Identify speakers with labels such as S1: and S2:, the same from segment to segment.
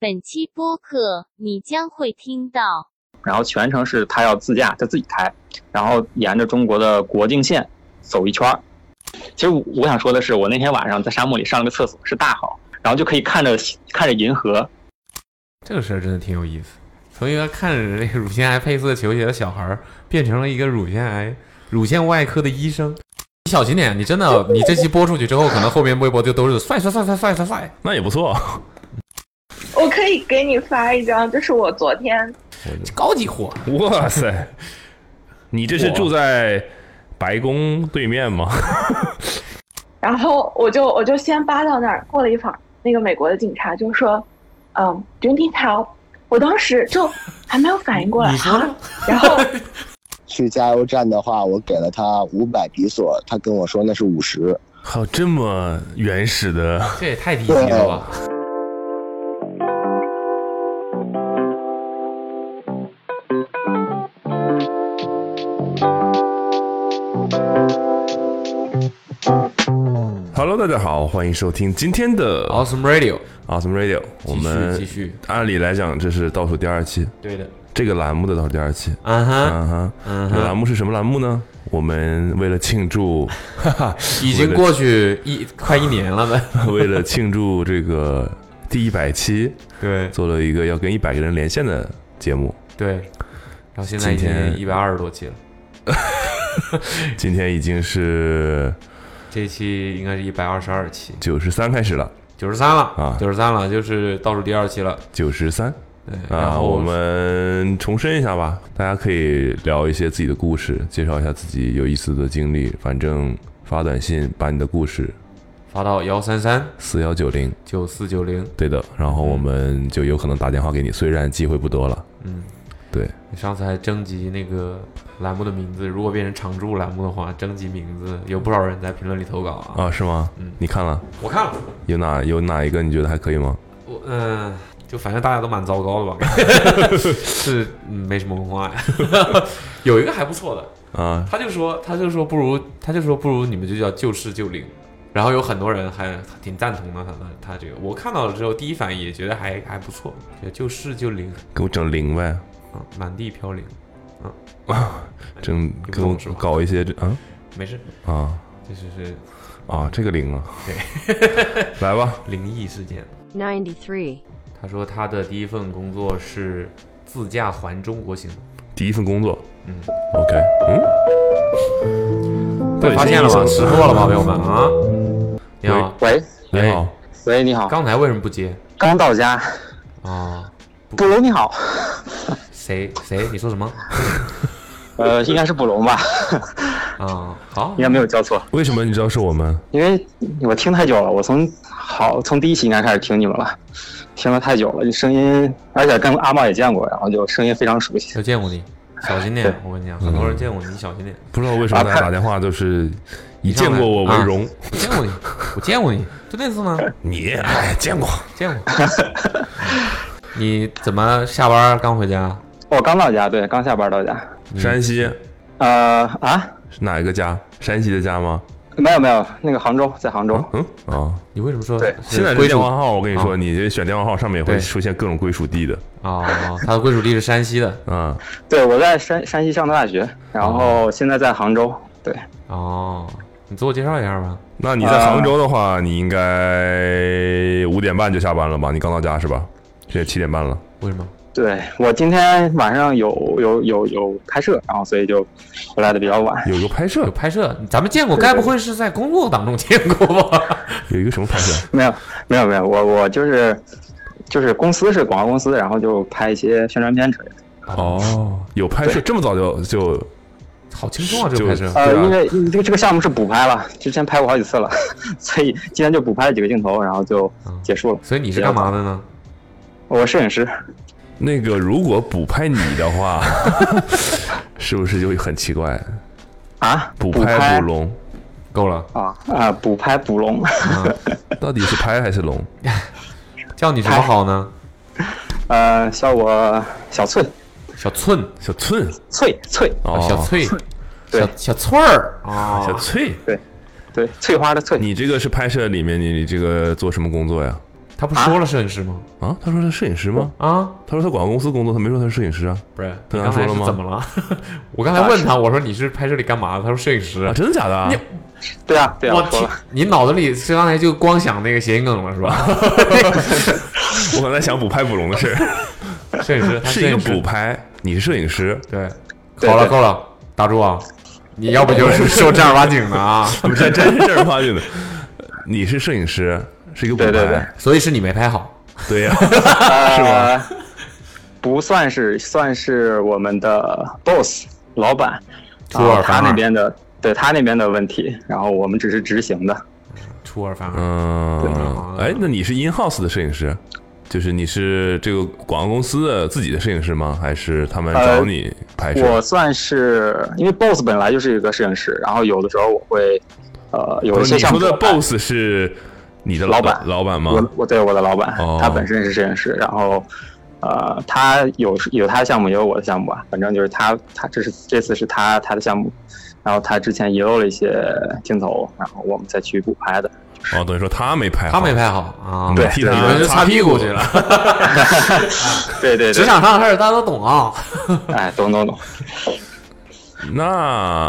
S1: 本期播客你将会听到。
S2: 然后全程是他要自驾，他自己开，然后沿着中国的国境线走一圈儿。其实我我想说的是，我那天晚上在沙漠里上了个厕所，是大号，然后就可以看着看着银河。
S3: 这个事儿真的挺有意思。从一个看着那个乳腺癌配色球鞋的小孩儿，变成了一个乳腺癌乳腺外科的医生。你小心点，你真的，你这期播出去之后，可能后面微博就都是帅帅帅帅帅帅帅。
S4: 那也不错。
S5: 我可以给你发一张，这是我昨天
S3: 高级货，
S4: 哇塞， 你这是住在白宫对面吗？
S5: 然后我就我就先扒到那儿，过了一会儿，那个美国的警察就说：“嗯，Drink it out。”我当时就还没有反应过来，
S3: 你说呢？
S5: 然后
S6: 去加油站的话，我给了他五百比索，他跟我说那是五十。
S4: 还有这么原始的，
S3: 这也太低级了吧！
S4: Hello，大家好，欢迎收听今天的
S3: Awesome Radio，
S4: Awesome Radio。我们
S3: 继续。
S4: 按理来讲，这是倒数第二期，
S3: 对的，
S4: 这个栏目的倒数第二期。
S3: 啊哈，
S4: 嗯哼，
S3: 嗯
S4: 这个栏
S3: 哼，
S4: 目是什么栏目呢？我们为了庆祝，哈哈，
S3: 已经过去一快一年了呗。
S4: 为了庆祝这个第一百期，
S3: 对
S4: 做了一个要跟一百个人连线的节目。
S3: 对，然后现在已
S4: 今
S3: 经
S4: 天
S3: 一百二十多期了，
S4: 今天已经是
S3: 这一期应该是一百二十二期，
S4: 九十三开始了，
S3: 九十三了
S4: 啊
S3: 九十三了，就是倒数第二期了。
S4: 九十三。
S3: 对，然
S4: 啊，
S3: 后
S4: 我们重申一下吧，大家可以聊一些自己的故事，介绍一下自己有意思的经历。反正发短信把你的故事
S3: 发到幺三三
S4: 四幺九零，
S3: 九四九零，
S4: 对的，然后我们就有可能打电话给你，虽然机会不多了。
S3: 嗯，
S4: 对，
S3: 你上次还征集那个栏目的名字，如果变成常驻栏目的话，征集名字有不少人在评论里投稿啊。
S4: 啊，是吗？
S3: 嗯
S4: 你看了
S3: 我看了，
S4: 有哪有哪一个你觉得还可以吗？
S3: 我嗯、就反正大家都蛮糟糕的 吧，是、嗯、没什么文化呀。 有一个还不错的，
S4: 啊，
S3: 他就说他就说不如他就说不如你们就叫旧事旧灵。然后有很多人还挺赞同的，他他这个我看到了之后，第一反应也觉得还还不错，觉得旧事旧灵
S4: 给我整零呗，
S3: 啊，满地飘零，啊 哎
S4: 整
S3: 不
S4: 给我
S3: 懂是吧
S4: 搞一些这啊
S3: 没事，
S4: 啊
S3: 这就是
S4: 啊，这个零啊，对，来吧，
S3: 灵异事件。
S7: 93.
S3: 他说他的第一份工作是自驾环中国行。
S4: 第一份工作，
S3: 嗯
S4: ，OK，嗯。
S3: 被发现了吗？识破了吗，朋友们啊！你好，
S2: 喂
S3: 哎
S4: 你好，
S2: 喂，你好，
S3: 刚才为什么不接？
S2: 刚到家，
S3: 啊，
S2: 布隆你好，
S3: 谁谁？你说什么？
S2: 呃，应该是布隆吧，
S3: 啊，好
S2: 应，该没有叫错，
S4: 为什么你知道是我们？
S2: 因为我听太久了，我从好从第一期应该开始听你们了，听了太久了，这声音，而且跟阿茂也见过，然后就声音非常熟悉。
S3: 要见过你，小心点。我跟你讲，很多人见过你，你小心点。
S4: 不知道为什么大家打电话都是以啊见过我为荣。
S3: 我见过你，我见过你，就那次吗？
S4: 你哎，见过
S3: 见 过。你怎么下班刚回家？
S2: 我、哦刚到家，对，刚下班到家。
S4: 嗯山西
S2: 呃啊，
S4: 是哪一个家？山西的家吗？
S2: 没有没有，那个杭州在杭州，
S4: 嗯啊，
S3: 你为什么说
S2: 对
S3: 是
S4: 现在这
S3: 归
S4: 电
S3: 属
S4: 话号，我跟你说，
S3: 啊
S4: 你这选电话号上面也会
S3: 对
S4: 出现各种归属地的
S3: 啊？他的归属地是山西的。
S4: 啊。
S2: 对我在山山西上的大学，然
S4: 哦
S2: 后现在在杭州。对，
S3: 哦，你自我介绍一下吧。
S4: 那你在杭州的话，你应该五点半就下班了吧？你刚到家是吧？现在七点半了。
S3: 为什么？
S2: 对我今天晚上有有有有拍摄，然后所以就回来的比较晚。
S4: 有个拍
S3: 有
S4: 摄，
S3: 拍摄，咱们见过，该不会是在工作当中见过吧？
S4: 有一个什么拍摄？
S2: 没有没有没有，我我就是就是公司是广告公司，然后就拍一些宣传片之类的。
S4: 哦，有拍摄，这么早就就
S3: 好轻松啊，这
S4: 就
S3: 个拍摄。
S2: 呃，
S4: 对啊
S2: 因为这个这个项目是补拍了，之前拍过好几次了， 所以今天就补拍了几个镜头，然后就
S4: 嗯
S2: 结束了。
S3: 所以你是干嘛的呢？
S2: 我摄影师，
S4: 那个，如果补拍你的话， 是不是就很奇怪？
S2: 啊，
S4: 补
S2: 拍
S4: 拍捕龙，
S3: 够了，
S2: 啊啊，补拍捕龙，
S4: 到底是拍还是龙？
S3: 叫你什么好呢？
S2: 呃，叫我小翠，
S3: 小寸，
S4: 小寸
S2: 翠翠，
S4: 哦，
S3: 小 翠，
S2: 对
S3: 小小翠儿啊
S4: 小翠，
S2: 对，翠花的翠，
S4: 你这个是拍摄里面你这个做什么工作呀？
S3: 他不说了摄影师吗？
S4: 啊，他说他摄影师吗？
S3: 啊，
S4: 他说他广告公司工作，他没说他是摄影师啊。
S3: 不是，
S4: 他
S3: 你
S4: 刚
S3: 刚
S4: 才
S3: 才
S4: 说了
S3: 是
S4: 吗
S3: 怎么了？ 我刚才问他，我说你是拍这里干嘛的？他说摄影师
S4: 啊，。真的假的啊
S3: 你？
S2: 对啊，对啊，
S3: 我
S2: 我说
S3: 天
S2: 了，，
S3: 你脑子里是刚才就光想那个谐音梗了是吧？
S4: 我刚才想补拍捕龙的事儿，
S3: 摄影 师，他
S4: 是一
S3: 摄
S4: 个
S3: 影师
S4: 补拍，你是摄影师，
S3: 对，
S2: 对
S3: 好了
S2: 对
S3: 够了，打住啊！你要不 就是说正儿八经的啊，
S4: 不 是这这是发现的，你是摄影师，是一个补
S2: 对对对
S4: 拍，
S3: 所以是你没拍好。
S4: 对呀，
S2: 是
S4: 吧？
S2: 呃不算是，算是我们的 boss 老板，
S3: 出尔
S2: 啊他
S3: 反尔
S2: 那边的，对他那边的问题，然后我们只是执行的。
S3: 出尔反尔，
S4: 嗯，哎，那你是 in house 的摄影师，就是你是这个广告公司的自己的摄影师吗？还是他们找你拍摄？
S2: 我算是，因为 boss 本来就是一个摄影师，然后有的时候我会，呃，有
S4: 不
S2: 一
S4: 是
S2: 些
S4: 你
S2: 项
S4: 说
S2: 目
S4: 的
S2: 我办
S4: boss 是你的
S2: 老
S4: 板
S2: 板
S4: 老板
S2: 我
S4: 吗？
S2: 我对我的老板，
S4: 哦
S2: 他本身是摄影师，然后呃，他有有他的项目，也有我的项目吧，啊反正就是他他这是这次是他他的项目，然后他之前遗漏了一些镜头，然后我们再去补拍 的。
S4: 哦，等于说他没拍好，嗯
S3: 他没拍好啊，
S4: 对
S3: 你们就擦屁股去了。
S2: 对对
S3: 职
S2: 对，
S4: 啊
S3: 场上的事儿大家都懂啊。
S2: 哎，懂懂懂。
S4: 那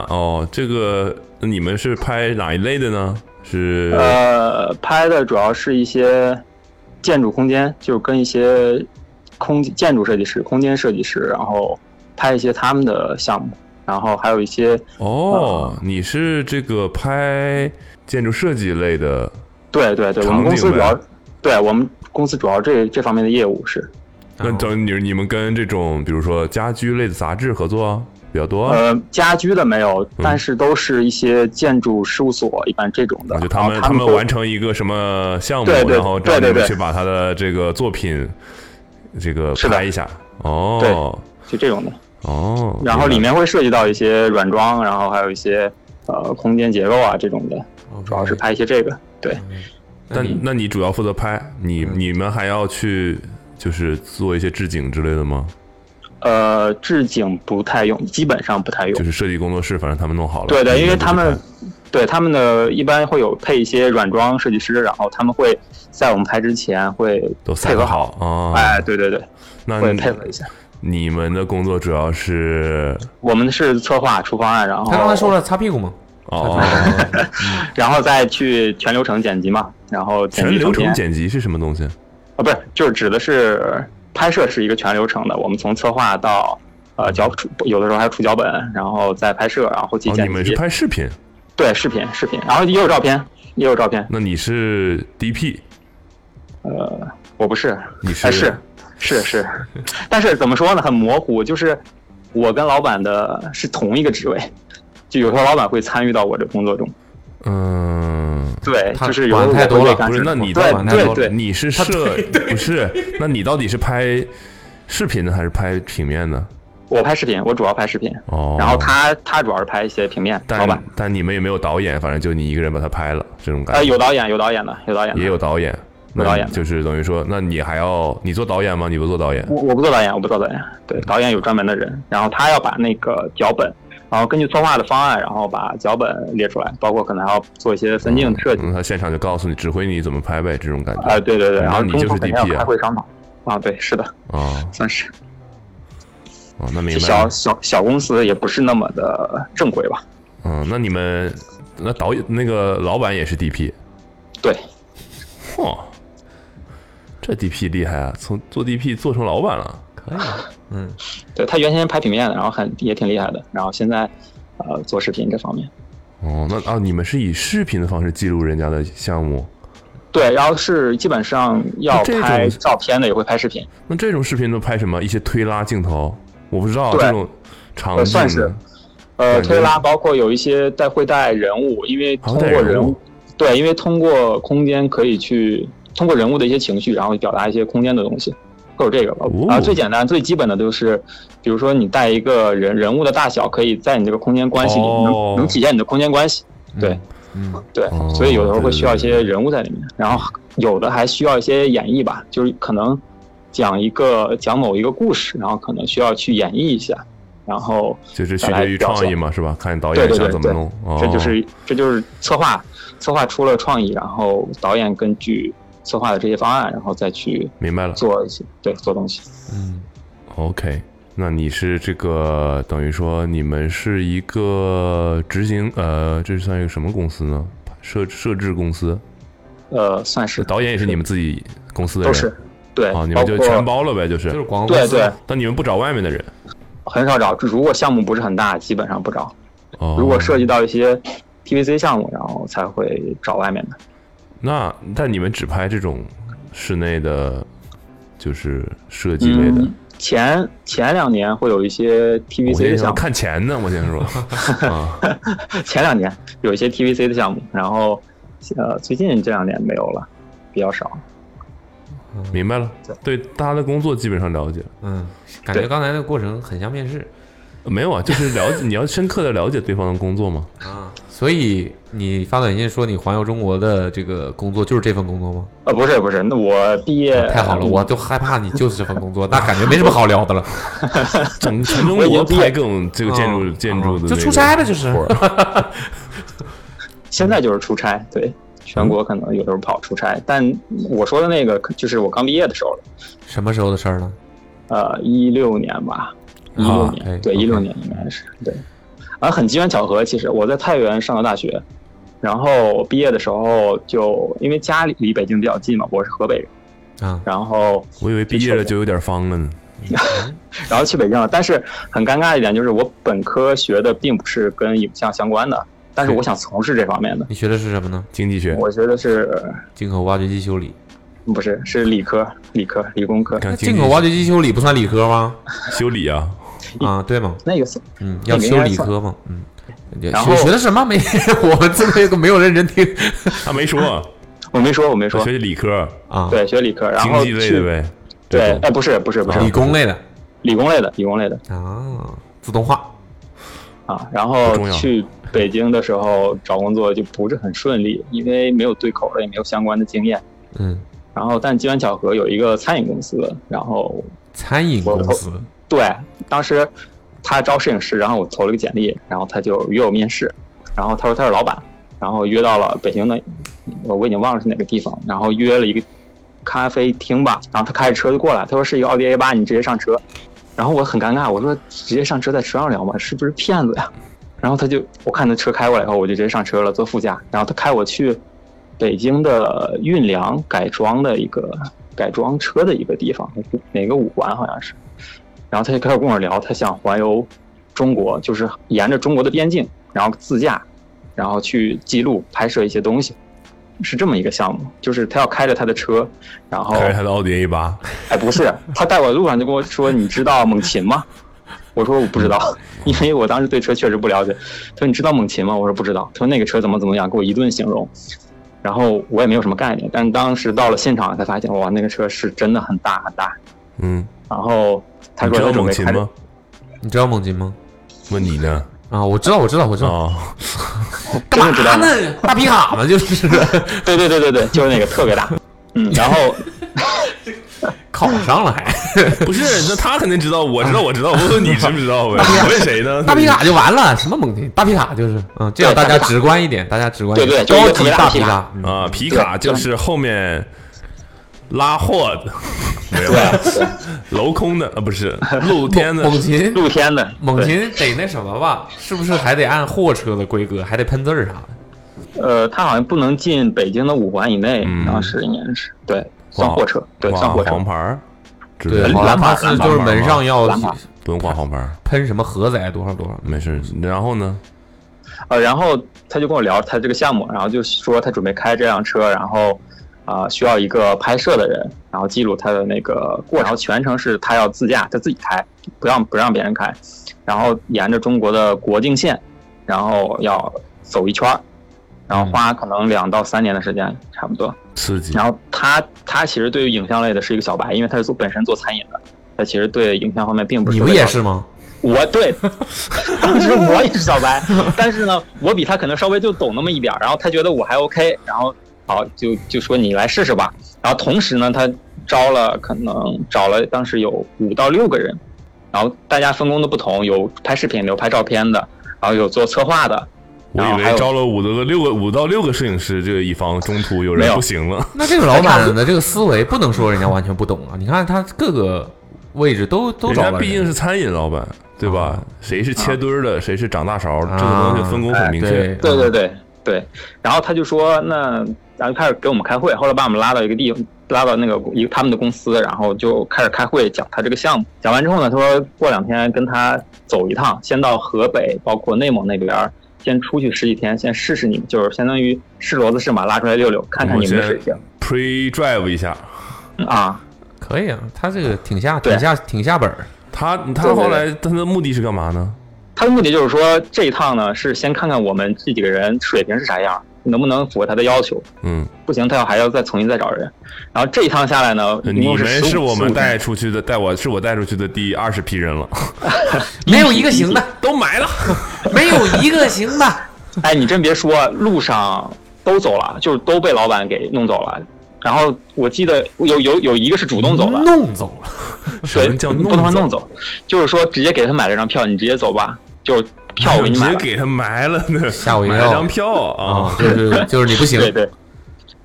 S4: 哦，这个那你们是拍哪一类的呢？是
S2: 呃，拍的主要是一些建筑空间，就跟一些空建筑设计师、空间设计师，然后拍一些他们的项目，然后还有一些
S4: 哦，你是这个拍建筑设计类的，
S2: 对对对，我
S4: 场景
S2: 们公司主要
S4: 呗
S2: 对我们公司主要这这方面的业务是，
S4: 那等你你们跟这种比如说家居类的杂志合作比较多，
S2: 呃，家居的没有，
S4: 哦嗯
S2: 但是都是一些建筑事务所，一般这种的，
S4: 哦就
S2: 然
S4: 他
S2: 后
S4: 们
S2: 他
S4: 他们
S2: 会
S4: 完成一个什么项目，
S2: 对对
S4: 然后让
S2: 对对
S4: 你
S2: 对
S4: 们去把他的这个作品这个
S2: 是的
S4: 拍一下。哦
S2: 就这种的，
S4: 哦，
S2: 然后里
S4: 明白
S2: 面会涉及到一些软装，然后还有一些呃空间结构啊这种的，主
S3: 嗯
S2: 要是。拍一些这个，对。
S3: 那
S4: 但
S3: 你
S4: 那你主要负责拍，你
S3: 嗯
S4: 你们还要去就是做一些置景之类的吗？
S2: 呃，置景不太用，基本上不太用。
S4: 就是设计工作室，反正他们弄好了。
S2: 对
S4: 你
S2: 对，因为
S4: 就去
S2: 他们
S4: 拍
S2: 对他们的一般会有配一些软装设计师，然后他们会在我们拍之前会
S4: 都嗯
S2: 配
S4: 配
S2: 合
S4: 合
S2: 好。
S4: 哦，
S2: 哎，，对对对，
S4: 那
S2: 会
S4: 你
S2: 配合一下。
S4: 你们的工作主要是
S2: 我们是策划出方案，然后
S3: 他刚才说了擦屁股嘛，
S4: 哦，
S2: 然后再去全流程剪辑嘛，然后剪
S4: 全
S2: 辑
S4: 流
S2: 成
S4: 程
S2: 片
S4: 剪辑是什么东西？
S2: 啊，不是，就是指的是拍摄是一个全流程的，我们从策划到呃脚出，有的时候还出脚本，然后再拍摄，然后后期
S4: 哦，
S2: 剪
S4: 你们
S2: 辑，
S4: 是拍视频，
S2: 对视频视频，然后也有照片，也有照片，
S4: 那你是 DP，
S2: 呃，我不是，
S4: 你
S2: 哎，
S4: 是
S2: 是是是，但是怎么说呢，很模糊。就是我跟老板的是同一个职位，就有时候老板会参与到我这工作中。
S4: 嗯，
S2: 对，
S3: 他
S2: 就是有时候
S3: 管太
S2: 我
S3: 多
S2: 会
S3: 了
S2: 干
S4: 不是，
S2: 涉
S4: 那你
S2: 对
S4: 到底
S2: 对对，
S4: 你是摄不是？那你到底是拍视频的还是拍平面的？
S2: 我拍视频，我主要拍视频，
S4: 哦，
S2: 然后，他他主要是拍一些平面。老板
S4: 但，但你们也没有导演，反正就你一个人把它拍了，这种感觉。
S2: 呃，有导演，有导演的，有导演的，
S4: 也有导演，
S2: 有导演的
S4: 就是等于说，那你还要你做导演吗？你不做导演？
S2: 我我不做导演，我不做导演，对，导演有专门的人，然后他要把那个脚本，然后根据策划的方案，然后把脚本列出来，包括可能还要做一些分镜的设计，
S4: 嗯，他现场就告诉你指挥你怎么拍呗，这种感觉
S2: 啊，对对对，
S4: 嗯
S2: 然后
S4: 你就是
S2: 中途肯定要
S4: DP 啊
S2: 开会商讨，啊，对，是的，
S4: 哦
S2: 算是
S4: 哦，那明
S2: 就
S4: 白了
S2: 小。小小公司也不是那么的正规吧？
S4: 嗯，那你们那导演那个老板也是 DP，
S2: 对，
S4: 嚯，这 DP 厉害啊！从做 DP 做成老板了，
S3: 可以啊，嗯，
S2: 对他原先拍平面的，然后很也挺厉害的，然后现在呃做视频这方面，
S4: 哦，那啊，你们是以视频的方式记录人家的项目，
S2: 对，然后是基本上要
S4: 那这种
S2: 拍照片的也会拍视频，
S4: 那这种视频都拍什么？一些推拉镜头，我不知道
S2: 对
S4: 这种场景
S2: 呃算是呃
S4: 感觉
S2: 推拉，包括有一些带会带人物，因为
S4: 还
S2: 通
S4: 哦会带
S2: 过
S4: 人
S2: 人
S4: 物
S2: 物，对，因为通过空间可以去通过人物的一些情绪，然后表达一些空间的东西。会有这个吧
S4: 哦，
S2: 然后最简单、最基本的就是，比如说你带一个人人物的大小，可以在你这个空间关系里
S4: 哦
S2: 能能体现你的空间关系。对，
S3: 嗯，
S2: 对
S4: 哦，
S2: 所以有的时候会需要一
S4: 对
S2: 些人物在里面，然后有的还需要一些演绎吧，就是可能讲一个讲某一个故事，然后可能需要去演绎一下，然后
S4: 就是取决于创意嘛，是吧？看导
S2: 对
S4: 演
S2: 对
S4: 想
S2: 对
S4: 怎么
S2: 对
S4: 弄，哦
S2: 这就是这就是策划策划出了创意，然后导演根据策划的这些方案，然后再去
S4: 明白了。
S2: 做一些对做东西。
S3: 嗯，
S4: OK，那你是这个等于说你们是一个执行呃，这算一个什么公司呢？摄摄制公司，
S2: 呃，算是
S4: 导演也是你们自己公司的
S2: 都
S4: 人
S2: 是对，
S4: 啊，你
S2: 哎包
S4: 们就全
S2: 括
S4: 包了呗，
S3: 嗯
S4: 就
S3: 就是
S4: 是。
S3: 广告
S2: 对
S3: 公司
S2: 对，
S4: 但你们不找外面的人
S2: 很少找。如果项目不是很大，基本上不找。
S4: 哦。
S2: 如果涉及到一些 TVC 项目，然后才会找外面的。
S4: 那，但你们只拍这种室内的，就是设计类的。
S2: 嗯前前两年会有一
S3: 哦
S2: 些
S4: 我
S2: TVC
S4: 先
S2: 的
S4: 想
S2: 项
S4: 看钱呢，我 先说啊，
S2: 目，前两年有一些 TVC 的项目，然后呃，最近这两年没有了，比较少。
S4: 明白了，对大家的工作基本上了解了。
S3: 嗯，感觉
S2: 对
S3: 刚才那个过程很像面试
S4: 没有啊，就是了解，你 要深刻的了解对方的工作嘛。
S3: 啊。所以你发短信说你环游中国的这个工作就是这份工作吗？
S2: 呃，不是不是，那我毕业
S3: 哦
S2: 嗯
S3: 太好了，呃我都害怕你就是这份工 作，那感觉没什么好聊的了。
S4: 整全中
S2: 我已经
S4: 国
S2: 毕业哦
S4: 拍各种这个建筑、
S3: 嗯
S4: 建筑的、
S3: 就出差呗就是
S4: 活儿。
S2: 现在就是出差，对，全国可能有时候跑出差，但我说的那个可就是我刚毕业的时候了，
S3: 什么时候的事儿呢？
S2: 呃，一六年吧，一六年，
S3: 哎
S2: 对，
S3: OK
S2: 一六年应该是对，啊，很机缘巧合，其实我在太原上的大学，然后我毕业的时候就因为家里离北京比较近嘛，我是河北人，
S3: 啊，
S2: 然后
S4: 我以为毕业了就有点方了呢。
S3: 嗯
S2: 然后去北京了，但是很尴尬一点就是我本科学的并不是跟影像相关的，但是我想从事这方面的，
S3: 你学的是什么呢？
S4: 经济学，
S2: 我觉得是呃
S3: 进口挖掘机修理。
S2: 不是是理科，理科理工科。
S4: 看
S3: 进
S4: 济
S3: 口挖掘机修理不算理科 吗？
S4: 修理啊，
S3: 啊，对吗？
S2: 那个是
S3: 嗯，
S2: 那
S3: 要
S2: 个应
S3: 修
S2: 该
S3: 理
S2: 算
S3: 科嘛，嗯。
S2: 然
S3: 学
S2: 后
S3: 学的什么没？ 我们这边有个没有认真听
S4: 他 没说，
S2: 我没说，我没说
S4: 我，学理科，
S3: 啊，
S2: 对，学理科，然
S4: 经
S2: 后
S4: 济类的
S2: 去
S4: 呗。
S2: 对
S4: 这，种
S2: 哎，不是，不是，不是，
S3: 理工类的
S2: 理工类的，理工类的
S3: 啊，自动化
S2: 啊。然
S4: 不
S2: 后
S4: 重要
S2: 去北京的时候找工作就不是很顺利，因为没有对口的，也没有相关的经验。
S3: 嗯，
S2: 然后，但机缘巧合有一个餐饮公司，然后
S3: 餐饮
S2: 我
S3: 公司
S2: 对，当时他招摄影师，然后我投了个简历，然后他就约我面试，然后他说他是老板，然后约到了北京的，我我已经忘了是哪个地方，然后约了一个咖啡厅吧，然后他开着车就过来，他说是一个奥迪 A 八，你直接上车，然后我很尴尬，我说直接上车在车上聊嘛，是不是骗子呀？然后他就我看他车开过来以后，我就直接上车了，坐副驾，然后他开我去北京的运粮改装的一个改装车的一个地方，哪个五环好像是。然后他就开始跟我聊，他想环游中国，就是沿着中国的边境，然后自驾，然后去记录拍摄一些东西，是这么一个项目。就是他要开着他的车，然后
S4: 开着他的奥迪 A 八，
S2: 哎不是，他带我的路上就跟我说：“你知道猛禽吗？”我说我不知道， 因为我当时对车确实不了解。他说你知道猛禽吗？我说不知道。他说那个车怎么怎么样，给我一顿形容。然后我也没有什么概念，但当时到了现场才发现，哇，那个车是真的很大很大。
S4: 嗯，
S2: 然后他
S4: 你
S2: 说
S4: 知
S2: 他
S4: 道
S2: 准
S4: 猛
S2: 备
S4: 禽
S2: 开着
S4: 吗？
S3: 你知道猛禽吗？
S4: 问 你呢？
S3: 啊，我知道，我知道，我知道，
S4: 啊，
S2: 真的知道
S3: 干
S2: 吗
S3: 嘛？呢？大皮卡嘛， 就是
S2: 对对对对对，就是那个特别 大。嗯，然后
S3: 考上了还
S4: 不是，那他肯定知道，我知道，我知道，我问你知不 知道呗？我问谁呢？
S3: 大皮卡就完了，什么猛禽？大皮卡就是，嗯，这样大家直观一点，大家直观一
S2: 对对
S3: 点，
S2: 就一
S3: 高
S2: 个
S3: 级
S2: 特别大
S3: 大
S2: 的
S3: 皮
S2: 皮卡
S3: 卡，嗯
S4: 啊，皮卡就是后面拉货的，没有
S2: 对对
S4: 镂空的啊，不是露天的，
S3: 猛禽
S2: 露天的
S3: 猛，禽得那什么吧？是不是还得按货车的规格，还得喷字儿啥的？
S2: 对呃，它好像不能进北京的五环以内
S4: 嗯，
S2: 当时应该是对，
S4: 挂
S2: 算货车， 对，
S4: 挂
S2: 算货车
S4: 黄。牌儿之类
S3: 对，
S4: 的，
S3: 好像
S2: 蓝
S3: 它
S2: 牌
S3: 是就是门上要
S2: 蓝牌
S4: 不用挂黄牌儿，
S3: 喷什么荷载多少多少，
S4: 没事。然后呢，
S2: 呃，然后他就跟我聊他这个项目，然后就说他准备开这辆车，然后啊、呃需要一个拍摄的人，然后记录他的那个过程，然后全程是他要自驾，他自己开，不让不让别人开，然后沿着中国的国境线，然后要走一圈儿，然
S3: 嗯
S2: 后花可能两到三年的时间，差不多。
S4: 刺激
S2: 然后他他其实对于影像类的是一个小白，因为他是做本身做餐饮的，他其实对影像方面并不是
S3: 你
S2: 特
S3: 不
S2: 别
S3: 也
S2: 了解
S3: 是吗？
S2: 我对，当时我也是小白，但是呢，我比他可能稍微就懂那么一点儿，然后他觉得我还 OK，然后好就就说你来试试吧。然后同时呢，他招了可能找了当时有五到六个人，然后大家分工的不同，有拍视频的，有拍照片的，然后有做策划的，
S4: 我以
S2: 然后还
S4: 为
S2: 有
S4: 招了五个六个五到六个摄影师，这以防中途有
S2: 没
S4: 人
S2: 有
S4: 不行了。
S3: 那这个老板的这个思维不能说人家完全不懂啊！你看他各个位置都都
S4: 人
S3: 找
S4: 家
S3: 了人，
S4: 毕竟是餐饮老板，对
S2: 啊
S4: 吧？谁是切墩儿的，谁是长大勺，这个东西分工很明确
S3: 啊哎对。
S2: 对对对对，然后他就说，那然后开始给我们开会，后来把我们拉到一个地，拉到那个一个他们的公司，然后就开始开会讲他这个项目。讲完之后呢，他说过两天跟他走一趟，先到河北，包括内蒙那边儿，先出去十几天，先试试你们，就是相当于试骡子试马，拉出来溜溜，看看
S4: 我
S2: 你们的
S4: 先
S2: 水平
S4: pre drive 一下。
S2: 嗯啊。
S3: 可以啊，他这个挺下
S2: 对
S3: 挺下挺下本儿，
S4: 他
S2: 对
S4: 他
S2: 对
S4: 后来他的目的是干嘛呢？
S2: 他的目的就是说，这一趟呢是先看看我们这几个人水平是啥样，能不能符合他的要求。
S4: 嗯，
S2: 不行，他要还要再重新再找人。然后这一趟下来呢，一
S4: 呃你
S2: 共
S4: 们
S2: 15
S4: 是我们
S2: 15
S4: 带出去的，带我是我带出去的第二十批 人了，
S3: 没有一个行的，
S4: 都埋了。
S3: 没有一个行的。
S2: 哎，你真别说，路上都走了，就是都被老板给弄走了。然后我记得有有有一个是主动走了，
S3: 弄走了，
S4: 什
S2: 对，
S4: 么叫
S2: 不
S4: 弄
S2: 能说
S4: 走
S2: 弄走，就是说直接给他买了张票，你直接走吧，就是票我给你
S4: 直
S2: 买
S4: 接
S2: 了。
S4: 给他 埋了呢，
S3: 吓我一
S4: 买
S3: 跳
S4: 了张票
S3: 啊
S4: 啊！，
S3: 就是就是你不行，
S2: 哦 对对，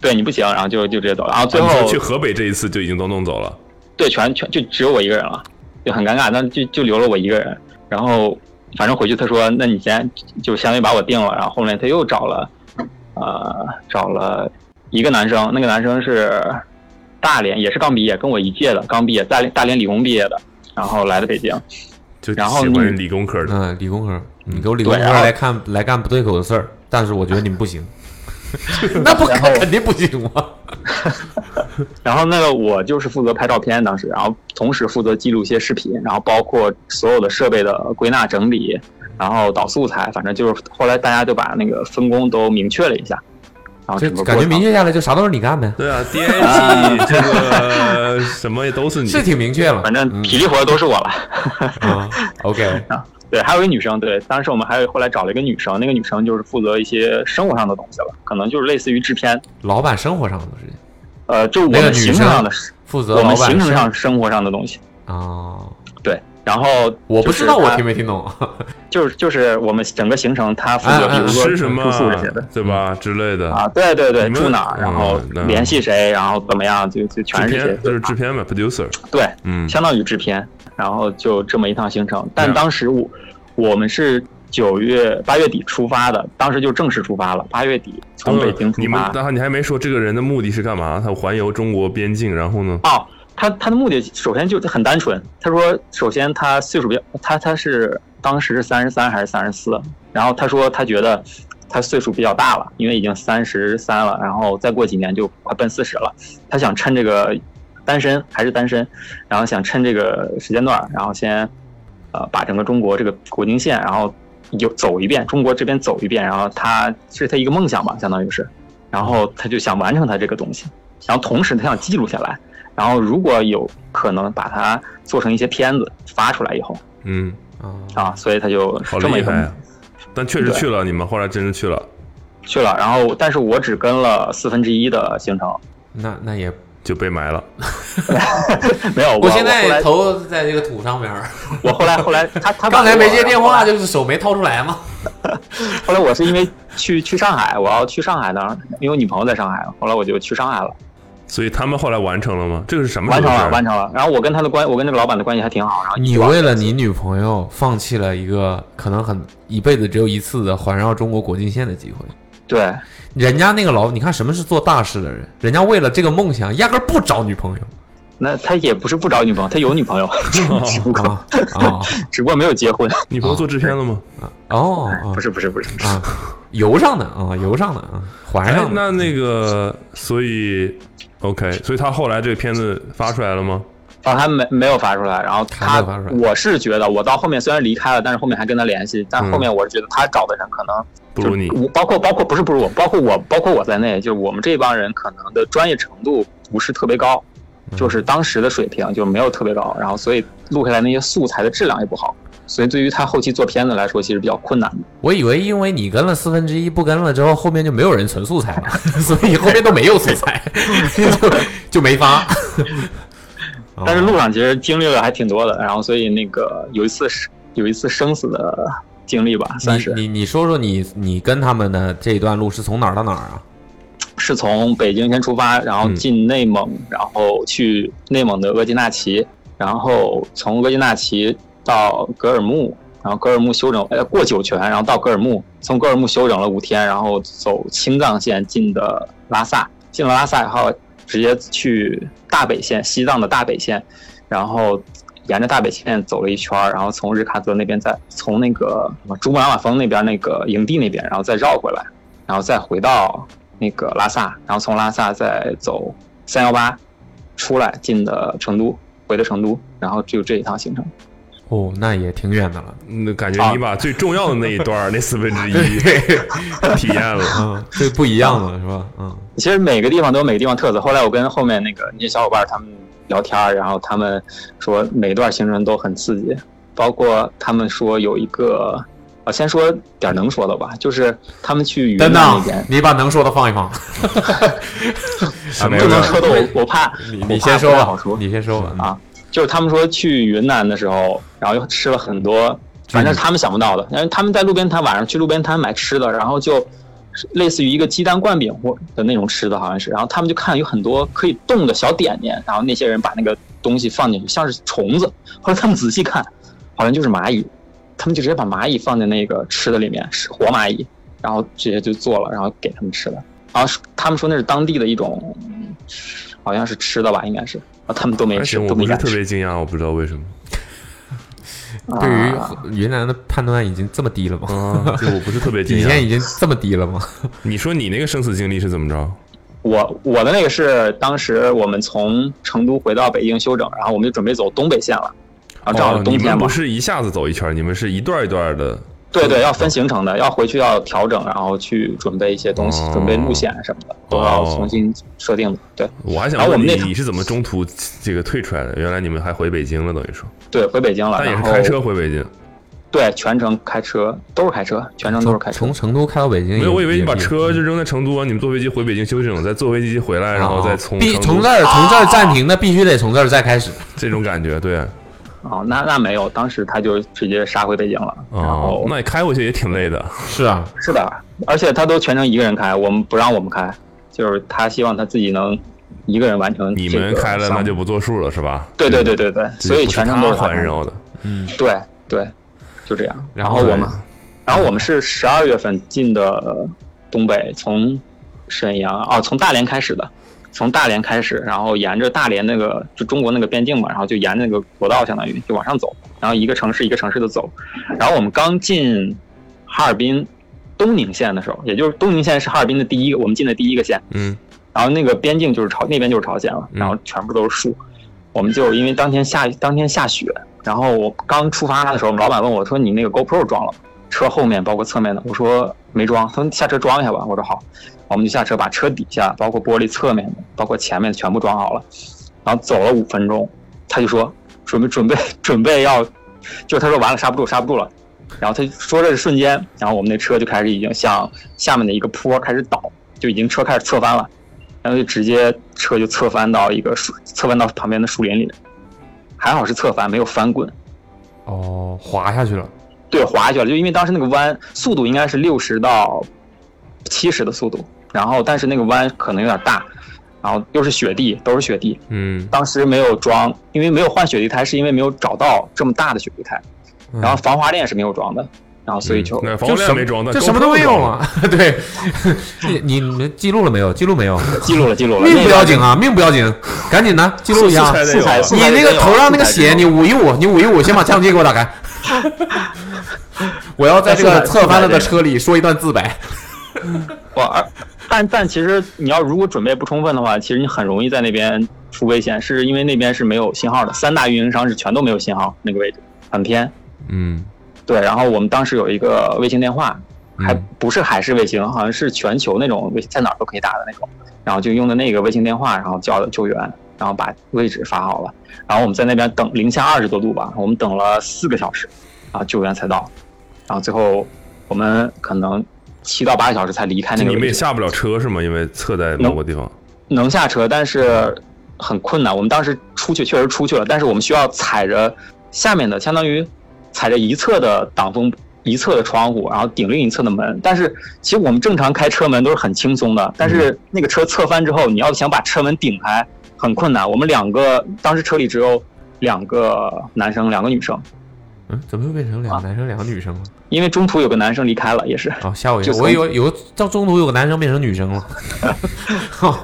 S2: 对你不行，然后就就直接走了。然后最
S4: 啊你说
S2: 后
S4: 去河北这一次就已经都弄走了，
S2: 对全全就只有我一个人了，就很尴尬，但就就留了我一个人。然后反正回去他说，那你先就相当于把我定了。然后后面他又找了，呃，找了一个男生，那个男生是大连，也是刚毕业，跟我一届的，刚毕业，大连大连理工毕业的，然后来的北京。
S4: 就
S2: 然后
S4: 喜
S2: 你
S4: 欢理工科的，
S3: 嗯，理工科，你给我理工科
S2: 对然后
S3: 来看来干不对口的事儿，但是我觉得你们不行， 那不
S2: 然后
S3: 肯定不行啊！
S2: 然后那个我就是负责拍照片，当时，然后同时负责记录一些视频，然后包括所有的设备的归纳整理，然后导素材，反正就是后来大家就把那个分工都明确了一下，然后
S3: 啊这
S2: 整个
S3: 感
S2: 啊过程
S3: 觉明确下来，就啥都是你干呗，
S4: 对啊，D I G 这个什么也都是你，
S3: 是挺明确
S2: 嗯
S3: 了。
S2: 反正
S3: 嗯
S2: 体力活都是我了。
S3: 啊，OK，
S2: 对，还有一个女生，对，当时我们还有后来找了一个女生，那个女生就是负责一些生活上的东西了，可能就是类似于制片，
S3: 老板生活上的事情，
S2: 呃，就我
S3: 那个
S2: 们
S3: 女
S2: 行
S3: 生
S2: 程上的，
S3: 负责
S2: 我
S3: 老
S2: 们
S3: 板
S2: 行程
S3: 生
S2: 上生活上的东西。
S3: 啊，
S2: 对，然后
S3: 我不
S2: 就是
S3: 知道我
S2: 她
S3: 听没听懂，啊
S2: 就是就是我们整个行程，她负责，
S3: 啊啊
S2: 比如说
S4: 吃什么
S2: 住宿这些的。
S4: 对吧之类的
S2: 啊，，对对对，
S4: 你们
S2: 住哪儿，然后
S4: 嗯那
S2: 联系谁，然后怎么样，就就全
S4: 制
S2: 是这
S4: 片
S2: 些，
S4: 就是制片嘛，producer，
S2: 对，
S4: 嗯，
S2: 相当于制片，然后就这么一趟行程。但
S4: 嗯
S2: 当时我我们是九月八月底出发的，当时就正式出发了，八月底从北京出
S4: 哦你们
S2: 发。
S4: 然后你还没说这个人的目的是干嘛？他环游中国边境，然后呢？
S2: 哦，他他的目的首先就很单纯，他说首先他岁数比较，他他是当时是三十三还是三十四，然后他说他觉得他岁数比较大了，因为已经三十三了，然后再过几年就快奔四十了，他想趁这个单身还是单身，然后想趁这个时间段儿，然后先呃把整个中国这个国境线，然后有走一遍，中国这边走一遍，然后他是他一个梦想吧，相当于是，然后他就想完成他这个东西，然后同时他想记录下来，然后如果有可能把它做成一些片子发出来以后
S4: 嗯，
S2: 啊，所以他就
S4: 好
S2: 这么
S4: 厉
S2: 一
S4: 害
S2: 个
S4: 啊！但确实
S2: 对
S4: 去了，你们后来真是去了，
S2: 去了，然后但是我只跟了四分之一的行程，
S3: 那那也，
S4: 就被埋了。
S2: 没有我
S3: 我现
S2: 后
S3: 在
S2: 来
S3: 头在这个土上面儿，
S2: 我后来后 来他他
S3: 刚才没接电话，
S2: 就
S3: 就是手没掏出来嘛。
S2: 后来我是因为去去上海，我要去上海呢，因为我女朋友在上海，后来我就去上海了。
S4: 所以他们后来完成了吗？这个是什
S3: 嗯
S4: 么时
S2: 完
S4: 候
S2: 成
S4: 的事
S2: 了，
S4: 儿？
S2: 完成了。然后我跟他的关，我跟那个老板的关系还挺好。然后
S3: 你为了你女朋友放弃了一个可能很一辈子只有一次的环绕中国国境线的机会。
S2: 对
S3: 人家那个老，你看什么是做大事的人？人家为了这个梦想，压根儿不找女朋友
S2: 那他也不是不找女朋友，他有女朋 友，只不过
S3: 啊 啊
S2: 只不过没有结婚。
S4: 你朋友做制片了吗？
S3: 哦啊
S2: 哎不是不是不是，
S3: 啊，游上的啊，游上的啊，环
S4: 哎
S3: 上，的。
S4: 那那个，所以 OK，所以他后来这个片子发出来了吗？
S2: 然哦后他没没有发出来。然后他
S3: 还没有发出来
S2: 我是觉得我到后面虽然离开了，但是后面还跟他联系，但
S4: 嗯
S2: 后面我是觉得他找的人可能
S4: 不如你
S2: 就，我包括包括不是不是我，包括我包括我在内，就是我们这帮人可能的专业程度不是特别高，
S3: 嗯
S2: 就是当时的水平就没有特别高，然后所以录下来那些素材的质量也不好，所以对于他后期做片子来说，其实比较困难的。
S3: 我以为因为你跟了四分之一，不跟了之后，后面就没有人存素材了， 所以后面都没有素材， 就就没 发。哦
S2: 但是路上其实经历了还挺多的，然后所以那个有一次是有一次生死的经历吧，算是
S3: 你你你说说你你跟他们的这一段路是从哪儿到哪儿啊？
S2: 是从北京先出发，然后进内蒙，然后去内蒙的额济纳旗，然后从额济纳旗到格尔木，然后格尔木休整，呃，过酒泉，然后到格尔木，从格尔木休整了五天，然后走青藏线进的拉萨，进了拉萨以后，直接去大北线，西藏的大北线，然后。沿着大北线走了一圈儿，然后从日喀则那边再从那个什么珠穆朗玛峰那边那个营地那边，然后再绕回来，然后再回到那个拉萨，然后从拉萨再走三幺八出来进的成都，回的成都，然后只有这一趟行程。
S3: 哦，那也挺远的了。
S4: 那感觉
S2: 啊
S4: 你把最重要的那一段儿那四分之一 体 验
S2: 啊
S4: 了。
S3: 嗯，这不一样了是吧？嗯，
S2: 其实每个地方都有每个地方特色。后来我跟后面那个那些小伙伴他们聊天儿，然后他们说每段行程都很刺激，包括他们说有一个。啊，先说点儿能说的吧，就是他们去云南
S3: 等
S2: 那
S3: 等
S2: 边，，
S3: 你把能说的放一放。
S4: 什么
S2: 不能说的我我怕
S3: 你
S2: 我
S3: 你
S2: 怕
S3: 先说
S2: 不太好
S3: 吧
S2: 说，
S3: 你先说吧。
S2: 啊，就是他们说去云南的时候，然后又吃了很多，反正是他们想不到的。因为他们在路边摊晚上去路边摊买吃的，然后就类似于一个鸡蛋灌饼或的那种吃的，好像是。然后他们就看有很多可以动的小点点，然后那些人把那个东西放进去，像是虫子。后来他们仔细看，好像就是蚂蚁，他们就直接把蚂蚁放在那个吃的里面，是活蚂蚁，然后直接就做了，然后给他们吃的。然后他们说那是当地的一种，好像是吃的吧，应该是。啊，他们都没
S4: 而
S2: 吃，
S4: 且哎我
S2: 都
S4: 不
S2: 没
S4: 是
S2: 敢
S4: 特
S2: 吃。
S4: 别惊讶，我不知道为什么
S3: 对
S2: 啊
S3: 于云南的判断已经这么低了
S2: 嗯
S3: 吗？
S4: 啊，就我不是特别惊
S3: 底线
S4: 讶。
S3: 已经这么低 了吗？
S4: 你说你那个生死经历是怎么着？
S2: 我我的那个是当时我们从成都回到北京休整，然后我们就准备走东北线了，然后正好
S4: 哦
S2: 是
S4: 你
S2: 冬天
S4: 们
S2: 嘛
S4: 不，是一下子走一圈，你们是一段一段的。
S2: 对对，要分行程的，要回去要调整，然后去准备一些东西，
S4: 哦
S2: 准备路线什么的都要
S4: 哦
S2: 重新设定的。对
S4: 我还想
S2: 啊然后我
S4: 问
S2: 们
S4: 你，
S2: 那趟
S4: 你是怎么中途这个退出来的？原来你们还回北京了，等于说，
S2: 对，回北京了，
S4: 但也
S2: 啊然
S4: 是
S2: 后
S4: 开车回北京。
S2: 对全程开车都是开车，全程都是开车
S3: 从。成都开到北京也，
S4: 没有，我以为你把
S3: 也
S4: 车就扔在成都，你们坐飞机回北京休整，再坐飞机回来，然
S2: 啊
S4: 后再从
S3: 哦必
S4: 成
S3: 从
S4: 都
S3: 这儿从这儿暂停的，必须得从这儿再 开始。
S4: 这种感 觉，对。啊
S2: 哦，那那没有，当时他就直接杀回北京了。然
S4: 哦
S2: 后，
S4: 那你开回去也挺累的。
S3: 是啊，
S2: 是的，而且他都全程一个人开，我们不让我们开，就是他希望他自己能一个人完成、
S4: 你们开了那就不作数了，是吧？
S2: 对对对对对，
S4: 这
S2: 所以
S4: 不是
S2: 全程
S4: 他
S2: 都是他
S4: 环
S2: 开
S4: 绕的。
S3: 嗯，
S2: 对对，就这样。
S3: 然
S2: 后
S3: 后
S2: 我
S3: 呢
S2: 们，然后我们是十二月份进的呃东北，从沈阳哦，从大连开始的，从大连开始，然后沿着大连那个就中国那个边境嘛，然后就沿那个国道，相当于就往上走，然后一个城市一个城市的走，然后我们刚进哈尔滨东宁县的时候，也就是东宁县是哈尔滨的第一个，我们进的第一个县，
S4: 嗯，
S2: 然后那个边境就是朝那边就是朝鲜了，
S4: 嗯
S2: 然后全部都是树。我们就因为当天下当天下雪，然后我刚出发的时候，我们老板问我说：“你那个 GoPro 装了吗？”车后面包括侧面的，我说没装。他说：“下车装一下吧。”我说：“好。”我们就下车把车底下包括玻璃侧面的，包括前面的全部装好了。然后走了五分钟，他就说：“准备准备 准备要，就他说完了刹不住刹不住了。”然后他说这瞬间，然后我们那车就开始已经向下面的一个坡开始倒，就已经车开始侧翻了。然后就直接车就侧翻到一个树，侧翻到旁边的树林里，还好是侧翻，没有翻滚。
S3: 哦，滑下去了。
S2: 对，滑下去了，就因为当时那个弯速度应该是六十到七十的速度，然后但是那个弯可能有点大，然后又是雪地，都是雪地，
S4: 嗯，
S2: 当时没有装，因为没有换雪地胎，是因为没有找到这么大的雪地胎，
S3: 嗯
S2: 然后防滑链是没有装的，然后所以就、
S4: 嗯那
S3: 就
S4: 防滑
S3: 什
S4: 链
S3: 么
S4: 没装，那
S3: 就
S4: GoPro
S3: 什么都没有
S4: 装了。
S3: 了。 对，你你你们记录了没有？记录没 有？
S2: 记录了记录了，
S3: 命
S2: 那
S3: 不
S2: 个
S3: 要紧啊，命不要紧，赶紧的记录一 下
S4: 素。材得
S2: 素材，
S4: 有
S2: 素
S3: 你
S2: 材
S3: 那
S2: 真
S3: 个啊
S2: 有啊
S3: 头上那个
S2: 素材真有
S3: 血，你捂一捂，你捂一捂，先把相机给我打开。我要在这个 侧翻了
S4: 啊
S3: 的车里说一段自白。
S2: 哇，啊而但但其实你要如果准备不充分的话，其实你很容易在那边出危险，是因为那边是没有信号的，三大运营商是全都没有信号，那个位置很偏。
S4: 嗯，
S2: 对，然后我们当时有一个卫星电话，还
S4: 嗯
S2: 不是海事卫星，好像是全球那种卫，在哪儿都可以打的那种，然后就用的那个卫星电话，然后叫的救援，然后把位置发好了，然后我们在那边等零下二十多度吧，我们等了四个小时，啊，救援才到，然后最后我们可能七到八个小时才离开那
S4: 就
S2: 个
S4: 你
S2: 位
S4: 们也
S2: 置。
S4: 下不了车是吗？因为侧在某个地方。
S2: 能下车，但是很困难。我们当时出去确实出去了，但是我们需要踩着下面的，相当于踩着一侧的挡风一侧的窗户，然后顶另一侧的门。但是其实我们正常开车门都是很轻松的，但是那个车侧翻之后，你要想把车门顶开很困难。我们两个当时车里只有两个男生，两个女生，
S3: 嗯，怎么又变成两个男生两个女生了？
S2: 因为中途有个男生离开了，也是。
S3: 哦，吓我一跳！
S2: 就从
S3: 我以为有到中途有个男生变成女生 了，哦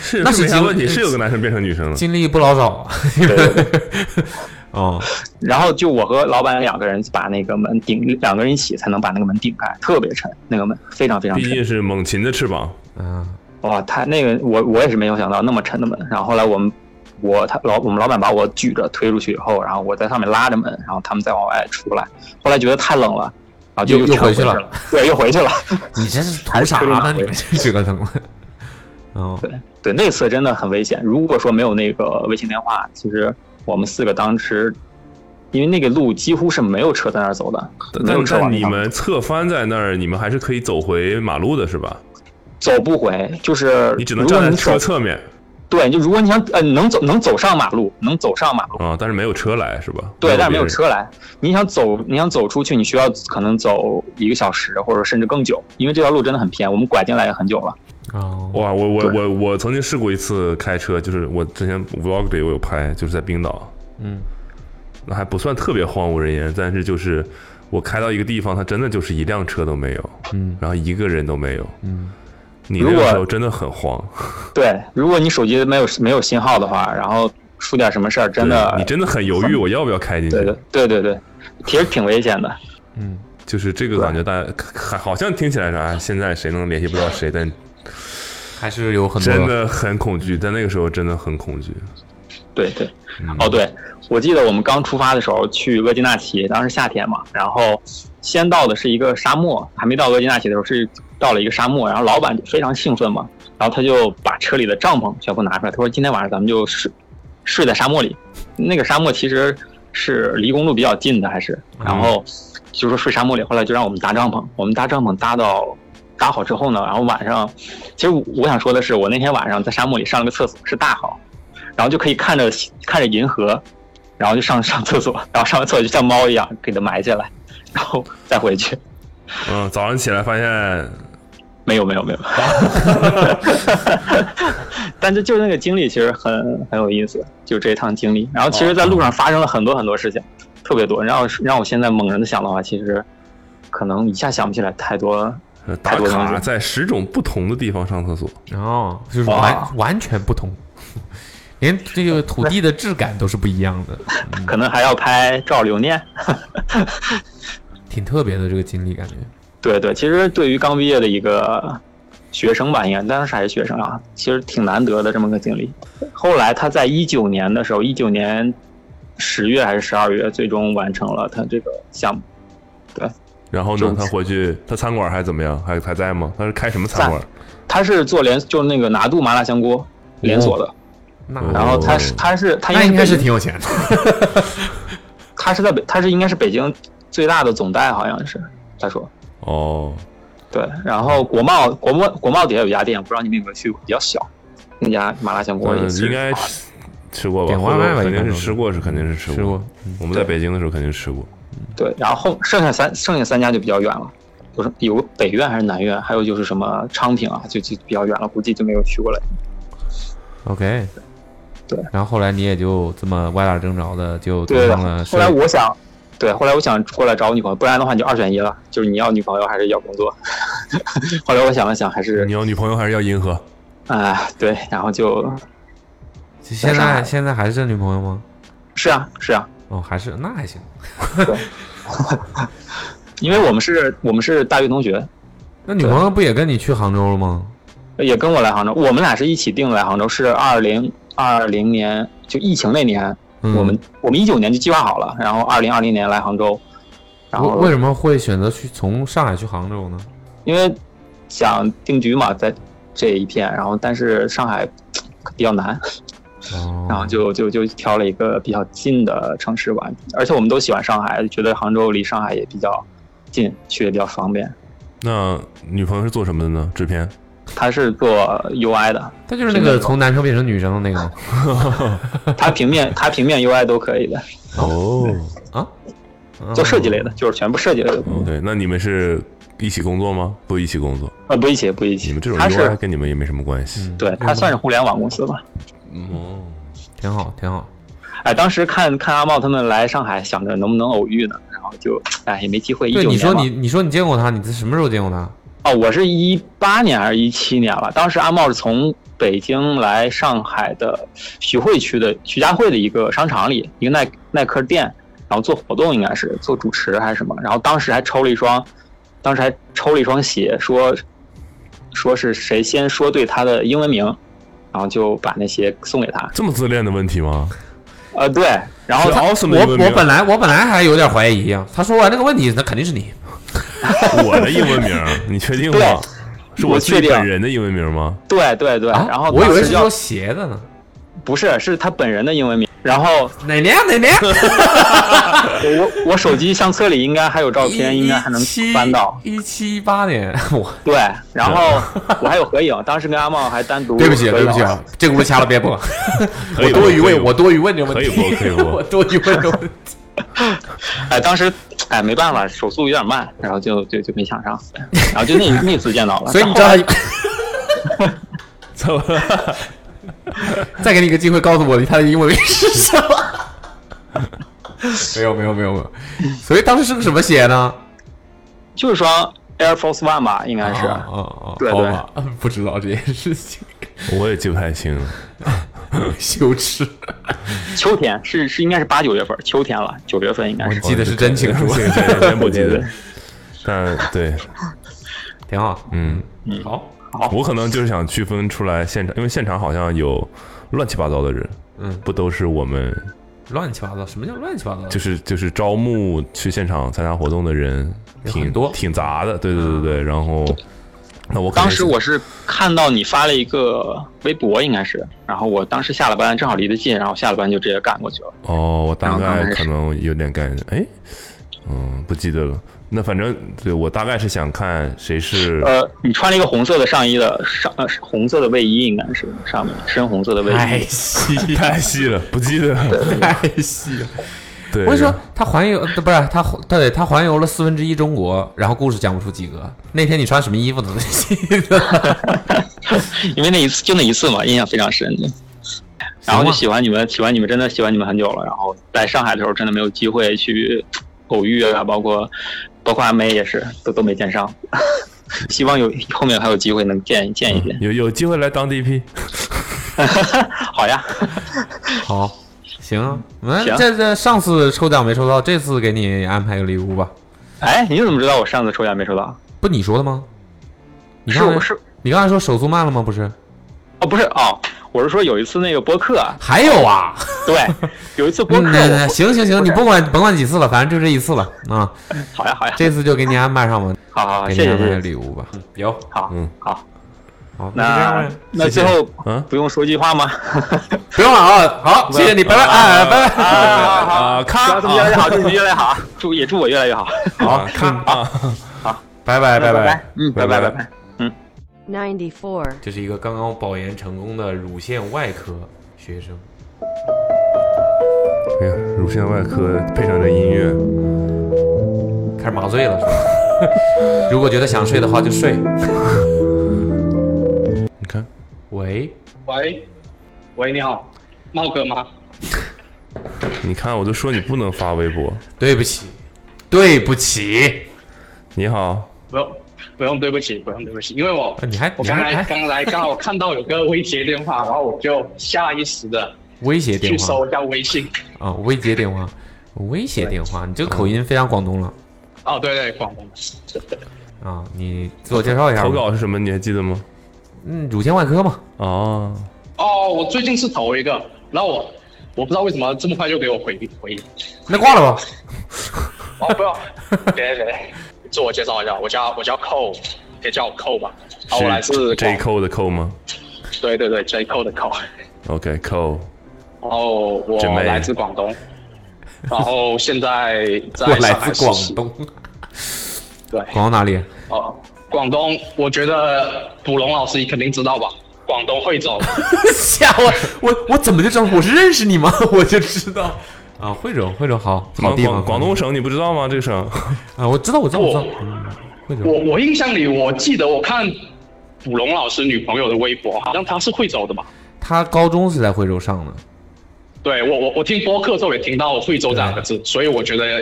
S4: 是呃
S3: 那是
S4: 没啥
S3: 经
S4: 问题，是有个男生变成女生 了。
S3: 经历不老早。 哦，
S2: 然后就我和老板两个人把那个门顶，两个人一起才能把那个门顶开，特别沉，那个门非常非常
S4: 毕
S2: 沉。
S4: 竟是猛禽的翅膀，
S3: 嗯，
S2: 哇，他那个我我也是没有想到那么沉的门。然后后来我们我他老我们老板把我举着推出去以后，然后我在上面拉着门，然后他们再往外出来。后来觉得太冷了，然后就
S3: 又
S2: 全
S3: 又回去
S2: 了
S3: 了
S2: 对，又回去了。
S3: 你这是图啥呢？你们这折腾了。哦，
S2: 对，那次真的很危险。如果说没有那个卫星电话，其实我们四个当时。因为那个路几乎是没有车在那儿走的，
S4: 但
S2: 没有
S4: 但
S2: 车往
S4: 但
S2: 那
S4: 你
S2: 上
S4: 们侧翻在那儿，你们还是可以走回马路的，是吧？
S2: 走不回，就是
S4: 你只能
S2: 如果
S4: 站在
S2: 你
S4: 车
S2: 走
S4: 侧面
S2: 对，就如果你想呃能走能走上马路，能走上马路，
S4: 啊、但是没有车来，是吧？
S2: 对，但是
S4: 别
S2: 没有
S4: 人。
S2: 车来。你想走，你想走出去，你需要可能走一个小时或者甚至更久，因为这条路真的很偏，我们拐进来也很久了。
S3: 哦，
S4: 哇，我我
S2: 对
S4: 我我曾经试过一次开车，就是我之前 vlog 里我有拍，就是在冰岛，
S3: 嗯，
S4: 那还不算特别荒无人烟，但是就是我开到一个地方，它真的就是一辆车都没有，
S3: 嗯，
S4: 然后一个人都没有，
S3: 嗯，
S4: 你那
S2: 如
S4: 个
S2: 果
S4: 时候真的很慌，
S2: 对，如果你手机没有没有信号的话，然后出点什么事儿，真的
S4: 对，你真的很犹豫，我要不要开进去？
S2: 对对对对对，其实挺危险的。
S3: 嗯，
S4: 就是这个感觉，大家还好像听起来啥，现在谁能联系不到谁，但
S3: 还是有很多
S4: 真的很恐惧，但那个时候真的很恐惧。
S2: 对对，
S4: 嗯
S2: 哦，对，我记得我们刚出发的时候去额济纳旗，当时夏天嘛，然后先到的是一个沙漠，还没到额济纳旗的时候是到了一个沙漠，然后老板就非常兴奋嘛，然后他就把车里的帐篷全部拿出来，他说今天晚上咱们就睡睡在沙漠里，那个沙漠其实是离公路比较近的，还是，然后就说睡沙漠里，后来就让我们搭帐篷，我们搭帐篷搭到。搭好之后呢，然后晚上，其实我我想说的是，我那天晚上在沙漠里上了个厕所，是大号，然后就可以看着看着银河，然后就上上厕所，然后上完厕所就像猫一样给它埋起来，然后再回去。
S4: 嗯，早上起来发现
S2: 没有没有没有，但是就那个经历其实很很有意思，就这一趟经历。然后其实，在路上发生了很多很多事情，特别多。然后让我现在猛然的想的话，其实可能一下想不起来太多。
S4: 呃打
S2: 太多东西
S4: 卡
S2: 了
S4: 在十种不同的地方上厕所，
S3: 哦，就是
S2: 哇
S3: 完完全不同， 连这个土地的质感都是不一样的，
S2: 可能还要拍照留念。
S3: 挺特别的这个经历感觉。
S2: 对对，其实对于刚毕业的一个学生吧，应该当时还是学生啊，其实挺难得的这么个经历。后来他在一九年的时候，一九年十月还是十二月，最终完成了他这个项目。
S4: 然后呢
S2: 就，
S4: 他回去，他餐馆还怎么样？还还在吗？他是开什么餐
S2: 在
S4: 馆？
S2: 他是做连就是那个拿度麻辣香锅连锁的，
S3: 那
S4: 哦
S2: 然后他是他是他
S3: 那应
S2: 应
S3: 该
S2: 该
S3: 是挺有钱的，
S2: 他是在北他是应该是北京最大的总代好像是他说
S4: 哦，
S2: 对，然后国贸国贸国贸底下有一家店，不知道你们有没有去过，比较小，那家麻辣香锅也
S4: 嗯，
S2: 是
S4: 应该吃吃过吧？
S3: 点外卖吧
S4: 肯
S3: 应该
S4: 定
S3: 都
S4: 是
S3: 是
S4: 吃过，是肯定是吃
S3: 吃过。
S4: 我们在北京的时候肯定吃过。
S2: 对，然后后剩下三剩下三家就比较远了，有什有个北苑还是南苑，还有就是什么昌平啊，就就比较远了，估计就没有去过了。
S3: OK，
S2: 对。
S3: 然后后来你也就这么歪打正着的就走
S2: 对
S3: 上了
S2: 后
S3: 摄
S2: 来
S3: 影，
S2: 我想，对，后来我想过来找我女朋友，不然的话你就二选一了，就是你要女朋友还是要工作。 后来我想了想，还是
S4: 你要女朋友还是要银河？
S2: 啊、对，然后就
S3: 就现
S2: 上
S3: 在
S2: 海
S3: 现在还是这女朋友吗？
S2: 是啊是啊，
S3: 哦，还是那还行。
S2: 因为我们是我们是大学同学，
S3: 那女朋友不也跟你去杭州了吗？
S2: 也跟我来杭州，我们俩是一起定来杭州，是二零二零年就疫情那年，
S3: 嗯
S2: 我们我们一九年就计划好了，然后二零二零年来杭州，然
S3: 为
S2: 后
S3: 为什么会选择去从上海去杭州呢？
S2: 因为想定居嘛，在这一片，然后但是上海比较难，
S3: 哦，
S2: 然后就就就挑了一个比较近的城市吧，而且我们都喜欢上海，觉得杭州离上海也比较近，去也比较方便。
S4: 那女朋友是做什么的呢？制片？
S2: 他是做 UI 的，
S3: 他就是那个从男生变成女生的那个吗？
S2: 他平面他平面 UI 都可以的。
S4: 哦，
S3: 啊，
S2: 做设计类的，就是全部设计类的工作。
S4: 对，那你们是一起工作吗？不一起工作，
S2: 呃，不一起，不一起
S4: 你们这。种
S2: 他
S4: UI
S2: 是
S4: 跟你们也没什么关
S3: 嗯
S4: 系。
S2: 对他算是互联网公司吧。嗯
S4: 哦，
S3: 挺好，挺好。
S2: 哎，当时看看阿茂他们来上海，想着能不能偶遇呢，然后就哎也没机会。
S3: 对，
S2: 19
S3: 你说
S2: 年嘛
S3: 你你说你见过他，你是什么时候见过他？
S2: 哦，我是一八年还是一七年了？当时阿茂是从北京来上海的徐汇区的徐家汇的一个商场里，一个耐耐克店，然后做活动应该是做主持还是什么，然后当时还抽了一双，当时还抽了一双鞋，说说是谁先说对他的英文名，然后就把那鞋送给他。
S4: 这么自恋的问题吗？
S2: 呃，对，然后
S4: 是
S2: 他
S4: awesome 的
S3: 我
S4: 英文
S3: 我
S4: 名，
S3: 本来我本来还有点怀疑啊，他说完这个问题，那肯定是你。
S4: 我的英文名，你确定
S2: 对
S4: 吗？是我
S2: 我
S4: 自
S2: 确
S4: 己
S2: 定
S4: 本人的英文名吗？
S2: 对对对，
S3: 啊
S2: 然后
S3: 我以为
S2: 当
S3: 是
S2: 时就
S3: 说鞋子呢。
S2: 不是，是他本人的英文名。然后
S3: 哪年啊哪年？
S2: 我我手机相册里应该还有 照片，应该还能翻到。
S3: 一七一八年。 我
S2: 对，然后我还有合影，当时跟阿茂还单独
S3: 对不起
S2: 合
S3: 对
S2: 影
S3: 不起啊，这个不是掐了别 播。
S4: 可
S3: 我
S4: 以
S3: 多余
S4: 播可以
S3: 问，我
S4: 播
S3: 多余问这个问题。
S4: 可 以播可以播
S3: 我多余问这个问题。
S2: 哎，当时哎没办法，手速有点慢，然后就就就没想上，然后就那 那啊次见到了。
S3: 所以你知
S2: 然
S3: 道
S2: 后
S3: 他。
S4: 怎么了？
S3: 再给你一个机会，告诉我他的英文名是什么？ 没有没有没有没有，所以当时是个什么鞋呢？
S2: 就是说 Air Force One 吧，应该是。
S3: 啊啊，
S2: 对
S3: 好
S2: 对
S3: 吧， 不知道这件事情，
S4: 我也记不太清了。
S3: 羞 耻。
S2: 秋天是是应该是八九月份，秋天了，九月份应该
S3: 我
S2: 是。
S3: 记得是真清楚，
S4: 这个真真不 记
S2: 对对
S4: 得
S2: 对。
S4: 但对，
S3: 挺好。
S4: 嗯，
S3: 好，
S4: 我可能就是想区分出来现场，因为现场好像有乱七八糟的人，
S3: 嗯
S4: 不都是我们
S3: 乱七八糟，什么叫乱七八糟？
S4: 就是就是招募去现场参加活动的人
S3: 有
S4: 挺
S3: 很多
S4: 挺杂的，对对对对。然后，那我可能
S2: 当时
S4: 是
S2: 我是看到你发了一个微博，应该是，然后我当时下了班，正好离得近，然后下了班就直接赶过去了。
S4: 哦，我大
S2: 然后当
S4: 概
S2: 时
S4: 可能有点概念，哎，嗯，不记得了。那反正对我大概是想看谁是
S2: 呃，你穿了一个红色的上衣的上呃红色的卫衣，应该是上面深红色的卫衣。
S3: 太细
S4: 太细了， 不记得了。
S3: 太细了。
S4: 对，
S3: 我跟你说
S4: 然后，
S3: 他环游不是他，对他环游了四分之一中国，然后故事讲不出几个。那天你穿什么衣服都记 得。
S2: 因为那一次就那一次嘛，印象非常深的。然后就喜欢你们，喜欢你们，真的喜欢你们很久了。然后在上海的时候，真的没有机会去偶遇啊，包括包括阿梅也是，都都没见上。 希望有后面还有机会能见一见一
S3: 嗯
S2: 见。
S4: 有有机会来当 DP，
S2: 好呀，
S3: 好，行啊，嗯，
S2: 行
S3: 这这上次抽奖没抽到，这次给你安排个礼物吧。
S2: 哎，你怎么知道我上次抽奖没抽到？
S3: 不你说的吗？你
S2: 是
S3: 刚
S2: 我
S3: 才
S2: 是
S3: 你刚才说手速慢了吗？不是，
S2: 哦，不是哦，我是说有一次那个播客，
S3: 还有啊。
S2: 对，有一次播
S3: 嗯，
S2: 客
S3: 那
S2: 我
S3: 那行行行，你不管甭管几次了，反正就这一次了啊。
S2: 好呀好呀，
S3: 这次就给你安排上吧，
S2: 好好好，
S3: 给
S2: 啊谢
S3: 你
S2: 谢
S3: 安排个
S2: 谢谢，
S3: 礼物吧。有，
S2: 好
S4: 嗯
S2: 好，
S3: 好，就这样
S2: 那
S3: 呗
S2: 那
S3: 谢
S2: 最
S3: 谢
S2: 后
S4: 嗯
S2: 不用说句话吗？
S3: 不用了啊。好，谢谢你，拜拜，哎，拜拜。
S2: 啊，
S4: 啊
S2: 好，祝
S4: 咔
S2: 他们越来越好，祝你们越来越
S3: 啊
S2: 好，祝也祝我越来越好，
S4: 好看啊，
S3: 拜拜拜
S2: 拜
S3: 拜。，
S2: 嗯，拜
S4: 拜
S2: 拜
S4: 拜
S2: 拜拜。
S7: 94.
S3: 这是一个刚刚保研成功的乳腺外科学生，
S4: 哎呀，乳腺外科配上这音乐，
S3: 开始麻醉了是吧？ 如果觉得想睡的话就睡。
S4: 你看，
S3: 喂，
S8: 喂，喂，你好，茂哥吗？
S4: 你看，我都说你不能发微博。
S3: 对不起，对不起，
S4: 你好，
S8: 不用，不用，对不起，不用，对不起，因为我
S3: 啊你还
S8: 我
S3: 你
S8: 刚
S3: 还
S8: 才
S3: 还
S8: 刚才刚好看到有个威胁电话，然后我就下意识的
S3: 威胁电
S8: 去
S3: 话
S8: 搜一下微信。
S3: 啊，威胁电话，威胁电话，你这个口音非常广东了
S8: 哦，对对，广东。
S3: 啊！你自我介绍一下吧
S4: 投，稿是什么？你还记得吗？
S3: 嗯，乳腺外科嘛，
S2: 啊
S4: 哦，
S8: 哦，我最近是头一个，然后我我不知道为什么这么快就给我回回应。
S3: 那挂了吧。
S8: 哦，不 要，别别，自我介绍一下，我叫我叫寇，可以叫我寇吧。然后我来自
S4: J
S8: 广
S4: Cole 的 Cole 吗
S8: 对对对，J 寇的寇。
S4: ？OK Cole，
S8: 然后我
S4: 姐妹
S8: 来自 广东，然后现在在
S3: 我来
S8: 上海
S3: 自广
S8: 实习
S3: 东，
S8: 对，
S3: 广东哪 里？
S8: 哦，广东，我觉得卜龙老师你肯定知道吧？广 东惠州，
S3: 吓我！我我怎么就知道？我是认识你吗？我就知道啊，惠州，惠州好，好
S4: 广
S3: 地方，
S4: 广广东省你不知道吗？这个省
S3: 啊，我知道，我知道，我知道，嗯惠州
S8: 我我印象里，我记得我看卜龙老师女朋友的微博，好像她是惠州的吧？
S3: 他高中是在惠州上的，
S8: 对我我我听播客的时候也听到惠州这两个字，所以我觉得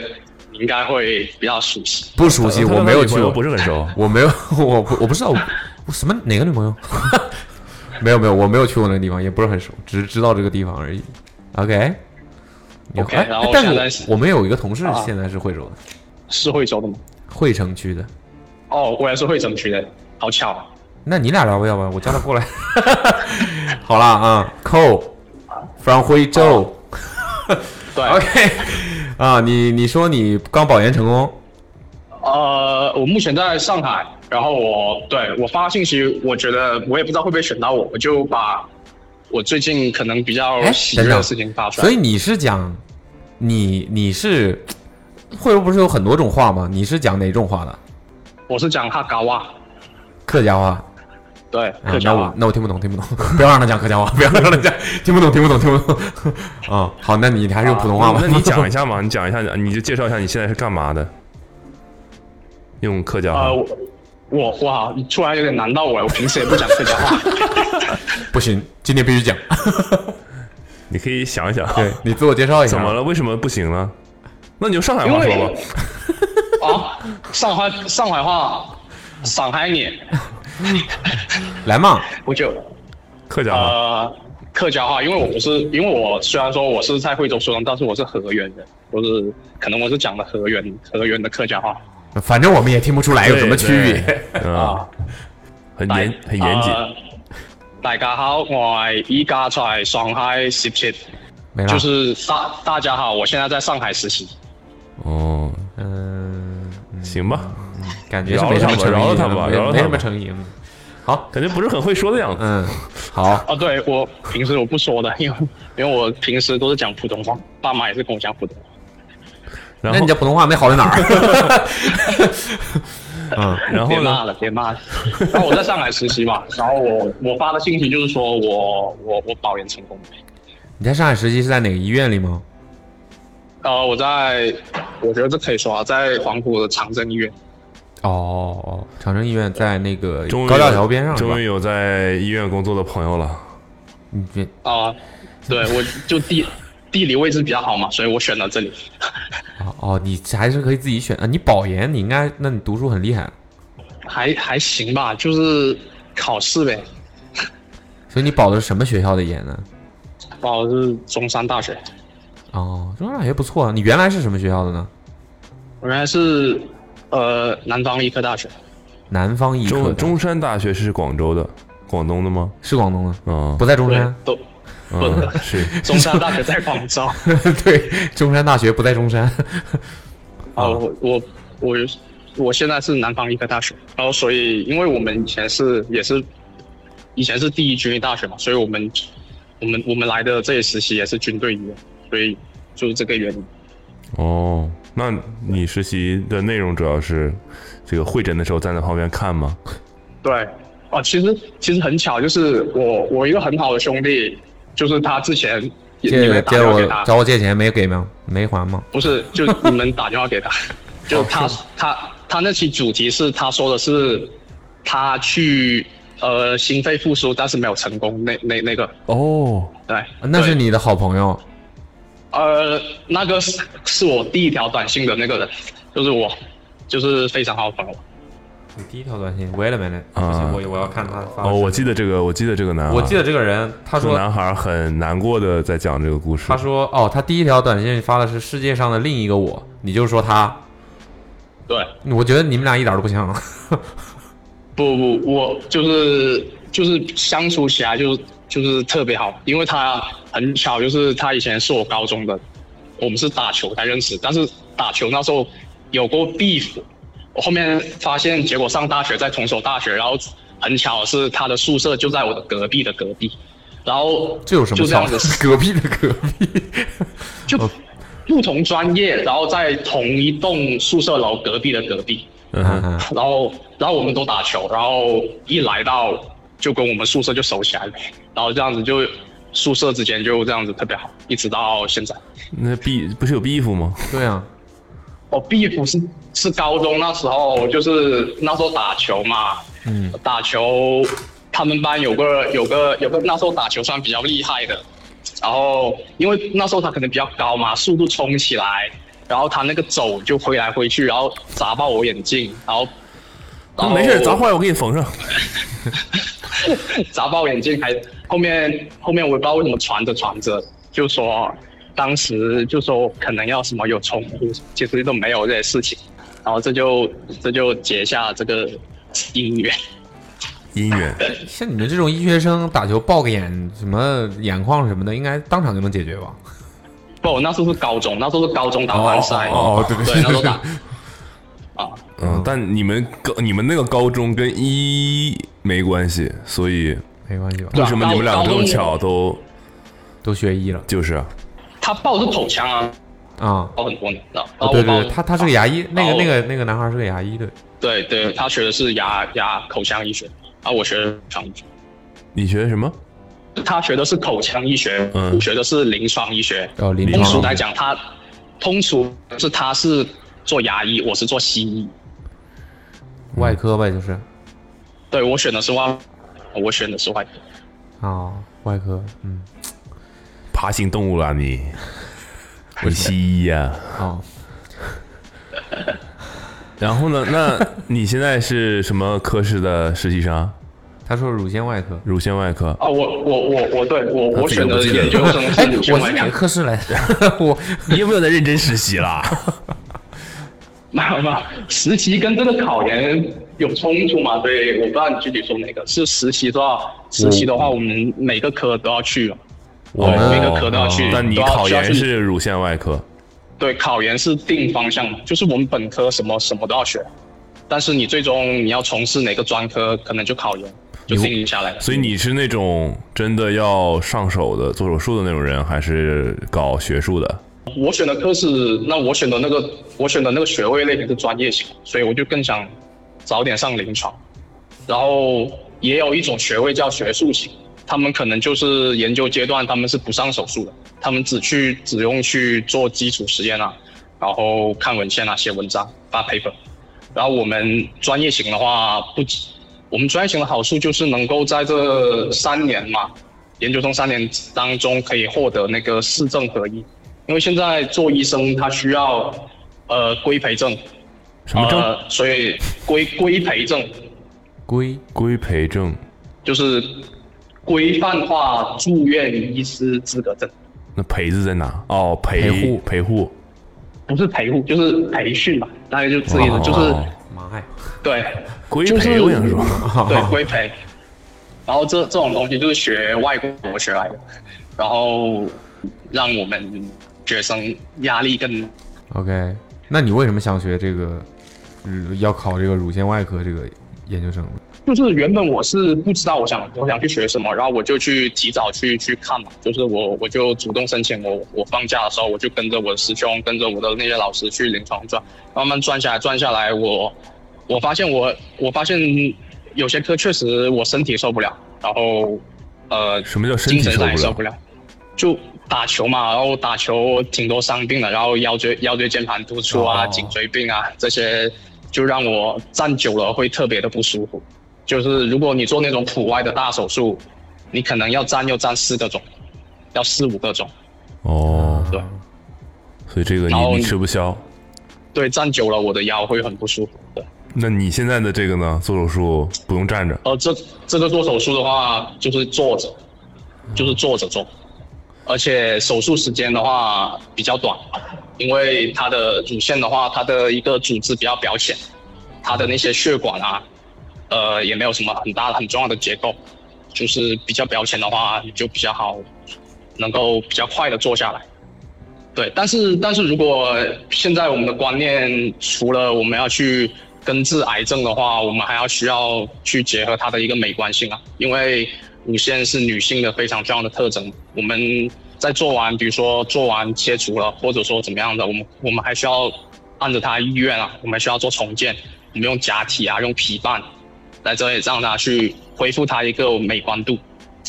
S8: 你应该会比较熟悉。
S3: 不 熟悉，
S4: 他
S3: 我
S4: 跟
S3: 没
S4: 他
S3: 有
S4: 女
S3: 去
S4: 朋友
S3: 过，
S4: 不是很熟。
S3: 我没有，我不我不知道我我什么哪个女朋友， 没有没有，我没有去过那个地方，也不是很熟，只是知道这个地方而已。OK。有
S8: OK，
S3: 哎
S8: 然后我
S3: 但
S8: 现在
S3: 是
S8: 是
S3: 我我们有一个同事
S8: 啊
S3: 现在是惠州的，
S8: 是惠州的吗？
S3: 惠城区的。
S8: 哦，我也是惠城区的，好巧。
S3: 那你俩聊吧，要不然我叫他过来。好啦啊扣 from 惠州。
S8: 对
S3: OK，啊，你你说你刚保研成功，
S8: 呃，我目前在上海，然后我对我发信息，我觉得我也不知道会不会选到我，我就把我最近可能比较
S3: 哎
S8: 喜
S3: 等
S8: 悦
S3: 等
S8: 的事情发出来。
S3: 所以你是讲你你是惠州不是有很多种话吗？你是讲哪种话的？
S8: 我是讲哈嘎哇，
S3: 客家话。
S8: 对，
S3: 啊
S8: 客家
S3: 那
S8: 话
S3: 我。那我听不懂，听不懂， 不要让他讲客家话，不要让他讲，听不懂，听不懂，听不懂。啊，好，那你还是用普通话吧。
S4: 那你讲一下嘛，你讲一下，你就介绍一下你现在是干嘛的，用客家话。
S8: 呃，我我哇，你突然有点难到我了，我平时也不讲客 家话。
S3: 不行，今天必须讲。
S4: 你可以想一想，
S3: 对你自我介绍一下。
S4: 怎么？了？为什么不行了？那你就上海话说 吧。
S8: 啊，上海上海话，上海你，
S3: 来嘛，
S8: 我就
S4: 客家话，
S8: 呃客家话，因为我是因为我虽然说我是在惠州出生，但是我是河源人，我是可能我是讲的河源河源的客家话
S3: 反正我们也听不出来有什么区别。
S4: 别？嗯，很严很严谨。
S8: 啊呃大家好，我系依家在上海实习，
S4: 哎
S3: 没了。
S8: 就是大大家好，我现在在上海实习。
S4: 哦，
S3: 嗯，嗯
S4: 行吧，
S3: 感觉是没什么诚意，
S4: 饶了他吧饶了他吧
S3: 没
S4: 饶了他吧
S3: 没什么诚意。嗯好，
S4: 感觉不是很会说的样子。
S3: 嗯，好，
S8: 哦，对我平时我不说的，因为因为我平时都是讲普通话，爸妈也是跟我讲普通话。
S4: 然
S3: 那
S4: 后
S3: 你这普通话没好在哪儿？ 嗯，
S4: 然
S8: 别
S4: 后呢
S8: 骂？了，别骂了。然后我在上海实习嘛，然后我我发的信息就是说我我我保研成功。
S3: 你在上海实习是在哪个医院里吗？
S8: 呃，我在，我觉得这可以说啊，在黄埔的长征医院。
S3: 哦哦，长征医院在那个
S4: 终于
S3: 高架桥边上是吧
S4: 终于？有在医院工作的朋友了。
S3: 你别
S8: 啊、对，我就地地理位置比较好嘛，所以我选了这里。
S3: 哦哦，你还是可以自己选啊。你保研，你应该，那你读书很厉害，
S8: 还还行吧，就是考试呗，
S3: 所以你保的是什么学校的研呢？
S8: 报的是中山大学，
S3: 哦，中山大学不错啊。你原来是什么学校的呢？
S8: 我原来是呃南方医科大学。
S3: 南方医科
S4: 中
S3: 的，
S4: 中山大学是广州的，广东的吗？
S3: 是广东的，
S4: 嗯，
S3: 不在中山。
S8: 对，都
S4: 嗯，是
S8: 中山大学在广州。
S3: 对，中山大学不在中山。
S8: 啊，我我我我现在是南方医科大学，然后所以因为我们以前是也是以前是第一军医大学嘛，所以我们我们我们来的这里实习也是军队医院，所以就是这个原因。
S4: 哦。那你实习的内容主要是这个会诊的时候站在旁边看吗？
S8: 对，哦，其实其实很巧，就是我我一个很好的兄弟，就是他之前也你
S3: 借
S8: 们打
S3: 借
S8: 电话
S3: 我
S8: 给他，
S3: 找我借钱没给吗？没还吗？
S8: 不是就你们打电 话给他，就他他他那期主题是他说的是他去。呃，心肺复苏，但是没有成功，那那那个，
S4: 哦，
S8: 对，
S3: 啊那是
S8: 对
S3: 你的好朋友
S8: 呃，那个是是我第一条短信的那个人，就是我，就是非常好的朋友。
S3: 你第一条短信，Wait a minute，
S4: 啊
S3: 不行，我我要看他发的
S4: 哦，
S3: 是
S4: 我记得这个，我记得这个男孩，
S3: 我记得这个人，他
S4: 这个
S3: 说
S4: 男孩很难过的在讲这个故事。
S3: 他说哦，他第一条短信发的是世界上的另一个我，你就说他，
S8: 对，
S3: 我觉得你们俩一点都不像。
S8: 不不，我就是就是相处起来就是就是特别好，因为他很巧，就是他以前是我高中的，我们是打球才认识，但是打球那时候有过 beef，我后面发现结果上大学在同所大学，然后很巧是他的宿舍就在我的隔壁的隔壁，然后
S3: 这有什么
S8: 就这
S3: 巧
S8: 样子？
S3: 隔壁的隔壁，
S8: 就不同专业，然后在同一栋宿舍楼隔壁的隔壁，
S4: 嗯哼，
S3: 嗯
S8: 然后然后我们都打球，然后一来到就跟我们宿舍就熟起来了，然后这样子就宿舍之间就这样子特别好，一直到现在。
S4: 那 B 不是有 B 服吗？
S3: 对啊，
S8: 哦，beef 是是高中那时候，就是那时候打球嘛，
S3: 嗯，
S8: 打球，他们班有个有个有个那时候打球算比较厉害的，然后因为那时候他可能比较高嘛，速度冲起来，然后他那个肘就挥来挥去，然后砸爆我眼镜，然后。然
S3: 哦
S8: 后
S4: 啊没事，砸坏我给你缝上。
S8: 砸爆眼镜还后面后面我也不知道为什么传着传着就说，当时就说可能要什么有冲突，其实都没有这些事情，然后这就这就结下这个姻缘。
S4: 姻 缘，
S3: 像你们这种医学生打球爆个眼什么眼眶什么的，应该当场就能解决吧？
S8: 不，我那时候是高中，那时候是高中打完赛，
S3: 哦哦哦对不起
S8: 对，那时候打啊，
S4: 嗯，但你们高你们那个高中跟一没关系，所以
S3: 没关系吧？
S8: 对
S4: 为
S8: 啊
S4: 什么你们两个这么巧都
S3: 都学医了
S4: 就是啊
S8: 他爆是口腔啊，
S3: 啊、
S8: 爆很多年的，然
S3: 哦
S8: 后
S3: 对
S8: 我
S3: 对
S8: 爆
S3: 对，他他是个牙医，那个
S8: 哦
S3: 那个那个男孩是个牙医，对，
S8: 对对，他学的是牙牙口腔医学，啊，我学的口腔医学。
S4: 你学什么？
S8: 他学的是口腔医学，
S4: 嗯
S8: 我学的是临床医学。
S3: 哦临
S8: 通
S3: 床
S8: 俗来讲，他通俗是他是做牙医，我是做西医。
S3: 外科呗，就是啊、
S8: 对我选的是外，我选的是外科。
S3: 哦外科，嗯，
S4: 爬行动物啦 你？我是西医呀、
S3: 哦，
S4: 然后呢？ 那你现在是什么科室的实习生啊？
S3: 他说乳腺外科，
S4: 乳腺外科。
S8: 啊，我我我我对我
S4: 他
S8: 我
S4: 自己都
S8: 选
S4: 不
S8: 的
S4: 记得了哎
S8: 研究生是乳腺
S3: 哎我
S8: 外
S3: 是哪个
S8: 科，
S3: 科室来的？我
S4: 你有没有在认真实习 啦？
S8: 没有没有，实习跟这个考研有冲突嘛？对，我不知道你具体说哪个。是实习的话，实习的话，我们每个科都要去了。啊
S3: 我
S8: 对每
S3: 们
S8: 个科都要去，
S4: 但哦你
S8: 都要
S4: 考
S8: 需要
S4: 研
S8: 去
S4: 是乳腺外科，
S8: 对，考研是定方向嘛，就是我们本科什么什么都要学，但是你最终你要从事哪个专科，可能就考研就定下来了。
S4: 所以你是那种真的要上手的、做手术的那种人，还是搞学术的？
S8: 我选的科是，那我选的那个我选的那个学位类型是专业型，所以我就更想早点上临床。然后也有一种学位叫学术型，他们可能就是研究阶段他们是不上手术的，他们只去只用去做基础实验啊，然后看文献啊，写文章发 paper。然后我们专业型的话，不止我们专业型的好处就是能够在这三年嘛，研究生三年当中可以获得那个市政合一，因为现在做医生他需要呃规培证，
S4: 什么证？
S8: 呃，所以规规培证
S3: 龟
S4: 规培证。
S8: 就是规范化住院医师资格证，
S4: 那培字在哪？哦，培
S3: 陪护
S4: 陪护。
S8: 不是培护就是培训嘛，大概就这个意思，
S4: 哦
S8: 就是
S3: 妈呀，
S8: 对
S4: 规
S8: 就是
S4: 培，我想说，
S8: 对规培。然后这这种东西就是学外国学来的，然后让我们学生压力更
S3: OK，那你为什么想学这个，嗯要考这个乳腺外科这个研究生？
S8: 就是原本我是不知道我想我想去学什么，然后我就去提早去去看嘛，就是我我就主动申请，我我放假的时候我就跟着我的师兄，跟着我的那些老师去临床转，慢慢转下来转下来，我我发现我我发现有些科确实我身体受不了，然后呃
S4: 什么叫身体
S8: 精神
S4: 受
S8: 上也
S4: 不
S8: 受
S4: 了
S8: 不？了，就打球嘛，然后打球挺多伤病的，然后腰椎腰椎间盘突出啊、
S3: 哦
S8: 颈椎病啊这些，就让我站久了会特别的不舒服。就是如果你做那种普外的大手术，你可能要站又站四个钟，要四五个钟，
S4: 哦，
S8: 对
S4: 所以这个
S8: 然后
S4: 你你
S8: 你
S4: 吃不消。
S8: 对，站久了我的腰会很不舒服。对，
S4: 那你现在的这个呢？做手术不用站着，
S8: 呃，这这个做手术的话就是坐着，就是坐着做，而且手术时间的话比较短，因为它的乳腺的话，它的一个组织比较表浅，它的那些血管啊，呃，也没有什么很大很重要的结构，就是比较表浅的话，你就比较好，能够比较快的做下来。对，但是但是如果现在我们的观念，除了我们要去根治癌症的话，我们还要需要去结合它的一个美观性啊，因为乳腺是女性的非常重要的特征。我们在做完，比如说做完切除了，或者说怎么样的，我们我们还需要按着她意愿啊，我们还需要做重建，我们用假体啊，用皮瓣来这里让它去恢复它一个美观度。
S4: 哎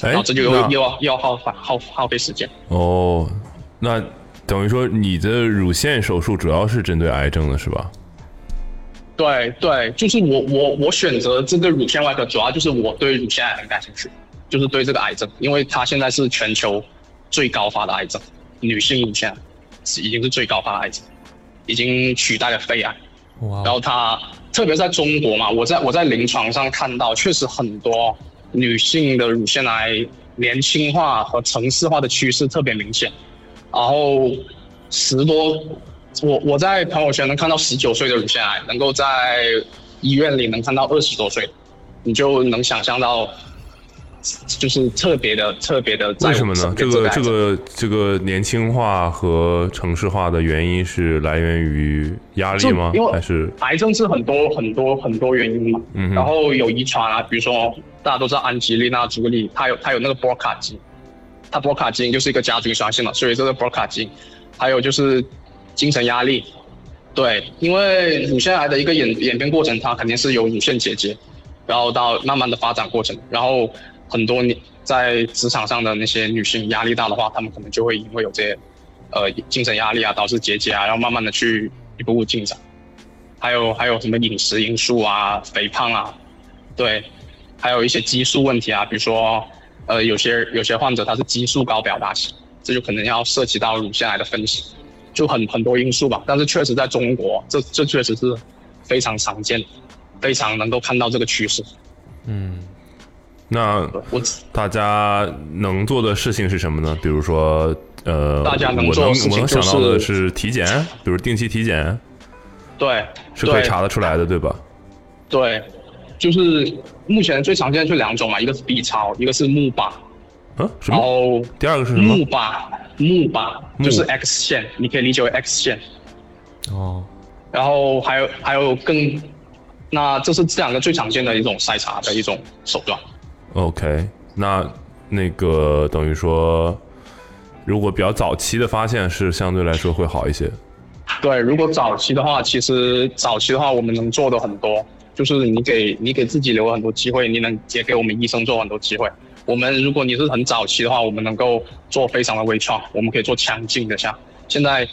S8: 然后这就又
S4: 那
S8: 又要又要耗反耗耗费时间。
S4: 哦，那等于说你的乳腺手术主要是针对癌症的是吧？
S8: 对对，就是我我我选择这个乳腺外科，主要就是我对乳腺癌很感兴趣，就是对这个癌症，因为它现在是全球最高发的癌症，女性乳腺癌是已经是最高发的癌症，已经取代了肺癌。
S4: 啊
S3: 哇哦
S8: 然后它特别在中国嘛，我在我在临床上看到，确实很多女性的乳腺癌年轻化和城市化的趋势特别明显。然后十多，我我在朋友圈能看到十九岁的乳腺癌，能够在医院里能看到二十多岁，你就能想象到，就是特别的特别的在
S4: 为什么呢
S8: 身？
S4: 这
S8: 边
S4: 个
S8: 癌
S4: 这
S8: 症
S4: 个这个年轻化和城市化的原因是来源于压力
S8: 就
S4: 吗
S8: 因？为
S4: 还是
S8: 癌症是很多很多很多原因嘛，
S4: 嗯哼
S8: 然后有遗传啊，比如说大家都知道安吉丽娜朱莉，她有她有那个波卡基因，她波卡基因就是一个家族遗传性的，所以这个波卡基因，还有就是精神压力，对，因为乳腺癌的一个演演变过程，它肯定是有乳腺结节，然后到慢慢的发展过程，然后很多你在职场上的那些女性压力大的话，她们可能就会因为有这些呃精神压力啊，导致结节啊，然后慢慢的去一步步进展。还有还有什么饮食因素啊、肥胖啊，对，还有一些激素问题啊，比如说，呃，有些有些患者他是激素高表达型，这就可能要涉及到乳腺癌的分析，就很很多因素吧。但是确实在中国，这这确实是非常常见，非常能够看到这个趋势。
S3: 嗯，
S4: 那
S8: 我
S4: 大家能做的事情是什么呢？比如说，呃，
S8: 大家能
S4: 我
S8: 做
S4: 能
S8: 的事情
S4: 我能
S8: 就
S4: 想到的
S8: 是
S4: 是体检，比如定期体检
S8: 对，
S4: 是可以
S8: 对
S4: 查得出来的，对吧？
S8: 对，就是目前最常见的就两种嘛，一个是 B 超，一个是钼靶，
S4: 嗯，什
S8: 然
S4: 么？
S8: 后
S4: 第二个是什么
S8: 钼？靶，钼靶
S4: 钼
S8: 就是 X 线，你可以理解为 X 线。
S3: 哦，
S8: 然后还有还有更，那这是这两个最常见的一种筛查的一种手段。
S4: OK，那那个等于说，如果比较早期的发现是相对来说会好一些。
S8: 对，如果早期的话，其实早期的话，我们能做的很多，就是你给你给自己留了很多机会，你能也给我们医生做很多机会。我们如果你是很早期的话，我们能够做非常的微创，我们可以做腔镜的像现在，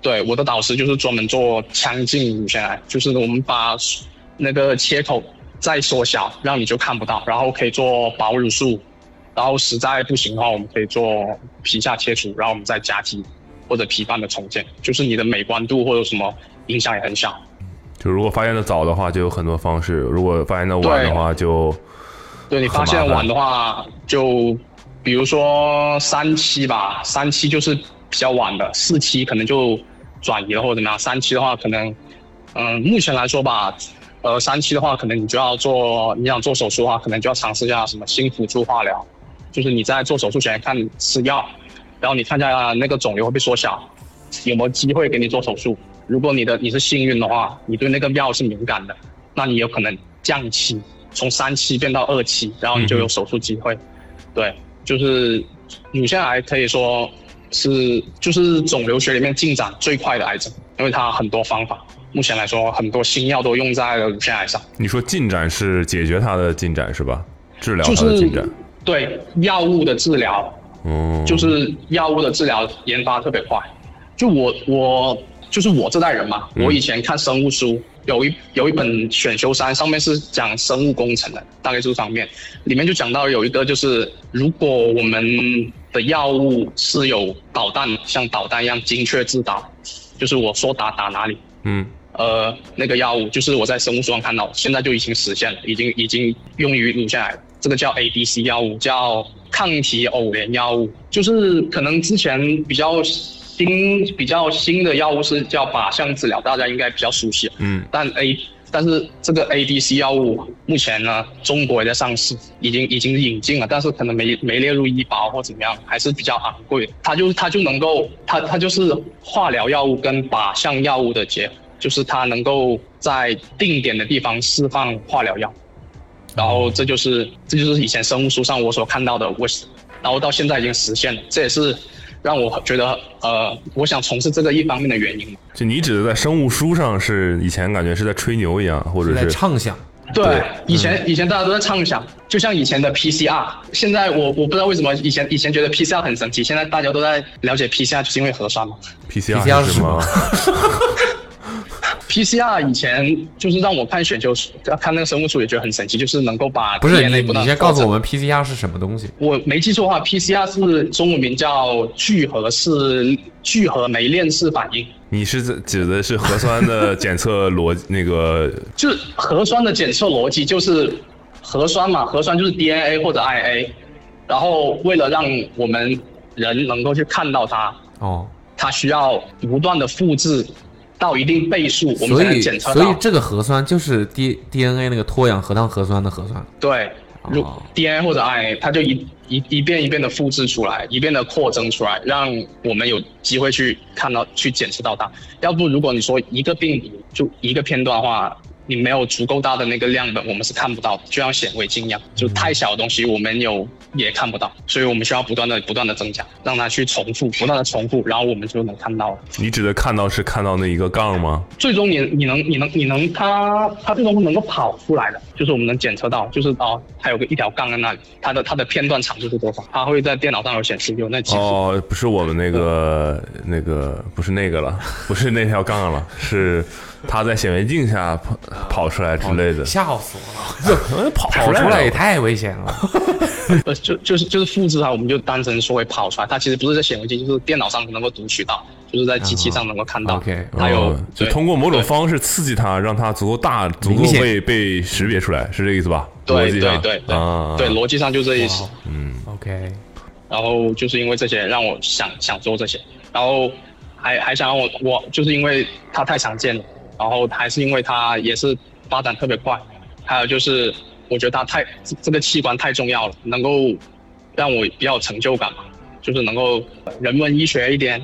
S8: 对我的导师就是专门做腔镜乳腺癌，就是我们把那个切口再缩小，让你就看不到，然后可以做保乳术，然后实在不行的话，我们可以做皮下切除，然后我们再加体或者皮瓣的重建，就是你的美观度或者什么影响也很小。
S4: 就如果发现的早的话，就有很多方式；如果发现的晚的话，就
S8: 对你发现
S4: 很麻烦
S8: 晚的话，就比如说三期吧，三期就是比较晚的，四期可能就转移了或者怎么样。三期的话，可能，嗯，目前来说吧，呃，三期的话，可能你就要做，你想做手术的话，可能就要尝试一下什么新辅助化疗，就是你在做手术前看吃药，然后你看一下那个肿瘤会不会缩小，有没有机会给你做手术。如果你的你是幸运的话，你对那个药是敏感的，那你有可能降期，从三期变到二期，然后你就有手术机会。对，就是乳腺癌可以说是就是肿瘤学里面进展最快的癌症，因为它很多方法。目前来说，很多新药都用在了乳腺癌上。
S4: 你说进展是解决它的进展是吧？治疗
S8: 就
S4: 它的
S8: 是
S4: 进展，
S8: 对药物的治疗，
S4: 嗯，
S8: 就是药物的治疗研发特别快。就我我就是我这代人嘛，
S4: 嗯
S8: 我以前看生物书，有一有一本选修三，上面是讲生物工程的，大概这方面，里面就讲到有一个就是，如果我们的药物是有导弹，像导弹一样精确制导，就是我说打打哪里，
S4: 嗯
S8: 呃，那个药物就是我在生物书上看到，现在就已经实现了，已经已经用于乳腺癌了。这个叫 ADC 药物，叫抗体偶联药物，就是可能之前比较新、比较新的药物是叫靶向治疗，大家应该比较熟悉。
S4: 嗯，
S8: 但 A 但是这个 ADC 药物目前呢，中国也在上市，已经已经引进了，但是可能没没列入医保或怎么样，还是比较昂贵的。它就它就能够它它就是化疗药物跟靶向药物的结合，就是它能够在定点的地方释放化疗药。然后这就是这就是以前生物书上我所看到的，我然后到现在已经实现了，这也是让我觉得呃，我想从事这个一方面的原因嘛。
S4: 就你指的在生物书上是以前感觉是在吹牛一样，或
S3: 是
S4: 者
S3: 在
S4: 是
S3: 畅想，
S8: 对，以前
S3: 嗯
S8: 以前大家都在畅想，就像以前的 PCR，现在我我不知道为什么以前以前觉得 PCR 很神奇，现在大家都在了解 PCR 就是因为核酸嘛。
S4: PCR
S3: PCR
S4: 是
S3: 是
S4: 什么？
S8: PCR 以前就是让我看选修看那个生物书也觉得很神奇，就是能够把
S3: 不是
S8: DNA
S3: 你，
S8: 不断
S3: 你
S8: 地
S3: 先告诉
S8: 扩
S3: 我
S8: 展
S3: 们 PCR 是什么东西？
S8: 我没记错的话，PCR 是中文名叫聚合式聚合酶链式反应，
S4: 你是指指的是核酸的检测逻那个
S8: 就是核酸的检测逻辑就是核酸嘛，核酸就是 DNA 或者 RNA，然后为了让我们人能够去看到它，
S3: 哦，
S8: 它需要不断的复制到一定倍数，我们
S3: 所
S8: 才能
S3: 以
S8: 检测
S3: 所以
S8: 到。
S3: 这个核酸就是 D DNA 那个脱氧核糖核酸的核酸。
S8: 对，如
S3: 哦
S8: DNA 或者 RNA，它就一一一遍一遍的复制出来，一遍的扩增出来，让我们有机会去看到、去检测到它。要不，如果你说一个病毒就一个片段的话，你没有足够大的那个样本，我们是看不到的，就像显微镜一样，就太小的东西我们有也看不到，所以我们需要不断的、不断的增加，让它去重复、不断的重复，然后我们就能看到了。
S4: 你指的看到是看到那一个杠吗？
S8: 最终你你能你能你能它它最终能够跑出来的，就是我们能检测到，就是哦，它有个一条杠在那里，它的它的片段长度是多少，它会在电脑上有显示有那几组。
S4: 哦，不是我们那个那个，不是那个 了，不是那条杠了，是它在显微镜下跑跑出来之类
S8: 哦
S4: 的。
S3: 哦吓死我了！
S4: 嗯跑
S3: 跑出来也
S4: 了
S3: 太危险了。
S8: 呃，就就是就是复制它，我们就单纯说会跑出来，它其实不是在显微镜，就是电脑上能够读取到，就是在机器上能够看到。
S3: 啊，OK，
S8: 还有
S4: 嗯就
S8: 对
S4: 通过某种方式刺激它，让它足够大，足够
S3: 明显
S4: 被被识别出来，是这个意思吧？逻
S8: 对
S4: 辑
S8: 对
S4: 上
S8: 对对对
S4: 啊，
S8: 对，逻辑上就这意思
S3: 哇。
S4: 嗯，
S3: OK，
S8: 然后就是因为这些让我想想做这些，然后还还想让我我就是因为它太常见了，然后还是因为它也是发展特别快，还有就是我觉得它太这这个器官太重要了，能够让我比较有成就感嘛，就是能够人文医学一点，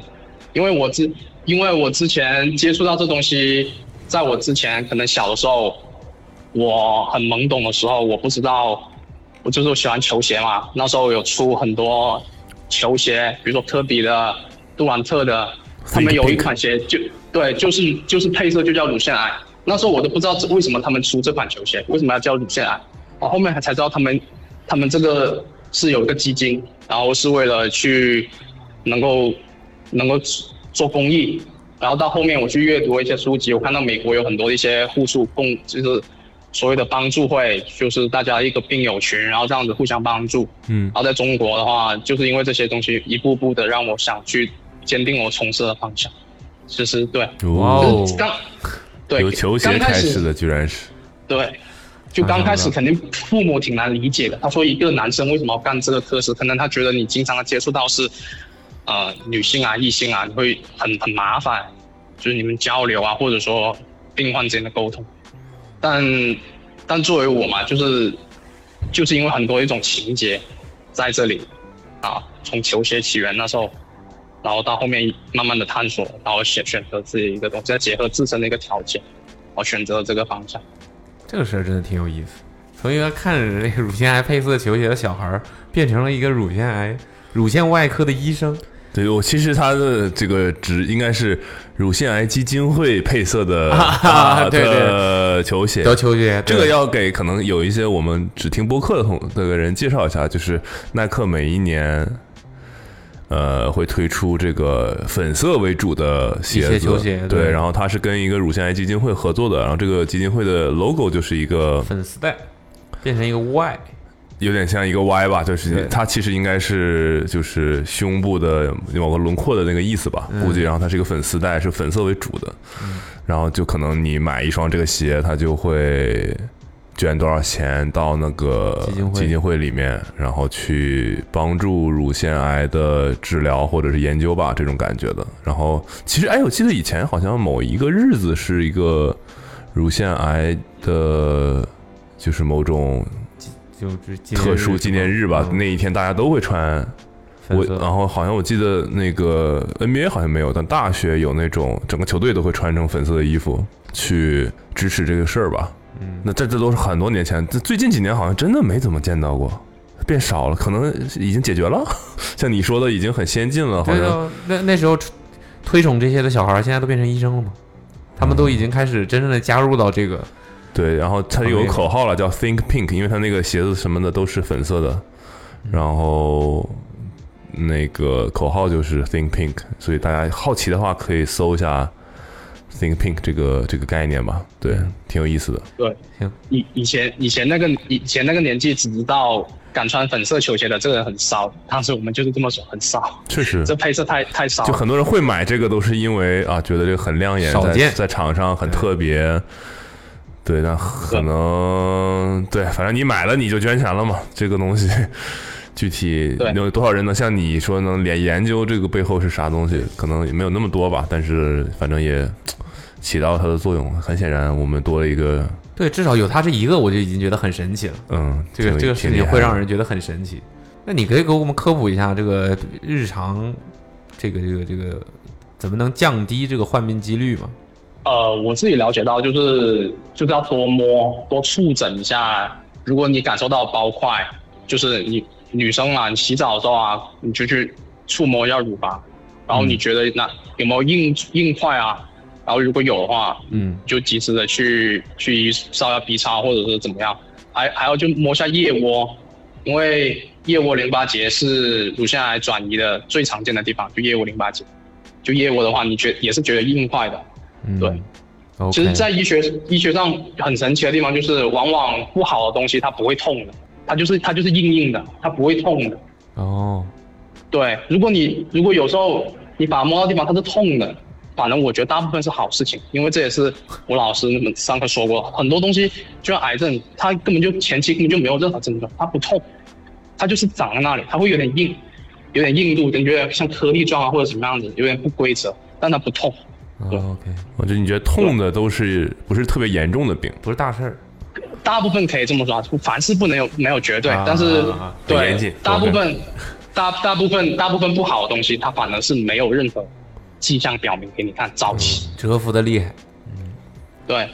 S8: 因为我之因为我之前接触到这东西，在我之前可能小的时候，我很懵懂的时候，我不知道，我就是我喜欢球鞋嘛，那时候有出很多球鞋，比如说科比的、杜兰特的，他们有一款鞋就对，就是就是配色就叫乳腺癌，那时候我都不知道这为什么他们出这款球鞋，为什么要叫乳腺癌，我后面才知道他们他们这个是有一个基金，然后是为了去能够能够做公益。然后到后面我去阅读一些书籍，我看到美国有很多一些互助共，就是所谓的帮助会，就是大家一个病友群，然后这样子互相帮助。
S3: 嗯
S8: 然后在中国的话，就是因为这些东西一步步的让我想去坚定我从事的方向。其实对，
S3: 哇
S4: 哦，
S3: 哦
S8: 就是刚对
S4: 由球鞋
S8: 刚
S4: 开
S8: 开
S4: 始的，居然是
S8: 对，就刚开始肯定父母挺难理解的。他说一个男生为什么要干这个科室，可能他觉得你经常接触到是，呃，女性啊、异性啊，你会很很麻烦，就是你们交流啊，或者说病患之间的沟通。但但作为我嘛，就是就是因为很多一种情节在这里啊，从球鞋起源那时候。然后到后面慢慢的探索，然后选选择自己一个东西，再结合自身的一个条件，我选择了这个方向。
S3: 这个事儿真的挺有意思。从一个看着那个乳腺癌配色球鞋的小孩儿，变成了一个乳腺癌乳腺外科的医生。
S4: 对我其实它的这个值应该是乳腺癌基金会配色 的啊
S3: 对对
S4: 的球鞋，
S3: 得球鞋，
S4: 这个
S3: 对
S4: 要给可能有一些我们只听播客的同那个人介绍一下，就是耐克每一年，呃，会推出这个粉色为主的鞋子，
S3: 一些球鞋
S4: 对，
S3: 对
S4: 然后它是跟一个乳腺癌基金会合作的，然后这个基金会的 logo 就是一个
S3: 粉丝带，变成一个 Y。
S4: 有点像一个 Y 吧，就是
S3: 对
S4: 它其实应该是就是胸部的某个轮廓的那个意思吧，
S3: 嗯
S4: 估计。然后它是一个粉丝带，是粉色为主的，然后就可能你买一双这个鞋，它就会捐多少钱到那个
S3: 基金会
S4: 基金会里面，然后去帮助乳腺癌的治疗或者是研究吧，这种感觉的。然后其实哎，我记得以前好像某一个日子是一个乳腺癌的，就是某种。
S3: 就是纪念日
S4: 特殊纪念日吧，
S3: 嗯
S4: 那一天大家都会穿。我哦
S3: 粉色
S4: 然后好像我记得那个 NBA 好像没有，但大学有那种整个球队都会穿成粉色的衣服去支持这个事儿吧。
S3: 嗯
S4: 那这这都是很多年前，这最近几年好像真的没怎么见到过，变少了，可能已经解决了。 像你说的，已经很先进了，好
S3: 对
S4: 像
S3: 啊，那那时候推
S4: 嗯
S3: 推崇这些的小孩儿，现在都变成医生了吗？他们都已经开始真正的加入到这个
S4: 对，然后它有
S3: 那
S4: 个
S3: 个
S4: 口号了，叫 Think Pink，因为它那个鞋子什么的都是粉色的，然后那个口号就是 Think Pink，所以大家好奇的话可以搜一下 Think Pink 这个这个概念吧，对，挺有意思的。
S8: 对，
S3: 行
S8: 以以前以前那个以前那个年纪，只知道敢穿粉色球鞋的这个人很骚，当时我们就是这么说，很骚，
S4: 确实，
S8: 这配色太太骚
S4: 嗯就
S8: 了。
S4: 很多人会买这个，都是因为啊，觉得这个很亮眼，
S3: 少
S4: 在
S3: 见
S4: 在场上很特别。对，那可能对，反正你买了你就捐钱了嘛，这个东西。 具体
S8: 对
S4: 有多少人能像你说能研研究这个背后是啥东西？可能也没有那么多吧，但是反正也嘖起到它的作用。很显然，我们多了一个，
S3: 对，至少有它这一个，我就已经觉得很神奇了。
S4: 嗯，
S3: 这个
S4: 挺
S3: 这个
S4: 挺
S3: 事情
S4: 厉害
S3: 会让
S4: 的
S3: 人觉得很神奇。那你可以给我们科普一下这个日常，这个这个这个怎么能降低这个患病几率吗？
S8: 呃，我自己了解到，就是就是要多摸，多触诊一下。如果你感受到包块，就是你女生嘛，你洗澡的时候啊，你就去触摸一下乳房，
S4: 嗯
S8: 然后你觉得那有没有硬硬块啊？然后如果有的话，
S3: 嗯，
S8: 就及时的去去烧一下 B 超或者是怎么样，还还要就摸一下腋窝，因为腋窝淋巴结是乳腺癌转移的最常见的地方，就腋窝淋巴结。就腋窝的话，你觉也是觉得硬块的。
S3: 嗯
S8: 对。
S3: OK，
S8: 其实，在医学医学上很神奇的地方就是，往往不好的东西它不会痛的，它就是它就是硬硬的，它不会痛的。
S3: 哦，
S8: 对，如果你如果有时候你把它摸到地方它是痛的，反正我觉得大部分是好事情，因为这也是我老师们上课说过，很多东西就像癌症，它根本就前期根本就没有任何症状，它不痛，它就是长在那里，它会有点硬，有点硬度，感觉像颗粒状啊或者什么样子，有点不规则，但它不痛。对
S3: 哦 OK，
S4: 我觉得你觉得痛的都是不是特别严重的病，
S3: 不是大事儿。
S8: 大部分可以这么说，凡事不能有没有绝对，
S3: 啊
S8: 但是
S3: 啊啊
S4: 很
S8: 对
S4: 严谨
S8: 大
S4: OK
S8: 部分大大部分大部分不好的东西，它反而是没有任何迹象表明给你看，早期、
S3: 折服的厉害。
S8: 对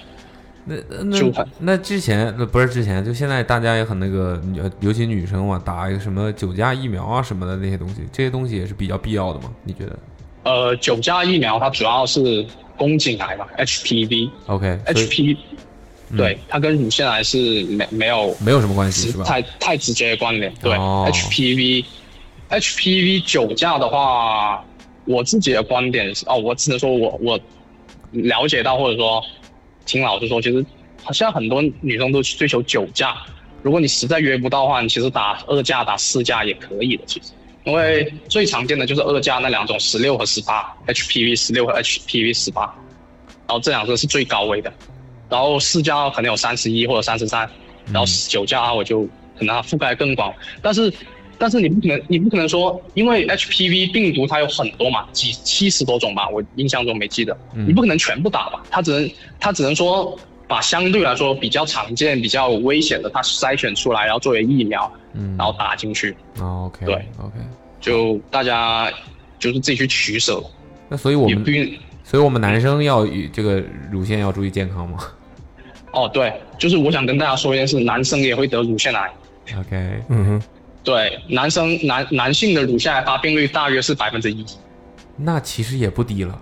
S3: 那
S8: 就
S3: 那
S8: 很
S3: 那之前那不是之前，就现在大家也很那个，呃尤其女生嘛，打一个什么九价疫苗啊什么的那些东西，这些东西也是比较必要的嘛？你觉得
S8: 呃九价疫苗它主要是宫颈癌嘛，HPV
S3: ？OK，所以嗯
S8: HP，、对它跟乳腺癌是没没有
S3: 没有什么关系
S8: 直
S3: 是吧？
S8: 太太直接的关联。对、
S3: 哦
S8: HPV HPV 酒驾的话，我自己的观点是哦，我只能说我我了解到或者说听老师说，呃其实好像很多女生都去追求酒驾。如果你实在约不到的话，你其实打二价、打四价也可以的，其实。因为最常见的就是二价那两种，十六和十八，HPV 十六和 HPV 十八，然后这两个是最高危的，然后四价可能有三十一或者三十三，然
S3: 嗯
S8: 后九价我就可能它覆盖更广，但是但是你不可能你不可能说，因为 HPV 病毒它有很多嘛，几七十多种吧，我印象中没记得，
S3: 嗯
S8: 你不可能全部打吧，它只能它只能说把相对来说比较常见、比较危险的它筛选出来，然后作为疫苗，
S3: 嗯，
S8: 然后打进去，
S3: 哦 OK
S8: 对
S3: OK，
S8: 就大家就是自己去取舍，
S3: 那所以我
S8: 也
S3: 们
S8: 不用
S3: 所以我们男生要与这个乳腺要注意健康嘛。
S8: 哦，对，就是我想跟大家说一件事，男生也会得乳腺癌。
S3: OK，
S4: 嗯哼。
S8: 对，男生男男性的乳腺癌发病率大约是百分之一，
S3: 那其实也不低了。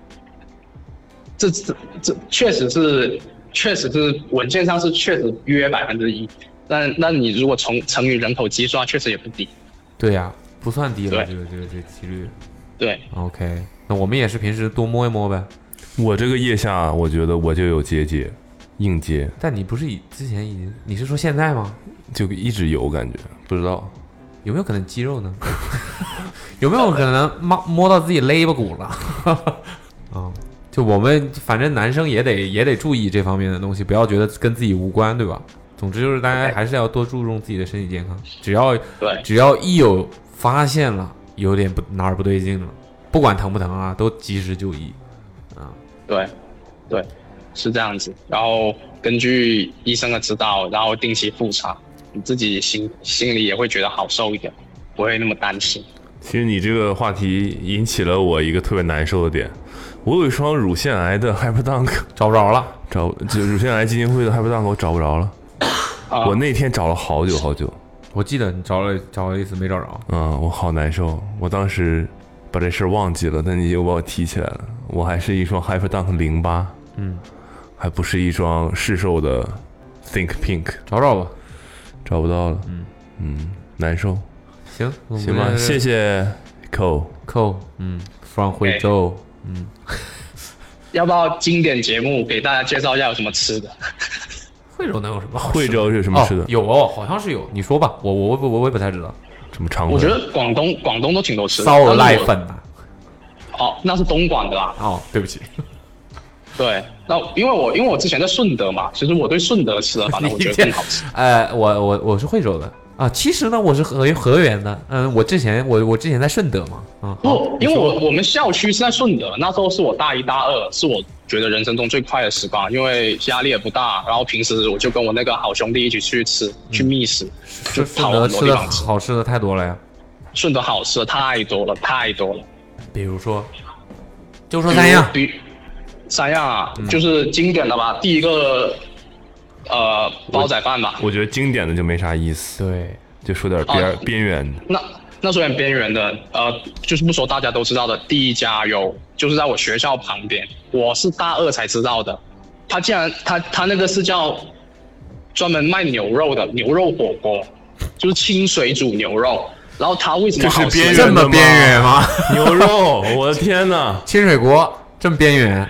S8: 这这这确实是确实是文献上是确实约百分之一，但那你如果从乘以人口基数啊，确实也不低。
S3: 对呀、不算低了，这
S8: 对
S3: 个这个这个几率。
S8: 对，
S3: OK，那我们也是平时多摸一摸呗。
S4: 我这个腋下，我觉得我就有结节，硬结，
S3: 但你不是以之前已经，你是说现在吗？
S4: 就一直有感觉，不知道。
S3: 有没有可能肌肉呢？有没有可能摸摸到自己肋巴骨了？ 啊，就我们反正男生也得也得注意这方面的东西，不要觉得跟自己无关，对吧？总之就是大家还是要多注重自己的身体健康，只要
S8: 对
S3: 只要一有发现了有点不哪儿不对劲了，不管疼不疼啊，都及时就医。
S8: 对，对，是这样子。然后根据医生的指导，然后定期复查，你自己心心里也会觉得好受一点，不会那么担心。
S4: 其实你这个话题引起了我一个特别难受的点，我有一双乳腺癌的 Hyperdunk，
S3: 找不着了，
S4: 找就乳腺癌基金会的 Hyperdunk 我找不着了。
S8: 啊
S4: 我那天找了好久好久，
S3: 我记得你找了找了一次没找着，
S4: 嗯，我好难受。我当时把这事儿忘记了，但你又把我提起来了。我还是一双 Hyperdunk 零八，
S3: 嗯，
S4: 还不是一双市售的 Think Pink
S3: 找找吧。
S4: 找不到了，嗯嗯，难受，
S3: 行，我们
S4: 行吧，谢谢 Cole，
S3: Cole，嗯，from 惠州，
S4: 哎
S3: 嗯，
S8: 要不要经典节目给大家介绍一下有什么吃的？
S3: 嗯惠州能有什么好吃的？
S4: 惠州是有什么吃的
S3: 哦？有哦，好像是有。你说吧，我我我我我也不太知道。
S4: 什么肠粉？
S8: 我觉得广东广东都挺多吃的。
S3: 骚鹅
S8: 但
S3: 濑
S8: 是我
S3: 粉呐、
S8: 哦，那是东莞的啦。
S3: 哦，对不起，
S8: 对，那因为我因为我之前在顺德嘛，其实我对顺德吃的 反正我觉得更好吃。
S3: 呃，我我我是惠州的啊，其实呢，我是河河源的。嗯，我之前我我之前在顺德嘛，嗯，
S4: 哦
S3: 好
S8: 不，因为我我们校区是在顺德，那时候是我大一大二，是我觉得人生中最快的时光，因为压力也不大，然后平时我就跟我那个好兄弟一起去吃去觅食，就
S3: 顺嗯顺
S8: 跑很
S3: 德
S8: 多
S3: 吃
S8: 地
S3: 的
S8: 方吃。
S3: 好吃的太多了呀，
S8: 顺德好吃的太多了，太多了。
S3: 比如说，就说三样，
S8: 比如，比三样啊，
S4: 嗯
S8: 就是经典的吧。第一个，呃，煲仔饭吧。
S4: 我觉得经典的就没啥意思，
S3: 对，
S4: 就说点边、
S8: 哦
S4: 边缘 的。
S8: 那那虽然边缘的，呃，就是不说大家都知道的第一家有，就是在我学校旁边，我是大二才知道的。他竟然，他他那个是叫专门卖牛肉的牛肉火锅，就是清水煮牛肉。然后他为什么
S4: 这是
S8: 好吃
S4: 边
S8: 呢？
S4: 缘
S3: 这
S4: 的
S3: 么
S4: 吗
S3: 边缘吗？
S4: 牛肉，我的天 呐！
S3: 清水锅这么边缘，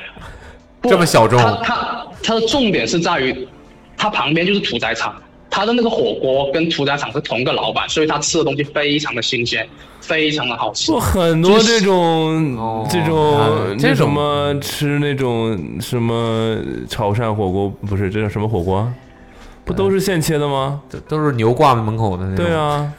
S3: 这么小众，
S8: 它它它的重点是在于，它旁边就是屠宰场，它的那个火锅跟屠宰场是同个老板，所以他吃的东西非常的新鲜，非常的好吃
S4: 做。很多这种、
S3: 哦
S4: 这种、
S3: 啊
S4: 那
S3: 这
S4: 什
S3: 种
S4: 么吃那种什么潮汕火锅，不是这叫什么火锅啊？不都是现切的吗？
S3: 都都是牛挂门口的那种。
S4: 对，啊，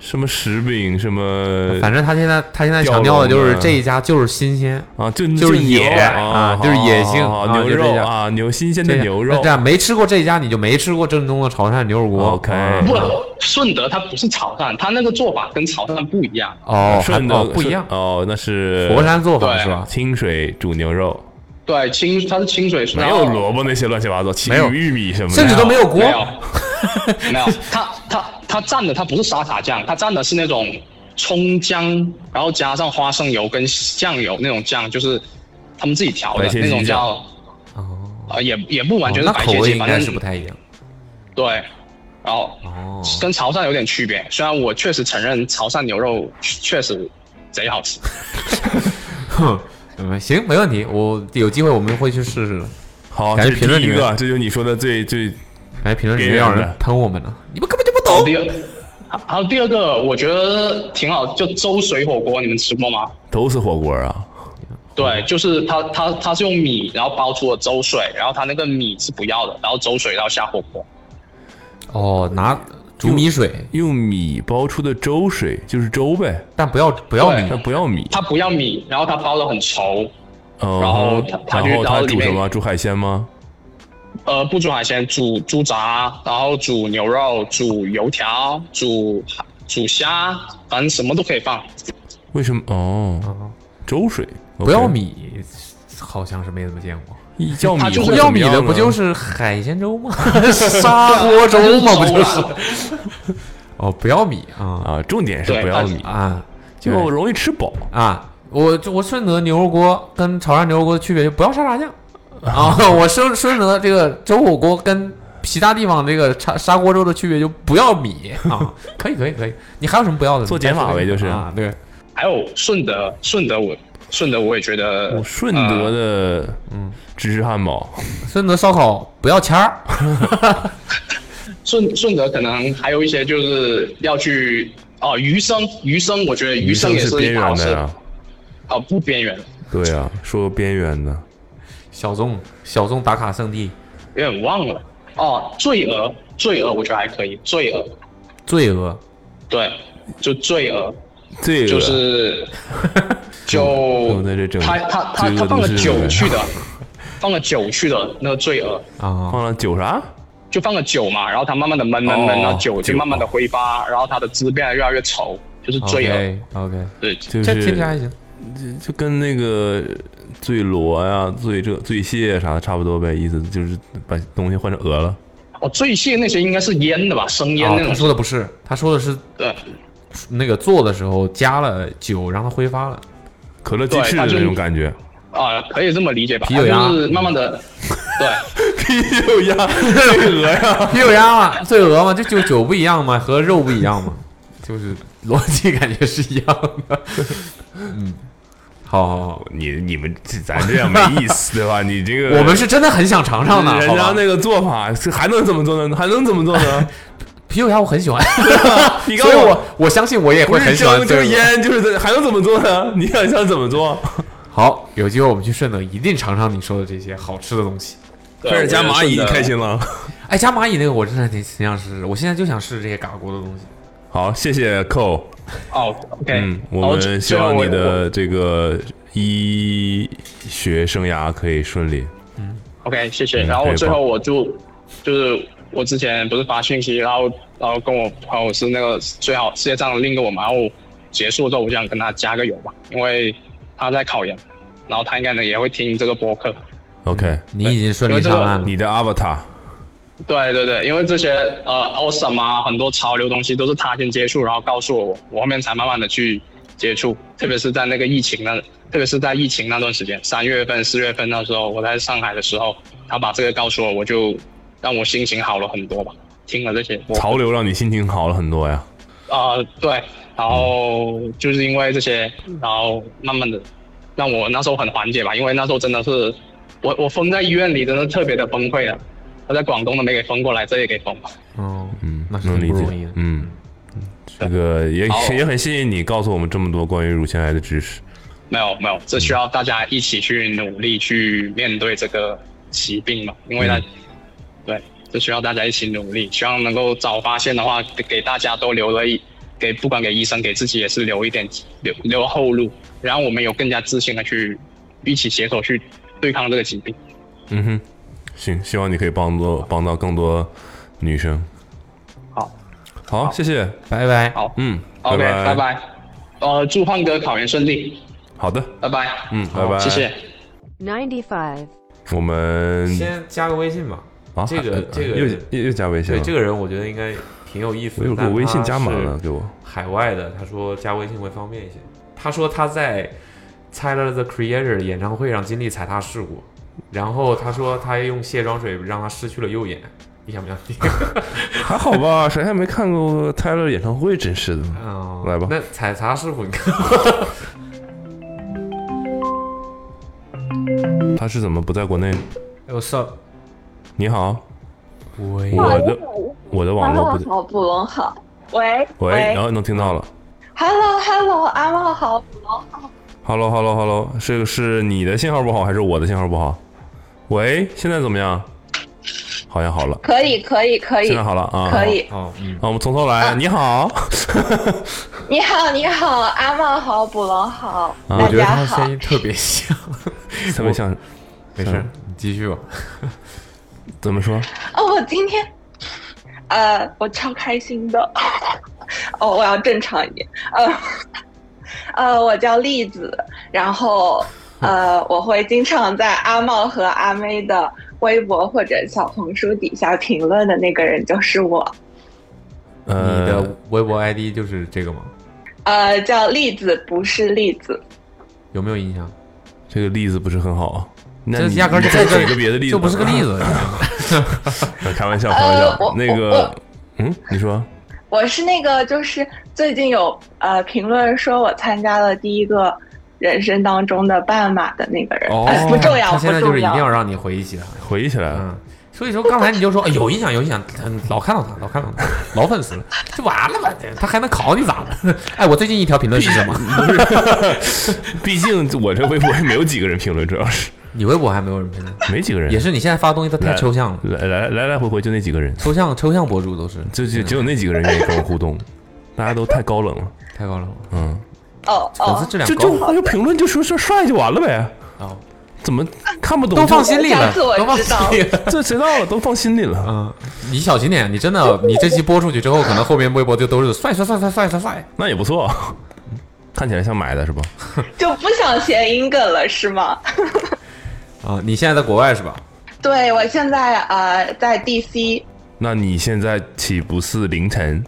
S4: 什么食饼什么
S3: 反正他现在他现在强调的就是这一家就是新鲜，
S4: 啊，就
S3: 就是野
S4: 牛
S3: 啊就是野性
S4: 好好
S3: 啊
S4: 好牛
S3: 就这
S4: 肉
S3: 样
S4: 啊，牛新鲜的
S3: 这家
S4: 牛肉
S3: 这。样没吃过这一家，你就没吃过正宗的潮汕牛肉锅。
S4: OK
S3: 啊
S8: 不，顺德它不是炒饭，它那个做法跟炒饭不一样。
S3: 哦，还
S4: 啊顺德
S3: 哦不一样，
S4: 哦，那是
S3: 佛山做法
S8: 对
S3: 是吧？
S4: 清水煮牛肉，
S8: 对，清它是清水，
S4: 没
S8: 然后
S4: 有萝卜那些乱七八糟，
S3: 没有
S4: 玉米什么的，
S3: 甚至都没有锅
S8: 没，有，没有，它它它蘸的它不是沙茶酱，它蘸的是那种葱姜，然后加上花生油跟酱油那种酱，就是他们自己调的
S4: 白切鸡
S8: 那种
S4: 酱
S8: 叫，
S3: 哦，
S8: 呃，也也不完全是
S3: 那
S8: 白
S3: 口
S8: 切
S3: 味
S8: 鸡，
S3: 应
S8: 反
S3: 该
S8: 正
S3: 是不太一样。
S8: 对，然后
S3: 哦，
S8: 跟潮汕有点区别。虽然我确实承认潮汕牛肉确实贼好吃，
S3: 哼，嗯行，没问题，我有机会我们会去试试的。
S4: 好，
S3: 感
S4: 这
S3: 觉
S4: 是
S3: 评论
S4: 第一
S3: 里面
S4: 个，这就是你说的最最
S3: 哎，评论里
S4: 给
S3: 面
S4: 人
S3: 有人
S4: 的
S3: 喷我们呢，你们根本就不
S8: 然后
S3: 懂。
S8: 第二，还有第二个，我觉得挺好，就粥水火锅，你们吃过吗？
S4: 都是火锅啊，
S3: 嗯
S8: 对，就是它它它是用米，然后煲出了粥水，然后它那个米是不要的，然后粥水然后下火锅。
S3: 哦，拿煮米水，
S4: 用米煲出的粥水就是粥呗，
S3: 但不要不要
S8: 对
S3: 米
S4: 那，不要米，
S8: 嗯它不要米，然后它煲的很稠，
S4: 哦
S8: 然后它它就
S4: 然后
S8: 然
S4: 它
S8: 后里
S4: 煮
S8: 面
S4: 什么？煮海鲜吗？
S8: 呃，不煮海鲜，煮猪杂，然后煮牛肉，煮油条，煮煮虾，反正什么都可以放。
S4: 为什么？哦
S3: 哦，
S4: 粥水
S3: 不要，
S4: OK
S3: 米，好像是没怎么见过。
S4: 一叫米
S8: 它就
S3: 不
S4: 会
S8: 是不
S3: 要
S4: 怎么
S3: 米
S4: 样
S3: 的
S4: 呢
S3: 不就是海鲜粥吗？ 砂锅粥吗？不就是？哦，不要米啊
S4: 啊？重点是
S8: 对
S4: 不要
S8: 它是
S4: 米，
S3: 啊！
S4: 就容易吃饱。
S3: 啊，我就我顺德牛肉锅跟潮汕牛肉锅的区别就不要沙茶 酱啊！我顺顺德这个粥火锅跟其他地方这个砂砂锅粥的区别就不要米 啊！可以可以可以，你还有什么不要的？
S4: 做减法呗就是
S3: 啊，对，
S8: 还有顺德，顺德我顺德我也觉得
S4: 我顺德
S8: 呃
S4: 的嗯芝士汉堡，
S3: 顺德烧烤不要签儿，
S8: 顺顺德可能还有一些就是要去哦，鱼生鱼生，我觉得鱼生也
S4: 是边
S8: 是
S4: 缘
S8: 好吃
S4: 的啊呀，
S8: 哦，不边缘，
S4: 对呀，说边缘的，
S3: 小众小众打卡圣地，
S8: 有点忘了哦，醉鹅醉鹅我觉得还可以，醉鹅
S3: 醉鹅
S8: 对，就醉鹅
S4: 这个
S8: 就是 就
S4: 我在这整
S8: 他他他
S4: 罪恶
S8: 他放
S4: 都
S8: 了
S4: 市
S8: 酒
S4: 了
S8: 去的，放了酒去的那个醉鹅。
S3: 啊，
S4: 放了酒啥？
S8: 就放了酒嘛，然后它慢慢的焖焖
S4: 哦
S8: 焖，然后酒就
S4: 酒
S8: 慢慢的挥发，然后它的汁变得越来越稠，就是醉了。
S3: OK OK，
S8: 对，
S4: 就是
S3: 这听起来还行。
S4: 就跟那个醉螺呀、醉这、醉蟹啥的差不多呗，意思就是把东西换成鹅了。
S8: 哦，醉蟹那些应该是腌的吧，生腌
S3: 哦
S8: 那
S3: 他
S8: 种。
S3: 说的不是，他说的是
S8: 对，
S3: 那个做的时候加了酒，让它挥发 了。
S4: 可乐鸡翅
S8: 对它
S4: 的
S8: 就是
S4: 那种感觉，
S8: 啊，可以这么理解吧？
S3: 啤酒鸭
S8: 它就是慢慢的，对，
S4: 啤酒鸭、 黑鹅呀，
S3: 啤酒鸭嘛，醉鹅嘛，这就酒不一样嘛，和肉不一样嘛，就是逻辑感觉是一样的。嗯，好好好，
S4: 你你们这咱这样没意思，对吧？你这个
S3: 哦 我们是真的很想尝尝呢，
S4: 人
S3: 好
S4: 家
S3: 吧？
S4: 那个做法是还能怎么做呢？还能怎么做呢？
S3: 啤酒鸭我很 喜欢，
S4: 你告
S3: 所以
S4: 诉
S3: 我我相信我也
S4: 不
S3: 会
S4: 是
S3: 很喜欢
S4: 蒸就
S3: 醉
S4: 是
S3: 鹅。
S4: 腌，就是还能怎么做呢？你想想怎么做？
S3: 好，有机会我们去顺德一定尝尝你说的这些好吃的东西。
S4: 开始加蚂蚁，开
S8: 心。
S4: 心了。
S3: 哎，加蚂蚁那个我真的挺挺想试试，我现在就想试这些嘎锅的东西。
S4: 好，谢谢寇。
S8: 哦，OK，
S3: 哎
S4: 嗯，
S8: 然
S4: 我
S8: 后
S4: 们
S8: 最
S4: 希望
S8: 后我
S4: 你的这个医学生涯可以顺利。
S8: OK，谢谢。
S4: 嗯
S8: 然后
S4: 可以
S8: 我最
S4: 吧
S8: 后我就就是我之前不是发讯息，然后然后跟我朋友是那个最好世界上的另一个我嘛，然后结束之后我想跟他加个油嘛，因为他在考研，然后他应该呢也会听这个播客。
S4: OK，
S3: 你已经顺利上岸了，
S4: 你的 Avatar
S8: 对对对，因为这些呃 awesome 啊，很多潮流东西都是他先接触，然后告诉我，我后面才慢慢的去接触，特别是在那个疫情那，特别是在疫情那段时间，三月份、四月份那时候，我在上海的时候，他把这个告诉我，我就让我心情好了很多吧。听了这些，我
S4: 潮流让你心情好了很多呀。
S8: 啊、对，然后就是因为这些，然后慢慢的让我那时候很缓解吧，因为那时候真的是我我封在医院里，真的特别的崩溃了。我在广东都没给封过来，这也给封了。
S3: 哦，
S4: 嗯，
S3: 那是
S4: 能
S3: 挺
S4: 理
S3: 不
S4: 解
S3: 容易的。。
S4: 嗯，这个也
S8: 好
S4: 也很谢谢你告诉我们这么多关于乳腺癌的知识。
S8: 没有没有，这需要大家一起去努力去面对这个疾病嘛，因为它，
S4: 嗯
S8: 对，这需要大家一起努力，希望能够早发现的话，给给大家都留了一给不管给医生给自己也是留一点留留后路，然后我们有更加自信的去一起携手去对抗这个疾病。
S4: 嗯哼，行，希望你可以帮多帮到更多女生。
S8: 好，
S4: 好，谢谢。
S3: 拜拜。
S8: 好，
S4: 嗯
S8: o k
S4: 拜
S8: 拜。拜，呃，祝汉哥考研顺利，
S4: 好的，
S8: 拜拜，
S4: 嗯，拜
S8: 好
S4: 拜。
S8: 谢谢。
S7: 95.
S4: 我们
S3: 先加个微信吧。
S4: 嗯啊，
S3: 这个
S4: 还
S3: 这个
S4: 又又又加微信
S3: 对
S4: 了。
S3: 这个人，我觉得应该挺有意思
S4: 我
S3: 的。
S4: 有个
S3: 但
S4: 微信
S3: 他
S4: 加满
S3: 是
S4: 了，给我。
S3: 海外的，他说加微信会方便一些。他说他在 Tyler the Creator 的演唱会上经历踩踏事故，然后他说他用卸妆水让他失去了右眼。你想不想 听？
S4: 还好吧，谁还没看过泰勒演唱会？真是的。
S3: 嗯，
S4: 来吧
S3: 那采茶师傅，你看，
S4: 他是怎么不在国内？
S3: 我操，
S4: 你好，
S3: 喂
S4: 我的我的网络不
S5: 好不龙好，喂
S4: 喂，然后能听到了。
S5: ，Hello Hello，阿茂好不龙好，
S4: h e l l o h e l l o h e l l o 这个是你的信号不好还是我的信号不好？喂，现在怎么样？好像好了，
S5: 可以可以可
S4: 现
S5: 以
S4: 在好了啊。
S5: 可。以，啊
S3: 哦，嗯，
S4: 那我们从头来。你 好，
S5: 你好你好，阿茂好不龙好，
S4: 啊
S3: 我
S5: 大
S3: 觉得
S5: 家
S3: 他
S5: 好
S3: 声，音特别像，
S4: 特别像
S3: 没事，你继续吧。
S4: 怎么说？
S5: 哦，我今天，呃，我超开心的。哦，我要正常一点。呃，呃，我叫栗子，然后呃，我会经常在阿茂和阿妹的微博或者小红书底下评论的那个人就是我。
S3: 你
S4: 呃
S3: 的，微博 ID 就是这个吗？
S5: 呃，叫栗子，不是栗子。
S3: 有没有印象？
S4: 这个例子不是很好。那
S3: 这
S4: 你
S3: 压根儿
S4: 你
S3: 就
S4: 再
S3: 不是
S4: 举个别的例子，啊
S3: 就不是个例。子。
S4: 开玩笑，开玩
S5: 呃
S4: 笑
S5: 我。
S4: 那个，嗯，你说
S5: 我是那个，就是最近有呃评论说我参加了第一个人生当中的半马的那个人，
S4: 哦
S5: 呃不重要，
S3: 他
S5: 不
S3: 现在就
S5: 重
S3: 是一定要
S5: 要。
S3: 让你回忆起他。
S4: 回忆起来了。
S3: 嗯，所以说刚才你就说、哎、有印象有印象，嗯老看到他，老看到他，老粉丝了，就完了吧？他还能考你咋的？ 哎，我最近一条评论是什么？
S4: 毕竟我这微博也没有几个人评论，主要 是
S3: 你微博还没有人评论，
S4: 没几个人。
S3: 也是你现在发东西都太抽象了，
S4: 来来来来回回就那几个人，
S3: 抽象抽象博主都是
S4: 就就只有那几个人愿意跟我互 动，大家都太高冷了。
S3: 太高了，
S4: 嗯，
S5: 哦
S3: 粉
S5: 哦
S3: 丝，质量
S4: 就
S3: 高
S4: 就就评论就说说帅就完了呗，
S3: 啊，
S4: 怎么看不懂
S3: 都
S4: 就
S3: 放心里了，
S5: 下次我
S3: 都放
S5: 知
S3: 心
S5: 道
S3: 里 了。
S4: 这谁到 了都放心里了。
S3: 嗯，你小心点，你真的， 你这期播出去之后，可能后面微博就都是帅帅帅帅帅帅帅，
S4: 那也不错，看起来像买的是吧？
S5: 就不想谐音梗了是吗？
S3: 啊！你现在在国外是吧？
S5: 对我现在呃在 DC，
S4: 那你现在岂不是凌晨？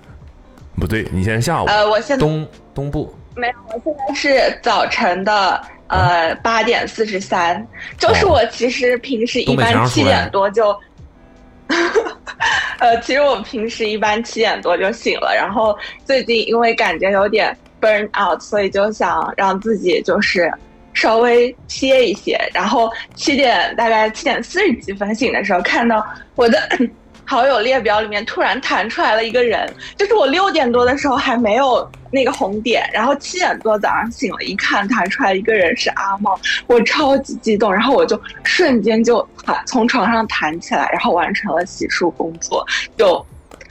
S4: 不对，你现在下午。
S5: 呃呃我现在
S3: 东东部
S5: 没有，我现在是早晨的呃，八点四十三，就是我其实平时一
S3: 东北
S5: 般
S3: 墙
S5: 七
S3: 出来
S5: 点多就， 呃，其实我平时一般七点多就醒了，然后最近因为感觉有点 burn out，所以就想让自己就是稍微歇一歇，然后七点大概七点四十几分醒的时候，看到我的好友列表里面突然弹出来了一个人，就是我六点多的时候还没有那个红点，然后七点多早上醒了，一看弹出来一个人是阿茂，我超级激动，然后我就瞬间就弹从床上弹起来，然后完成了洗漱工作，就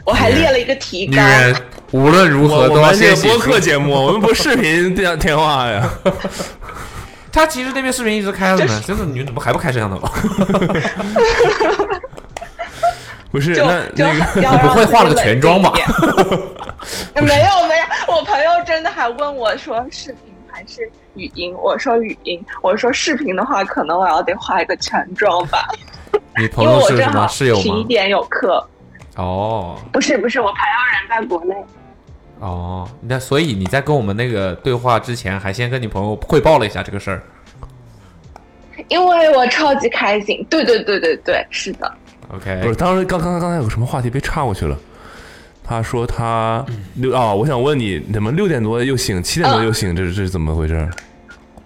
S5: 我还列了一个提
S3: 女
S5: 纲
S3: 人， 无论如
S4: 我
S3: 何
S4: 我
S3: 都要
S4: 们这
S3: 先
S4: 个
S3: 洗
S4: 播
S3: 漱
S4: 客节目，我们不视频电电话呀。
S3: 他其实那边视频一直开着呢，真的，你们怎么还不开摄像头？
S4: 不是，
S5: 就
S4: 那
S5: 就
S4: 那个
S5: 要
S3: 你
S5: 让
S3: 不会
S5: 自己
S3: 化了个
S5: 冷
S3: 全
S5: 静
S3: 妆
S5: 一
S3: 吧
S5: 点没有没有，我朋友真的还问我说视频还是语音，我说语音，我说视频的话，可能我要得化一个全妆吧，
S3: 你朋
S5: 因为
S3: 友
S5: 我
S3: 是
S5: 正
S3: 什
S5: 好
S3: 么室友
S5: 十一
S3: 吗？
S5: 点有课，
S3: 哦
S5: 不是不是，我朋友人在国内，
S3: 哦，那所以你在跟我们那个对话之前，还先跟你朋友汇报了一下这个事儿。
S5: 因为我超级开心，对对对对对，是的，
S4: 不
S3: OK，
S4: 是，当时刚刚刚才有个什么话题被岔过去了。他说他
S3: 嗯
S4: 六啊、我想问你，怎么六点多又醒，七点多又醒，这这是怎么回事？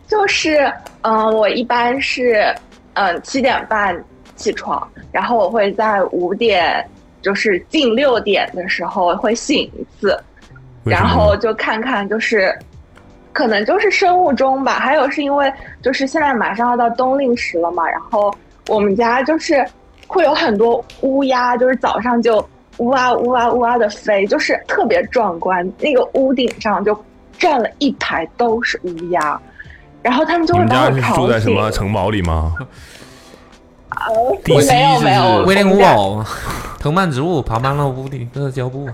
S5: 就是嗯、呃我一般是嗯七、7点半起床，然后我会在五点就是近六点的时候会醒一次，
S4: 为什
S5: 然
S4: 么
S5: 后就看看就是，可能就是生物钟吧。还有是因为就是现在马上要到冬令时了嘛，然后我们家就是会有很多乌鸦，就是早上就呜啊呜啊呜啊的飞，就是特别壮观。那个屋顶上就站了一排都是乌鸦，然后他们就
S4: 你
S5: 会
S4: 们
S5: 把
S4: 家
S5: 我
S4: 是
S5: 吵
S4: 住在什
S5: 醒。
S4: 么城堡里吗？
S5: 我没有没有，
S3: 威廉
S5: 我
S3: 古
S5: 们家
S3: 堡，藤蔓植物爬满了屋顶的胶布。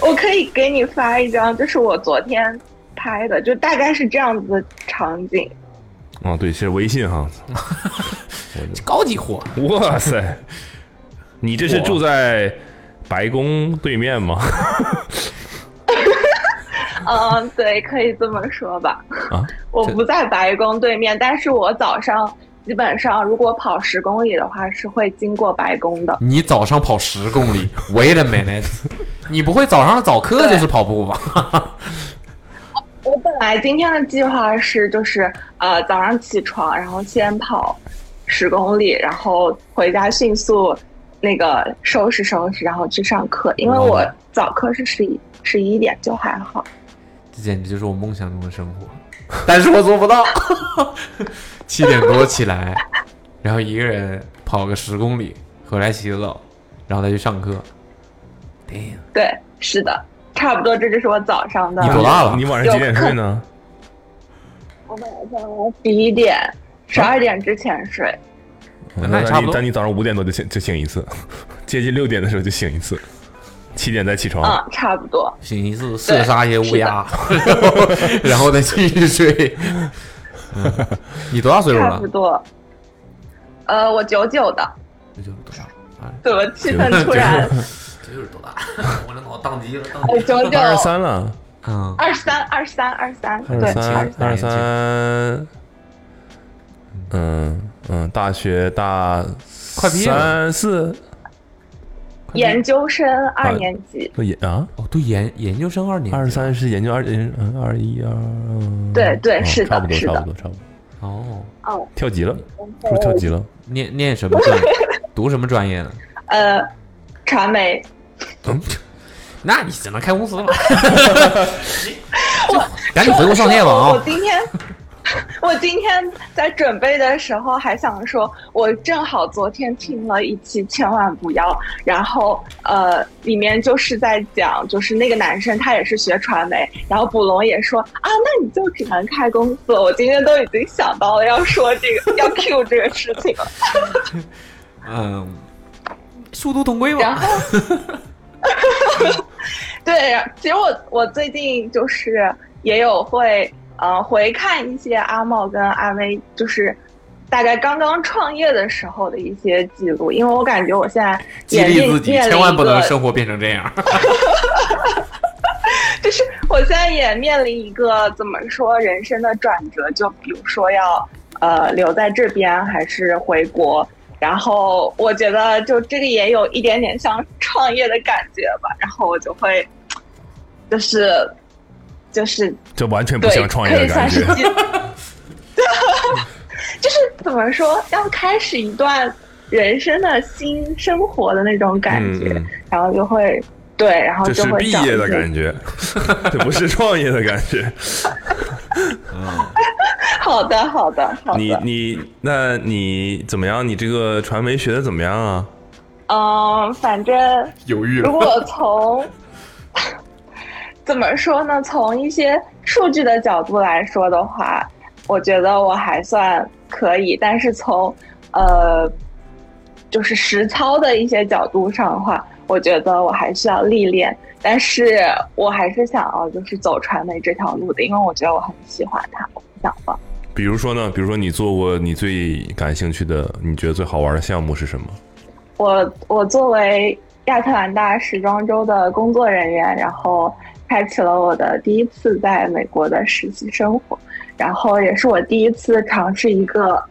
S5: 我可以给你发一张，就是我昨天拍的，就大概是这样子的场景。
S4: 哦，对，是微 信哈。
S3: 高级货，
S4: 哇塞，你这是住在白宫对面吗？
S5: 嗯，对，可以这么说吧。
S4: 啊
S5: 我不在白宫对面，但是我早上基本上如果跑十公里的话，是会经过白宫的。
S3: 你早上跑十公 里，Wait a minute，你不会早上的早课就是跑步吧？
S5: 我本来今天的计划是，就是呃早上起床，然后先跑十公里，然后回家迅速那个收拾收拾，然后去上课，因为
S3: 哦
S5: 我早课是十一十一点，就还好。
S3: 这简直就是我梦想中的生活，但是我做不到。 七点多起来，然后一个人跑个十公里，回来洗个澡，然后再去上课。Damn，
S5: 对，是的，差不多，这就是我早上的。
S3: 你多大了
S4: 你晚上几点睡呢？
S5: 我晚上十一点、十
S3: 啊
S5: 二点之前睡。
S3: 那也差不
S4: 你
S3: 多
S4: 但你早上五点多就醒就醒一次， 接近六点的时候就醒一次，七点再起床。
S5: 嗯，差不多。
S3: 醒一次射杀一些乌鸦， 然后再继续睡。嗯、你多大岁数
S5: 差
S3: 了
S5: 不？多。呃，我九九的，
S3: 这就是多大？
S5: 怎么气氛突 然？
S3: 这啊就是多 大？我的脑宕机了，
S5: 我
S3: 宕机。
S5: 九九
S4: 二十三了，
S3: 嗯，
S5: 二三二三二三，
S4: 二
S5: 对，
S4: 十
S5: 二
S4: 三，
S5: 三。
S4: 二十三，嗯嗯，大学大
S3: 快毕业了
S4: 三四，
S5: 研究生二年级，
S4: 不也啊？
S3: 哦，对，研研究生二年级，
S4: 二十三是研究二嗯二一二，嗯
S5: 对对
S4: 哦
S5: 是的
S4: 差不多
S5: 是
S4: 差
S5: 的
S4: 不多差不多，
S3: 哦，
S5: 哦，
S4: 跳级了，是不是跳级了？
S3: 念念什么专，读什么专业呢？
S5: 呃，传媒。嗯
S3: 那你只能开公司了。赶紧回国上线吧
S5: 说我
S3: 啊
S5: 我！今天，我今天在准备的时候还想说，我正好昨天听了一期《千万不要》，然后呃，里面就是在讲，就是那个男生他也是学传媒，然后捕龙也说啊，那你就只能开公司。我今天都已经想到了要说这个，要 Q 这个事情了。
S3: 嗯，殊途同归
S5: 然
S3: 吧。
S5: 后，对，其实我我最近就是也有会呃回看一些阿茂跟阿威，就是大概刚刚创业的时候的一些记录，因为我感觉我现在
S3: 激
S5: 也
S3: 励
S5: 面
S3: 自己，
S5: 面临
S3: 千万不能
S5: 一个
S3: 生活变成这样。
S5: 就是我现在也面临一个怎么说人生的转折，就比如说要呃留在这边还是回国，然后我觉得就这个也有一点点像创业的感觉吧，然后我就会就是就是
S4: 这完全不
S5: 对，
S4: 像创业的感觉
S5: 可以算。是进就是怎么说，要开始一段人生的新生活的那种感觉，
S4: 嗯嗯
S5: 然后就会对，然后
S4: 这
S5: 就是会
S4: 毕
S5: 找
S4: 业的
S5: 一些
S4: 感觉， 这不是创业的感觉。
S5: 好的，好的，好的。
S4: 你你那你怎么样？你这个传媒学的怎么样啊？
S5: 嗯，反正
S3: 犹豫
S5: 如果从 怎么说呢，从一些数据的角度来说的话，我觉得我还算可以。但是从呃，就是实操的一些角度上的话，我觉得我还需要历练。但是我还是想要就是走传媒这条路的，因为我觉得我很喜欢它，我不想放。
S4: 比如说呢？比如说你做过你最感兴趣的，你觉得最好玩的项目是什么？
S5: 我我作为亚特兰大时装周的工作人员，然后开启了我的第一次在美国的实习生活，然后也是我第一次尝试一个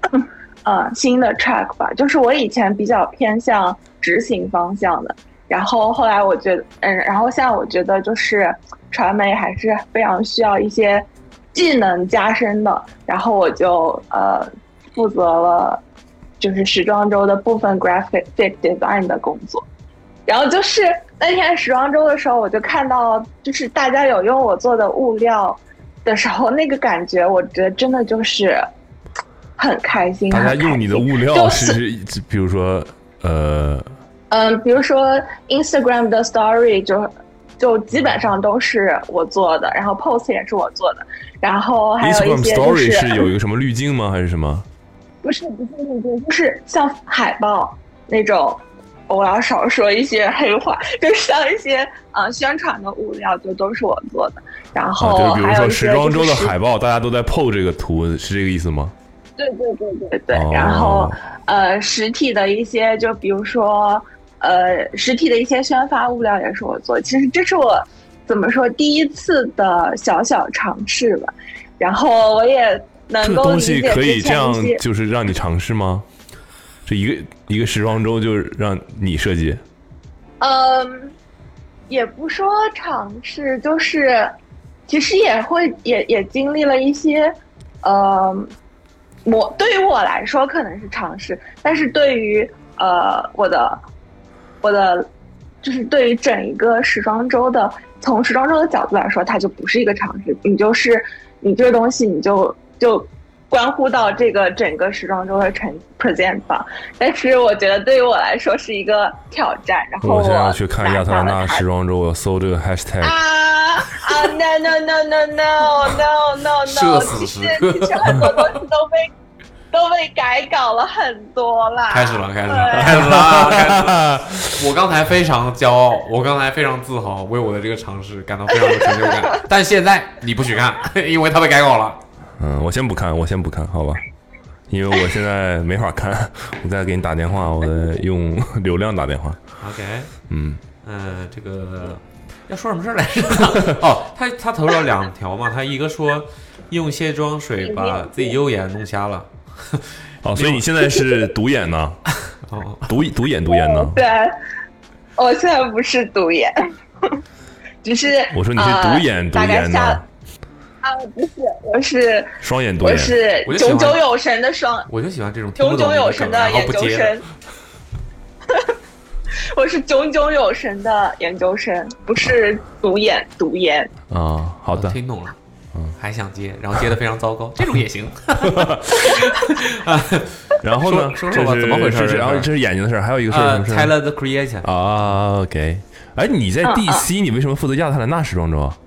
S5: 呃新的 track 吧，就是我以前比较偏向执行方向的，然后后来我觉得，嗯，然后现在我觉得就是传媒还是非常需要一些技能加深的，然后我就呃负责了就是时装周的部分 graphic design 的工作。然后就是那天时装周的时候，我就看到就是大家有用我做的物料的时候，那个感觉，我觉得真的就是很开心。
S4: 大家
S5: 很开
S4: 用你的
S5: 心
S4: 物
S5: 就
S4: 料
S5: 是
S4: 是，比如说呃，
S5: 嗯，比如说 Instagram 的 Story 就就基本上都是我做的，然后 Post 也是我做的，然后还有
S4: Instagram
S5: 一些就
S4: Story 是有一个什么滤镜吗？还是什 么？
S5: 不是不是那种，就是像海报那种。我要少说一些黑话，就是像一些呃宣传的物料，就都是我做的。然
S4: 啊，
S5: 后
S4: 就是比如
S5: 哦还有
S4: 说
S5: 一
S4: 时
S5: 些就
S4: 装周
S5: 是
S4: 的海报，大家都在 PO 这个图，是这个意思吗？
S5: 对对对对对，
S4: 哦
S5: 然后呃，实体的一些，就比如说呃，实体的一些宣发物料也是我做。其实这是我怎么说第一次的小小尝试吧。然后我也能
S4: 这
S5: 够
S4: 东
S5: 理
S4: 西
S5: 解
S4: 可以
S5: 之
S4: 这
S5: 前
S4: 样
S5: 一些，
S4: 就是让你尝试吗？这一个一个时装周就是让你设计，
S5: 嗯，也不说尝试，就是其实也会也也经历了一些，呃，我对于我来说可能是尝试，但是对于呃我的我的就是对于整一个时装周的，从时装周的角度来说，它就不是一个尝试，你就是你这个东西你就就。关乎到这个整个时装周的呈 present 吧，但是我觉得对于我来说是一个挑战。然后
S4: 我现在要去看
S5: 拿
S4: 亚特兰
S5: 下
S4: 大
S5: 了它
S4: 时装周，我搜这个 hashtag，、
S5: 啊啊 no no no no no no no
S3: 社
S5: no！
S3: 死
S5: 其
S3: 时
S5: 实
S3: 刻
S5: 其实很多东西都被都被改稿了很多啦。
S3: 开始了，开始了，
S5: 对
S3: 开始 了，开始了！我刚才非常骄傲，我刚才非常自豪，为我的这个尝试感到非常有成就感。但现在你不许看，因为它被改稿了。
S4: 嗯，我先不看，我先不看，好吧，因为我现在没法看， 我再给你打电话，我得用 流量打电话，
S3: OK，
S4: 嗯，
S3: 嗯，这个要说什么事儿来 着？哦，他他投了两条嘛，他一个说用卸妆水把自己右眼弄瞎了，
S4: 哦，所以你现在是独眼呢，
S3: 哦，
S4: 独独眼独眼呢，
S5: 对，我现在不是独眼，只是
S4: 我说你是
S5: 呃
S4: 独眼独
S5: 大概
S4: 眼
S5: 下
S4: 呢，
S5: 啊，不是，我是
S4: 双眼独
S5: 我
S4: 眼，
S5: 是
S3: 我就喜欢
S5: 炯炯有神的双
S3: 我就喜欢这种听不
S5: 炯
S3: 懂
S5: 炯
S3: 你
S5: 有
S3: 的
S5: 神
S3: 梗然后
S5: 研
S3: 不
S5: 究
S3: 接的
S5: 生。 我是炯炯有神的研究生，不是独眼独眼。
S4: 啊，好
S3: 我
S4: 的，
S3: 哦听懂了，还想接，然后接的非常糟糕，这种也行。呃
S4: 然后呢，
S3: 说
S4: 这
S3: 说说吧
S4: 是
S3: 怎么回事
S4: 这是
S3: 这
S4: 然后
S3: 事儿
S4: 这是眼睛的事儿，还有一个事儿什
S3: 呃
S4: 么事儿
S3: ，Tyler the Creator，
S4: 啊，OK。哎，你在
S5: 嗯
S4: DC，、你为什么负责亚特兰大时装周啊？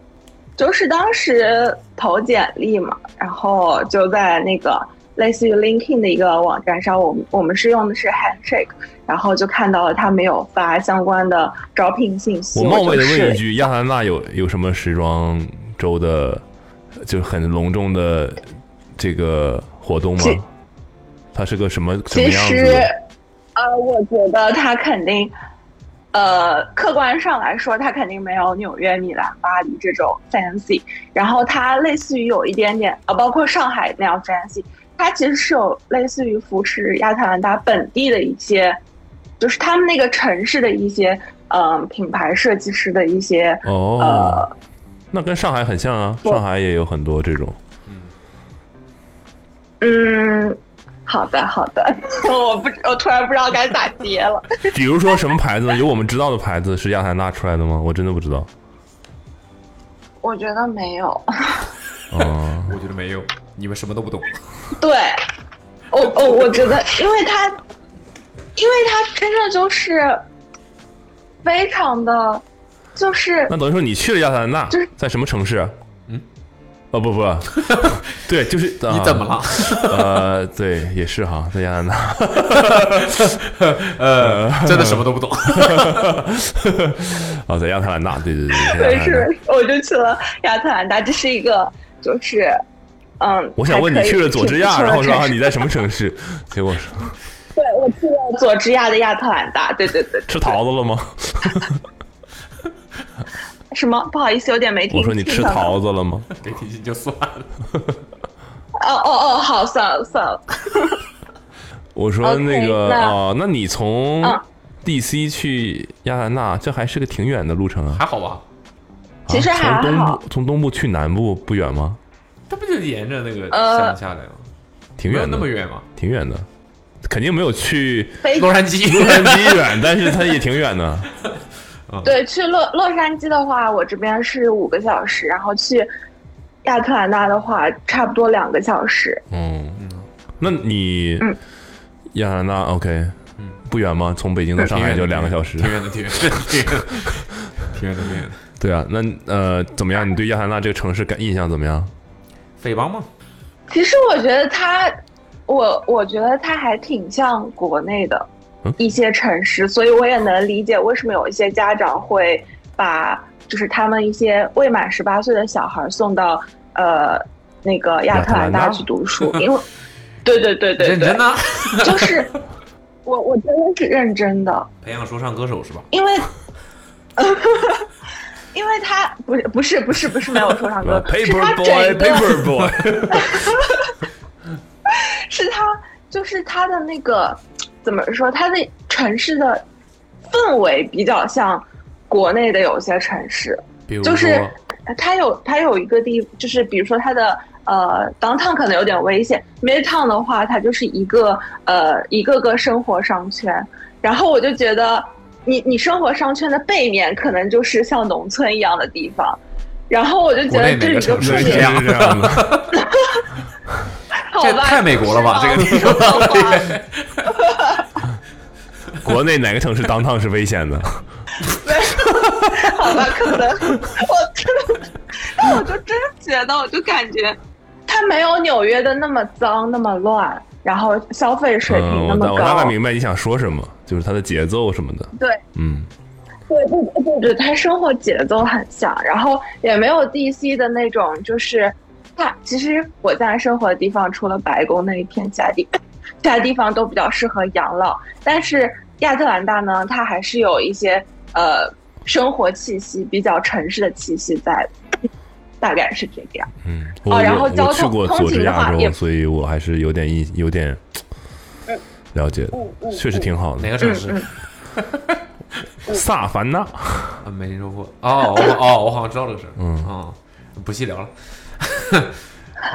S5: 就是当时投简历嘛，然后就在那个类似于 LinkedIn 的一个网站上，我们我们是用的是 Handshake，然后就看到了他没有发相关的招聘信息。
S4: 我
S5: 我
S4: 冒昧
S5: 就
S4: 的
S5: 是
S4: 问一句，亚特兰大有有什么时装周的，就是很隆重的这个活动
S5: 其
S4: 吗？它是个什么什么
S5: 其
S4: 样子
S5: 实
S4: 的？，
S5: 呃，我觉得他肯定呃，客观上来说，它肯定没有纽约、米兰、巴黎这种 fancy，然后它类似于有一点点呃，包括上海那样 fancy，它其实是有类似于扶持亚特兰大本地的一些，就是他们那个城市的一些嗯、呃品牌设计师的一些
S4: 哦，
S5: 呃
S4: 那跟上海很像啊，上海也有很多这种。
S5: 嗯，好的好的， 我不我突然不知道该咋接了。
S4: 比如说什么牌子呢？有我们知道的牌子是亚特兰大出来的吗？我真的不知道。
S5: 我觉得没有，
S4: 哦，
S3: 我觉得没有，你们什么都不懂。
S5: 对，我我我觉得，因为他，因为他真的就是非常的，就是
S4: 那等于说你去了亚特兰大
S5: 就是，
S4: 在什么城市？啊
S3: 嗯，
S4: 哦不不， 对，就是
S3: 你怎么了？？
S4: 啊呃，对，也是哈，在亚特兰大。
S3: 呃，真的什么都不懂。
S4: 哦，在亚特兰大，对对对，在
S5: 没
S4: 亚特兰大。
S5: 事，我就去了亚特兰大，这是一个就是。嗯，
S4: 我想问你
S5: 还可以
S4: 去了佐治亚，
S5: 挺不错的
S4: 然后说
S5: 城
S4: 啊
S5: 市
S4: 你在什么城市？结果是
S5: 对我去了佐治亚的亚特兰大，对对对，
S4: 吃桃子了 吗？
S5: 什么？不好意思，有点没听。
S4: 我说你吃
S5: 清楚
S4: 桃子了吗？
S3: 给提醒就算了。
S5: 哦哦哦，好，算了算了。
S4: 啊我说
S5: OK，
S4: 那个
S5: 那
S4: 哦，那你从
S5: 嗯
S4: DC 去亚特兰大，这还是个挺远的路程啊。
S3: 还好吧？
S5: 其实
S4: 啊
S5: 还
S4: 从东
S5: 好
S4: 部从东部去南部不远吗？
S3: 这不就沿着那个
S5: 呃
S3: 山下来吗？
S4: 挺远的，
S3: 没有那么，远吗？
S4: 挺远的，肯定没有去
S5: 飞
S3: 洛杉矶。
S4: 洛杉矶 远，但是它也挺远的。
S5: 对，去洛洛杉矶的话，我这边是五个小时，然后去亚特兰大的话，差不多两个小时。
S4: 嗯，那你
S5: 嗯
S4: 亚特兰大 OK，不远吗？从北京到上海就两个小时
S3: 挺。远的，挺远的，挺远的，挺远的，挺远的。
S4: 对啊，那呃怎么样？你对亚特兰大这个城市感印象怎么样？
S3: 匪帮吗？
S5: 其实我觉得它，我我觉得它还挺像国内的
S4: 嗯
S5: 一些城市，所以我也能理解为什么有一些家长会把就是他们一些未满十八岁的小孩送到呃那个亚
S4: 亚特
S5: 特兰
S4: 兰大，
S5: 大去读书，因为对对对对
S3: 认
S5: 对
S3: 真，的，
S5: 就是我我真的是认真的。
S3: 培养说唱歌手是吧？
S5: 因为，因为他不是不是不是不是没有说唱歌是
S4: 啊 Paper
S5: 他整个
S4: Boy，Paper Boy，
S5: 是他就是他的那个怎么说，他的城市的氛围比较像国内的有些城市，
S3: 比如说
S5: 就是它有它有一个地，就是比如说它的呃 downtown 可能有点危险，midtown 的话，它就是一个呃一个个生活商圈。然后我就觉得你，你生活商圈的背面可能就是像农村一样的地方。然后我就觉
S3: 国
S5: 得
S3: 内
S5: 这
S3: 哪
S5: 里
S3: 个
S5: 就
S3: 城市
S4: 对，
S5: 特
S3: 是
S4: 这
S5: 别
S4: 样的。
S5: 好
S3: 这
S5: 吧，
S3: 太美国了吧
S5: 是吗
S3: 这个地方
S5: 好吧
S4: 国内哪个城市当趟是危险的？
S5: 好吧，可能我真的，但我就真觉得，我就感觉它没有纽约的那么脏、那么乱，然后消费水
S4: 嗯，我
S5: 平那么
S4: 大我大
S5: 高。
S4: 概明白你想说什么，就是它的节奏什么的。
S5: 对
S4: 嗯，
S5: 对对对对对，它生活节奏很像，然后也没有 DC 的那种，就是它其实我在生活的地方，除了白宫那一片，其他地其他地方都比较适合养老。但是亚特兰大呢，它还是有一些呃生活气息，比较城市的气息在的，大概是这个样。
S4: 嗯，我
S5: 哦然后
S4: 我
S5: 交
S4: 我去
S5: 通
S4: 过
S5: 通
S4: 佐
S5: 勤
S4: 治
S5: 的
S4: 亚
S5: 话也
S4: 州，所以我还是有点印有点了解的，
S5: 嗯
S4: 确实挺好
S3: 哪
S4: 的。
S3: 个城市？
S5: 嗯
S4: 萨凡纳，
S3: 啊，没听说过。哦，我哦，我好像知道这个事儿。
S4: 嗯
S3: 哦，不细聊了。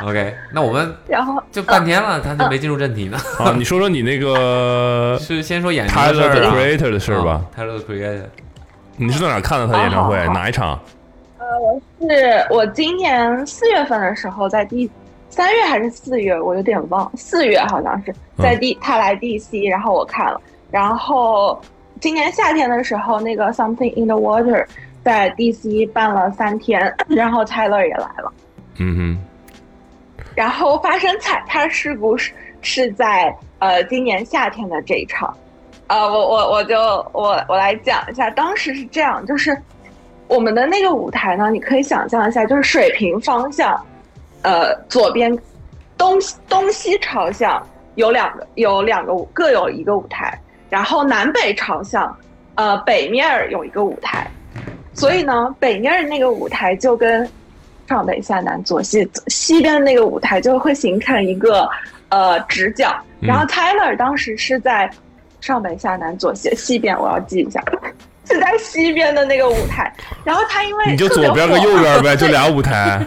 S3: OK，那我们
S5: 然后
S3: 就半天了，他就没进入正题 呢。
S4: 啊，你说说你那个
S3: 是先说演员的事
S4: Tyler
S3: 儿
S4: the
S3: 啊
S4: Creator 的事儿吧
S3: 啊？？Tyler the Creator，
S4: 你是在哪儿看的他的演唱会？
S5: 哦
S4: 哪一场？
S5: 是我今年四月份的时候，在第三月还是四月，我有点忘，四月好像是在第他来 DC，然后我看了，然后今年夏天的时候，那个 Something in the Water 在 DC 办了三天，然后 Tyler 也来了，
S4: 嗯
S5: 然后发生踩踏事故是是在呃今年夏天的这一场，呃，我我我就我我来讲一下，当时是这样，就是我们的那个舞台呢，你可以想象一下，就是水平方向，呃，左边东西东西朝向有两个有两个舞各有一个舞台，然后南北朝向，呃北面儿有一个舞台，所以呢，北面儿那个舞台就跟上北下南左西西边的那个舞台就会形成一个呃直角。
S4: 嗯
S5: 然后 Tyler 当时是在上北下南左西西边，我要记一下，是在西边的那个舞台。然后他因为
S4: 你就
S5: 特别
S4: 左边跟
S5: 火
S4: 右边呗，就俩舞 台，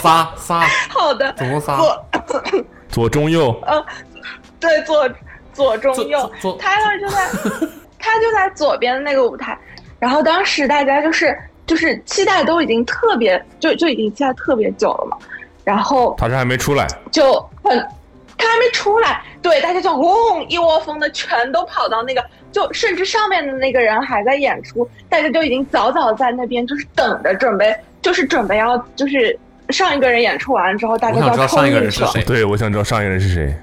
S3: 仨仨，
S5: 好的，
S3: 总共仨，
S5: 左
S4: 左中右。
S5: 哦对左左中
S3: 左
S5: 右
S3: 左左
S5: ，Tyler 就在他就在左边的那个舞台，然后当时大家就是就是期待都已经特别就就已经期待特别久了嘛，然后
S4: 他这还没出来，
S5: 就很他还没出来，对大家就嗡一窝蜂的全都跑到那个。就甚至上面的那个人还在演出，大家就已经早早在那边就是等着准备，就是准备要就是上一个人演出完之后，大
S3: 我
S5: 家就
S3: 想
S5: 要
S3: 知道
S5: 冲
S3: 上一个
S5: 进
S3: 人
S5: 去
S3: 是
S5: 了。
S3: 谁，
S4: 对我想知道上一个人是谁。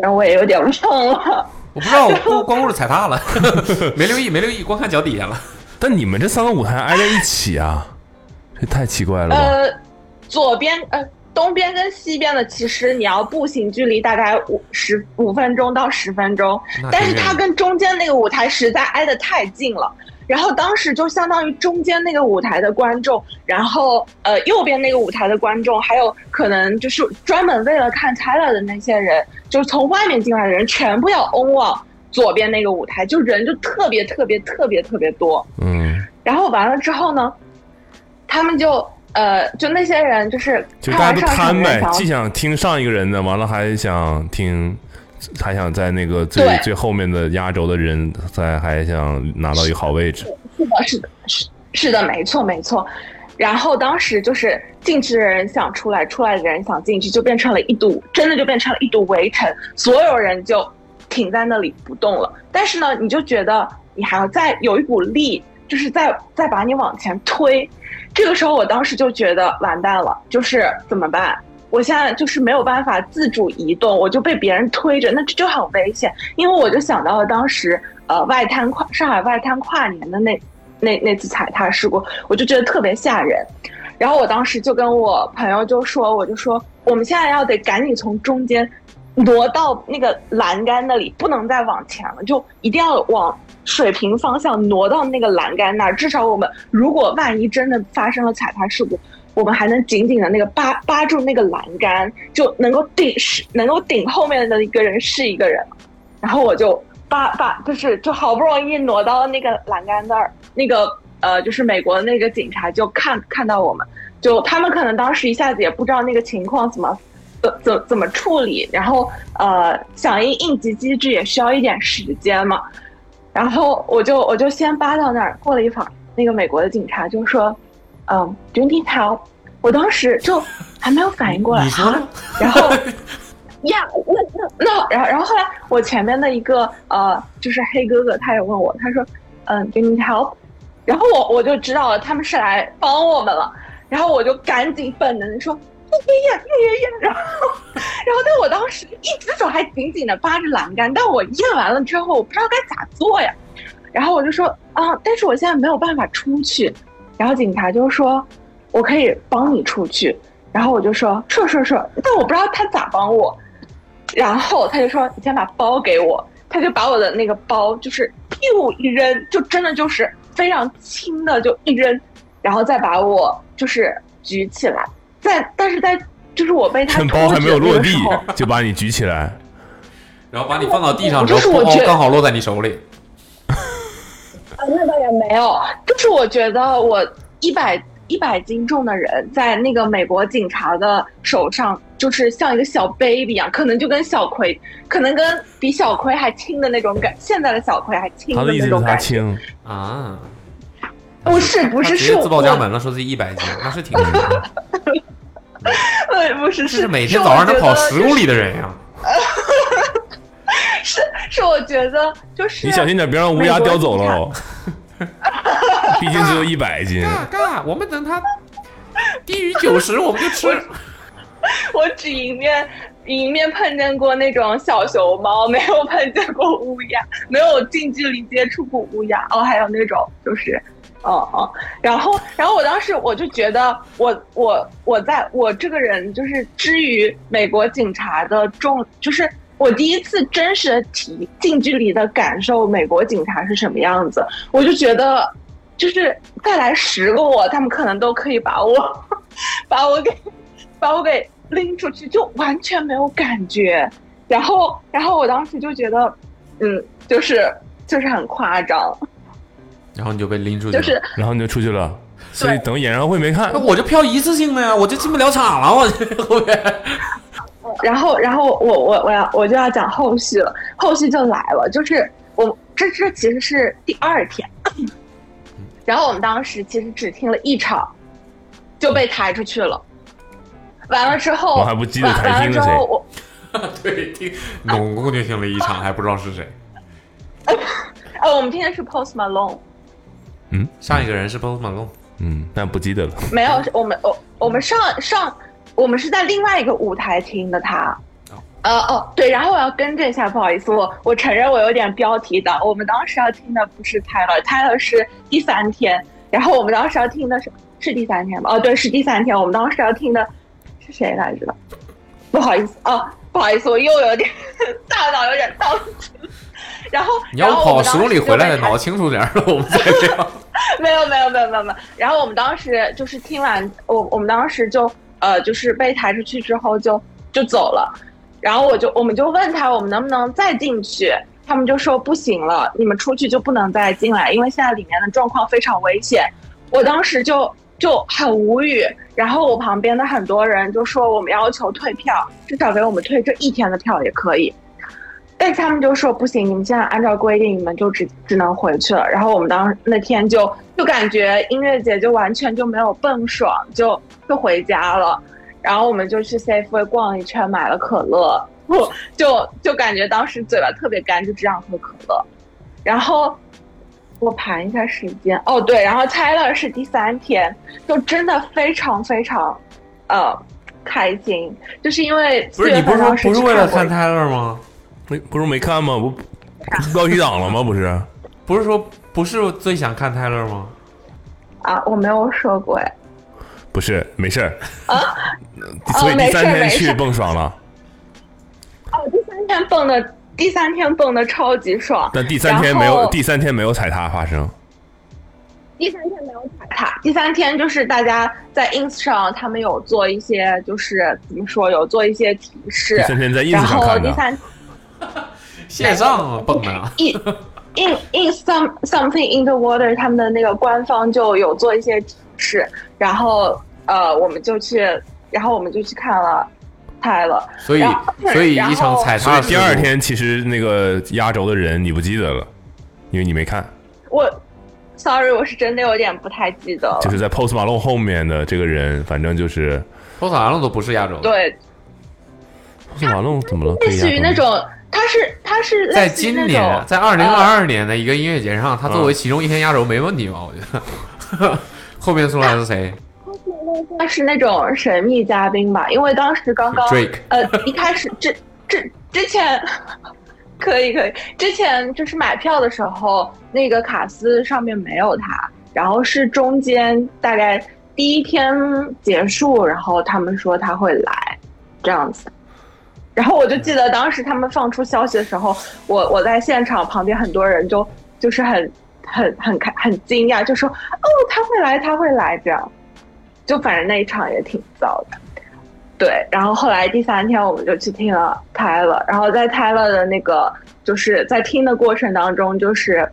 S5: 然后我也有点忘了，
S3: 我不知 道，我光光顾着踩踏了， 没留意没留意，光看脚底下 了。
S4: 但你们这三个舞台挨在一起啊，这太奇怪了吧？
S5: 呃，左边呃东边跟西边的，其实你要步行距离大概五十五分钟到十分钟
S3: 那挺，
S5: 但是
S3: 远
S5: 它
S3: 的
S5: 跟中间那个舞台实在挨得太近了。然后当时就相当于中间那个舞台的观众，然后呃右边那个舞台的观众，还有可能就是专门为了看 Tyler 的那些人，就是从外面进来的人，全部要拥往左边那个舞台，就人就特别特别特别特别多。
S4: 嗯，
S5: 然后完了之后呢，他们就呃，就那些人就是
S4: 就
S5: 看
S4: 大家
S5: 完
S4: 都
S5: 上场
S4: 贪
S5: 那
S4: 呗，
S5: 条，
S4: 既想听上一个人的，完了还想听，还想在那个最
S5: 对
S4: 最后面的压轴的人，再还想拿到一个好位置。
S5: 是的，是的，是是的，没错，没错。然后当时就是进去的人想出来，出来的人想进去，就变成了一堵，真的就变成了一堵围城，所有人就停在那里不动了。但是呢，你就觉得你还要再有一股力，就是再再把你往前推。这个时候，我当时就觉得完蛋了，就是怎么办？我现在就是没有办法自主移动，我就被别人推着，那这就很危险。因为我就想到了当时呃外滩跨上海外滩跨年的那那那次踩踏事故，我就觉得特别吓人。然后我当时就跟我朋友就说，我就说我们现在要得赶紧从中间挪到那个栏杆那里，不能再往前了，就一定要往水平方向挪到那个栏杆那儿。至少我们如果万一真的发生了踩踏事故，我们还能紧紧的那个扒扒住那个栏杆，就能够顶是能够顶后面的一个人是一个人。然后我就把把就是就好不容易挪到那个栏杆那儿，那个呃就是美国的那个警察就看看到我们，就他们可能当时一下子也不知道那个情况怎么。怎怎怎么处理？然后呃，响应应急机制也需要一点时间嘛。然后我就我就先扒到那儿，过了一会儿，那个美国的警察就说：“嗯，Do you need help？” 我当时就还没有反应过来，
S3: 你说
S5: 啊
S3: 呢？
S5: 然后呀，那那那，然后然后后来我前面的一个呃，就是黑哥哥，他也问我，他说，嗯，给你 help，然后我我就知道了他们是来帮我们了，然后我就赶紧本能的说。耶耶耶耶耶！ 然后，然后，但我当时一只手还紧紧的扒着栏杆，但我验完了之后，我不知道该咋做呀。然后我就说啊，但是我现在没有办法出去。然后警察就说，我可以帮你出去。然后我就说是是是，但我不知道他咋帮我。然后他就说你先把包给我，他就把我的那个包就是又一扔，就真的就是非常轻的就一扔，然后再把我就是举起来。在但是在就是我被他
S4: 趁包还没有落
S5: 拖着的
S4: 地
S5: 时候，
S4: 就把你举起来，
S3: 然后把你放到地上的
S5: 就是
S3: 时候，
S5: 我
S3: 包
S5: 觉得
S3: 刚好落在你手里。
S5: 啊，那倒也没有，就是我觉得我一百一百斤重的人，在那个美国警察的手上，就是像一个小 baby 一样，可能就跟小葵，可能跟比小葵还轻的那种感，现在的小葵还轻
S4: 他的意思
S5: 那
S4: 是
S5: 种
S4: 他
S5: 感觉。
S4: 轻，
S3: 啊，
S5: 不是不
S3: 他
S5: 是
S3: 直接
S5: 是我
S3: 自报家门了，说自己一 百斤，那是挺厉害的，
S5: 对，呃不是
S3: 这
S5: 是
S3: 是每天早上能跑十公
S5: 里，
S3: 里的人呀。
S5: 是是我觉得就是
S4: 你小心点，别让乌鸦叼走 了。毕竟只有一百斤，
S3: 嘎嘎，我们等他低于九十我们就 吃。
S5: 我只迎面迎面碰见过那种小熊猫，没有碰见过乌鸦，没有近距离接触过乌鸦。哦，还有那种就是，哦哦，然后然后我当时我就觉得我我我在我这个人就是之于美国警察的重，就是我第一次真实的体近距离的感受美国警察是什么样子，我就觉得，就是再来十个我，他们可能都可以把我，把我给，把我给拎出去，就完全没有感觉。然后，然后我当时就觉得，嗯，就是就是很夸张，
S4: 嗯
S3: 然后你就被拎出去
S5: 就
S3: 了。
S5: 是
S4: 然后你就出去了，所以等演唱会没看
S3: 那，我这票一次性的呀，我就进不了场了，我这后面。
S5: 然后，然后我我我要我就要讲后续了，后续就来了，就是我这这其实是第二天，
S4: 嗯
S5: 然后我们当时其实只听了一场，就被抬出去了。完了之后，
S4: 嗯我还不记得
S5: 完
S4: 抬
S5: 完
S4: 听
S5: 了
S4: 了
S5: 之
S4: 谁
S5: 后我
S3: 对，听总共就听了一场，还不知道是谁。
S5: 呃，我们听的是 Post Malone，
S4: 嗯
S3: 上一个人是 Post Malone，
S4: 嗯，但不记得了。
S5: 没有，是我们我我们上上我们是在另外一个舞台听的他。呃哦，对，然后我要更正一下，不好意思，我我承认我有点标题党。我们当时要听的不是 Taylor，Taylor 是第三天，然后我们当时要听的是是第三天吗？哦，对，是第三天。我们当时要听的是谁来着？不好意思哦，不好意思，我又有点 大脑有点倒刺。然后
S3: 你要
S5: 然后我
S3: 跑
S5: 们当
S3: 十公里
S5: 时就
S3: 回来
S5: 被
S3: 的，
S5: 抬
S3: 脑清楚点儿，我们再这 样。
S5: 没有没有没有没有没有。然后我们当时就是听完，我我们当时就呃就是被抬出去之后就就走了，然后我就我们就问他我们能不能再进去，他们就说不行了，你们出去就不能再进来，因为现在里面的状况非常危险。我当时就就很无语，然后我旁边的很多人就说我们要求退票，至少给我们退这一天的票也可以。但哎是他们就说不行，你们现在按照规定，你们就只只能回去了。然后我们当那天就就感觉音乐节就完全就没有蹦爽，就就回家了。 然后我们就去 Safeway 逛了一圈，买了可乐， 我就就感觉当时嘴巴特别干，就只想喝可乐。然后我盘一下时间，哦对，然后 Taylor 是第三天，就真的非常非常，呃，开心，就是因为
S3: 不是你不是说
S5: 4月份当时
S3: 不是
S5: 去
S3: 为了
S5: 过
S3: 看 Taylor 吗？
S4: 没不是没看吗？不不标题党了吗？不是，
S3: 不是说不是最想看 Taylor 吗？
S5: 啊，我没有说过哎。
S4: 不是，没事儿。所以
S5: 啊哦没
S4: 第
S5: 事
S4: 三天
S5: 没事
S4: 去蹦爽了，
S5: 哦，第三天蹦的，第三天蹦的超级爽。
S4: 但第三天没
S5: 然
S4: 有，
S5: 后
S4: 第三天没有踩踏发生。
S5: 第三天没有踩踏，第三天就是大家在 ins 上，他们有做一些，就是怎么说，有做一些提示
S4: 第。三天在 ins
S5: 然
S4: 上
S5: 后
S4: 看
S5: 第
S4: 的，
S5: 三
S3: 线上蹦的啊，
S5: in in in some something in the water，他们的那个官方就有做一些提示，然后呃，我们就去，然后我们就去看了，泰了。
S3: 所以
S5: 然后
S3: 所以一
S5: 然
S3: 场
S5: 后
S3: 踩
S4: 所
S3: 踏
S4: 以
S3: 事故。
S4: 第二天其实那个压轴的人你不记得了，因为你没看，
S5: 我，sorry，我是真的有点不太记得了。
S4: 就是在 Post Malone 后面的这个人，反正就是
S3: ，Post Malone 都不是亚洲的。
S5: 对，
S4: Post Malone 怎么了？啊
S5: 类似于那种，它是它是
S3: 在
S5: 类似于
S3: 今
S5: 那
S3: 年，啊
S5: 种嗯
S3: 在二零二二年的一个音乐节上，他
S4: 嗯
S3: 作为其中一天压轴没问题吧？我觉得。 后面出来是谁
S5: 它是那种神秘嘉宾吧，因为当时刚刚
S3: ？Drake。
S5: 呃一开始之之之前。 可以可以，之前就是买票的时候，那个卡斯上面没有他，然后是中间大概第一天结束，然后他们说他会来，这样子。然后我就记得当时他们放出消息的时候，我我在现场旁边很多人就就是很很很开很惊讶，就说哦他会来他会来这样，就反正那一场也挺糟的。对，然后后来第三天我们就去听了 Tyler，然后在 Tyler 的那个就是在听的过程当中，就是，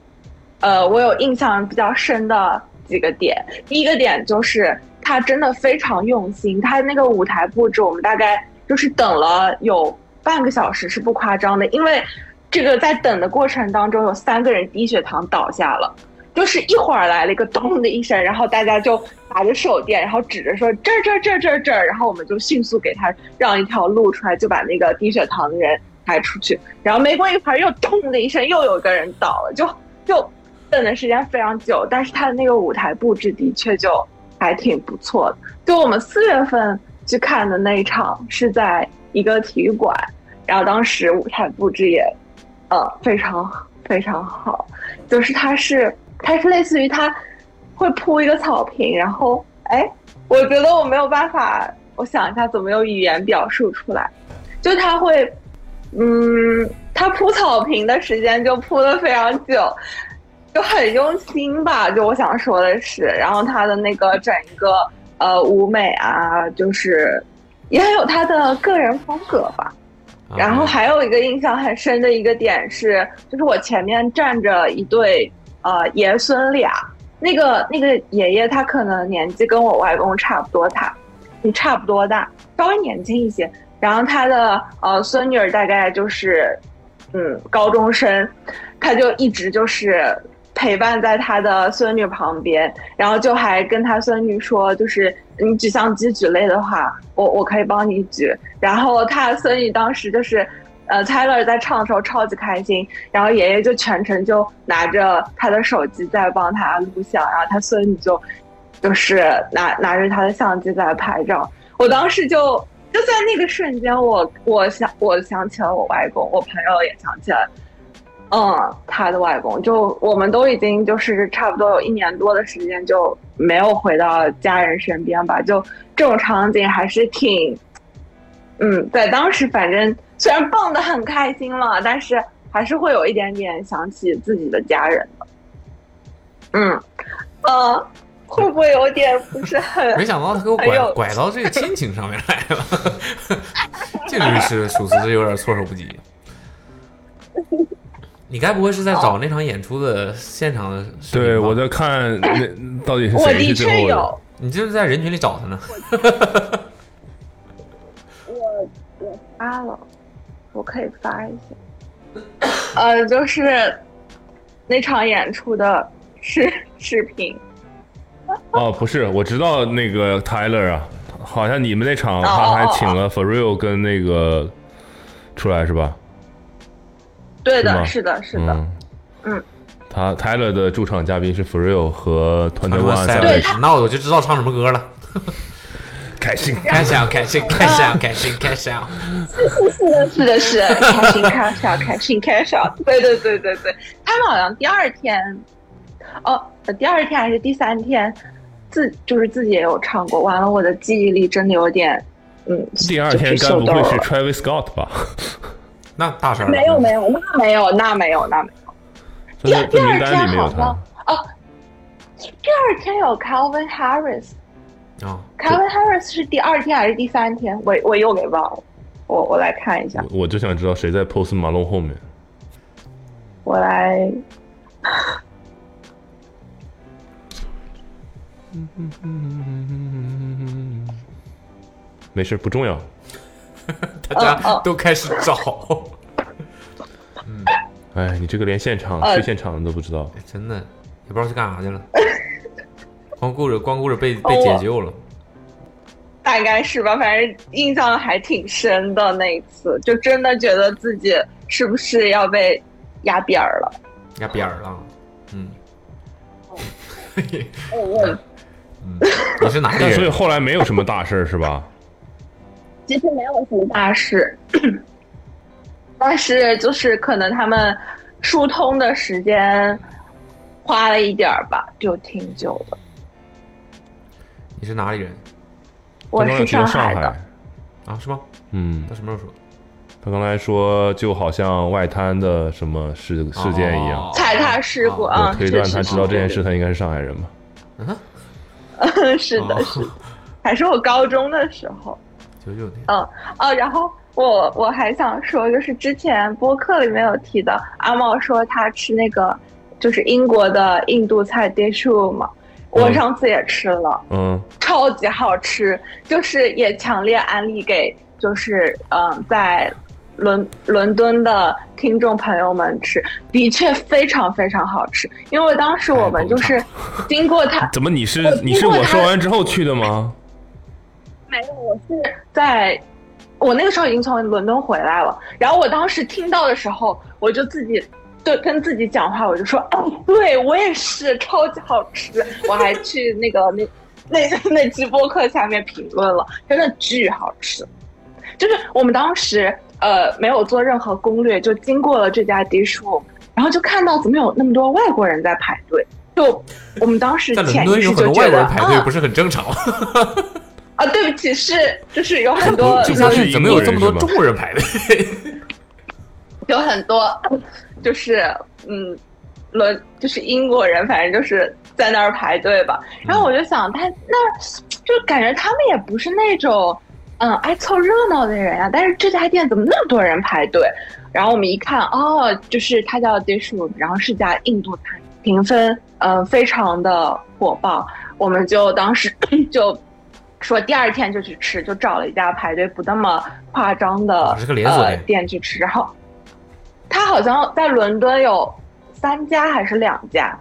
S5: 呃，我有印象比较深的几个点。第一个点就是他真的非常用心，他那个舞台布置，我们大概就是等了有半个小时是不夸张的，因为这个在等的过程当中有三个人低血糖倒下了。就是一会儿来了一个咚的一声，然后大家就拿着手电，然后指着说这儿这儿这儿这儿这儿，然后我们就迅速给他让一条路出来，就把那个低血糖的人抬出去。然后没过一会儿又咚的一声，又有一个人倒了，就就等的时间非常久。但是他的那个舞台布置的确就还挺不错的。就我们四月份去看的那一场是在一个体育馆，然后当时舞台布置也呃非常非常好，就是它是它是类似于它会铺一个草坪，然后哎，我觉得我没有办法，我想一下怎么用语言表述出来，就它会嗯，他铺草坪的时间就铺的非常久，就很用心吧。就我想说的是，然后他的那个整一个呃舞美啊，就是也很有他的个人风格吧。
S3: 啊
S5: 然后还有一个印象很深的一个点是，就是我前面站着一对呃爷孙俩，那个那个爷爷他可能年纪跟我外公差不多大，嗯差不多大，稍微年轻一些。然后他的呃孙女儿大概就是嗯高中生，他就一直就是陪伴在他的孙女旁边，然后就还跟他孙女说，就是你举相机举累的话，我我可以帮你举。然后他孙女当时就是。呃，Tyler 在唱的时候超级开心，然后爷爷就全程就拿着他的手机在帮他录像，然后他孙女就就是拿拿着他的相机在拍照。我当时就就在那个瞬间我，我想我想起了我外公，我朋友也想起了，嗯，他的外公。就我们都已经就是差不多有一年多的时间就没有回到家人身边吧，就这种场景还是挺，嗯，在当时反正虽然蹦得很开心了，但是还是会有一点点想起自己的家人的。嗯，呃，会不会有点不是很
S3: 没想到他给我
S5: 哎
S3: 拐
S5: 呦
S3: 拐到这个亲情上面来了，这个是属实是有点措手不及。你该不会是在找那场演出的现场的视频吧？
S4: 对，我在看那到底是
S5: 我
S4: 谁
S5: 的
S4: 是最
S5: 确
S4: 后
S5: 有
S4: 的。。
S3: 你就是在人群里找他呢。
S5: 我我发了，我可以发一下。 呃，就是那场演出的视视频，
S4: 哦，不是，我知道那个 Tyler 啊，好像你们那场
S5: 哦
S4: 他还
S5: 哦哦
S4: 请了 For Real 跟那个出来是吧？
S5: 对
S4: 是吗
S5: 的，是的，是的，
S4: 嗯。
S5: 嗯
S4: 他 Tyler 的驻场嘉宾是 For Real 和 Twenty
S3: 我
S4: One
S3: 塞
S5: 对
S3: 了，那我就知道唱什么歌了。
S4: 开心。
S3: 开箱，开箱，开箱，开箱，开箱。
S5: 是的，是的，开心开笑，开心开笑，对对对对对，他们好像第二天，哦，呃第二天还是第三天，自就是自己也有唱过，完了我的记忆力真的有点，嗯，
S4: 第二天
S5: 就是
S4: 该
S5: 秀
S4: 不
S5: 逗
S4: 会是
S5: 了
S4: Travis Scott 吧？
S3: 那大声
S5: 没有没有，那没有那没有那没有。
S4: 真的，
S5: 第
S4: 这
S5: 二
S4: 名
S5: 天
S4: 单里没有
S5: 好
S4: 他
S5: 像。哦，第二天有 Calvin Harris，Calvin
S3: 有啊，
S5: Harris 是第二天还是第三天？我我又给忘了，我我来看一下，
S4: 我我就想知道谁在 Post Malone 后面。
S5: 我来。
S3: 嗯
S4: 没事，不重要。
S3: 大
S5: 哦
S3: 家都开始找，
S4: 哎，你这个连现场
S5: 呃
S4: 去现场的都不知道。
S3: 哎真的也不知道去干啥去了。光顾着光顾着被
S5: 哦
S3: 被解救了，
S5: 大概是吧，反正印象还挺深的那一次，就真的觉得自己是不是要被压扁儿了？
S3: 压边儿
S4: 哦
S3: 了。嗯，
S5: 嗯，
S3: 你是哪里
S4: 但所以
S3: 人？
S4: 后来没有什么大事儿是 吧？
S5: 其实没有什么大事， 但是就是可能他们疏通的时间花了一点儿吧，就挺久的。
S3: 你是哪里人
S5: 我
S4: 他刚才
S5: 是
S4: 提到
S5: 上
S4: 上
S5: 海的，
S4: 海。
S3: 啊？是吗？
S4: 嗯
S3: 他，什么时候说？
S4: 他刚才说就好像外滩的什么事事件一样，
S3: 哦
S5: 踩踏事故
S3: 哦嗯
S5: 啊
S4: 我推断他知道这件
S5: 是
S4: 事，他应该是上海人吧？嗯
S5: 是的，
S3: 哦
S5: 是的，还是我高中的时候。
S3: 九九年。
S5: 哦，然后我我还想说，就是之前播客里面有提到，阿茂说他吃那个就是英国的印度菜 dish room 嘛，我
S4: 嗯
S5: 上次也吃了，
S4: 嗯，
S5: 超级好吃，就是也强烈安利给就是嗯在伦伦敦的听众朋友们吃，的确非常非常好吃，因为当时我 们就是经过他。
S4: 怎么你是
S5: 我
S4: 你是
S5: 经过
S4: 我
S5: 他
S4: 说完之后去的吗？
S5: 没有，我是在我那个时候已经从伦敦回来了。然后我当时听到的时候，我就自己对跟自己讲话，我就说， 哦，对我也是，超级好吃。我还去那个那那那期播客下面评论了，真的巨好吃。就是我们当时呃没有做任何攻略，就经过了这家 dish room，然后就看到怎么有那么多外国人在排队。就我们当时
S3: 在伦
S5: 潜
S3: 敦
S5: 意
S3: 有
S5: 识
S3: 很多
S5: 就觉
S3: 外国
S5: 得
S3: 人排队，
S5: 啊
S3: 不是很正 常吗？
S5: 啊，对不起，是就是有很多
S4: 就
S3: 这
S4: 不
S3: 家
S4: 是
S3: 店怎么有这么多
S4: 英国人是吗
S3: 中国人排队？
S5: 很多，就是嗯，伦就是英国人，反正就是在那儿排队吧。
S3: 嗯
S5: 然后我就想，他那就感觉他们也不是那种嗯爱凑热闹的人呀、啊但是这家店怎么那么多人排队？然后我们一看，哦，就是它叫 Dish Room，然后是家印度餐，评分呃非常的火爆。我们就当时 就说第二天就去吃，就找了一家排队不那么夸张的
S3: 哦是个连锁
S5: 呃
S3: 店
S5: 店去吃。然后它好像在伦敦有三家还是两家，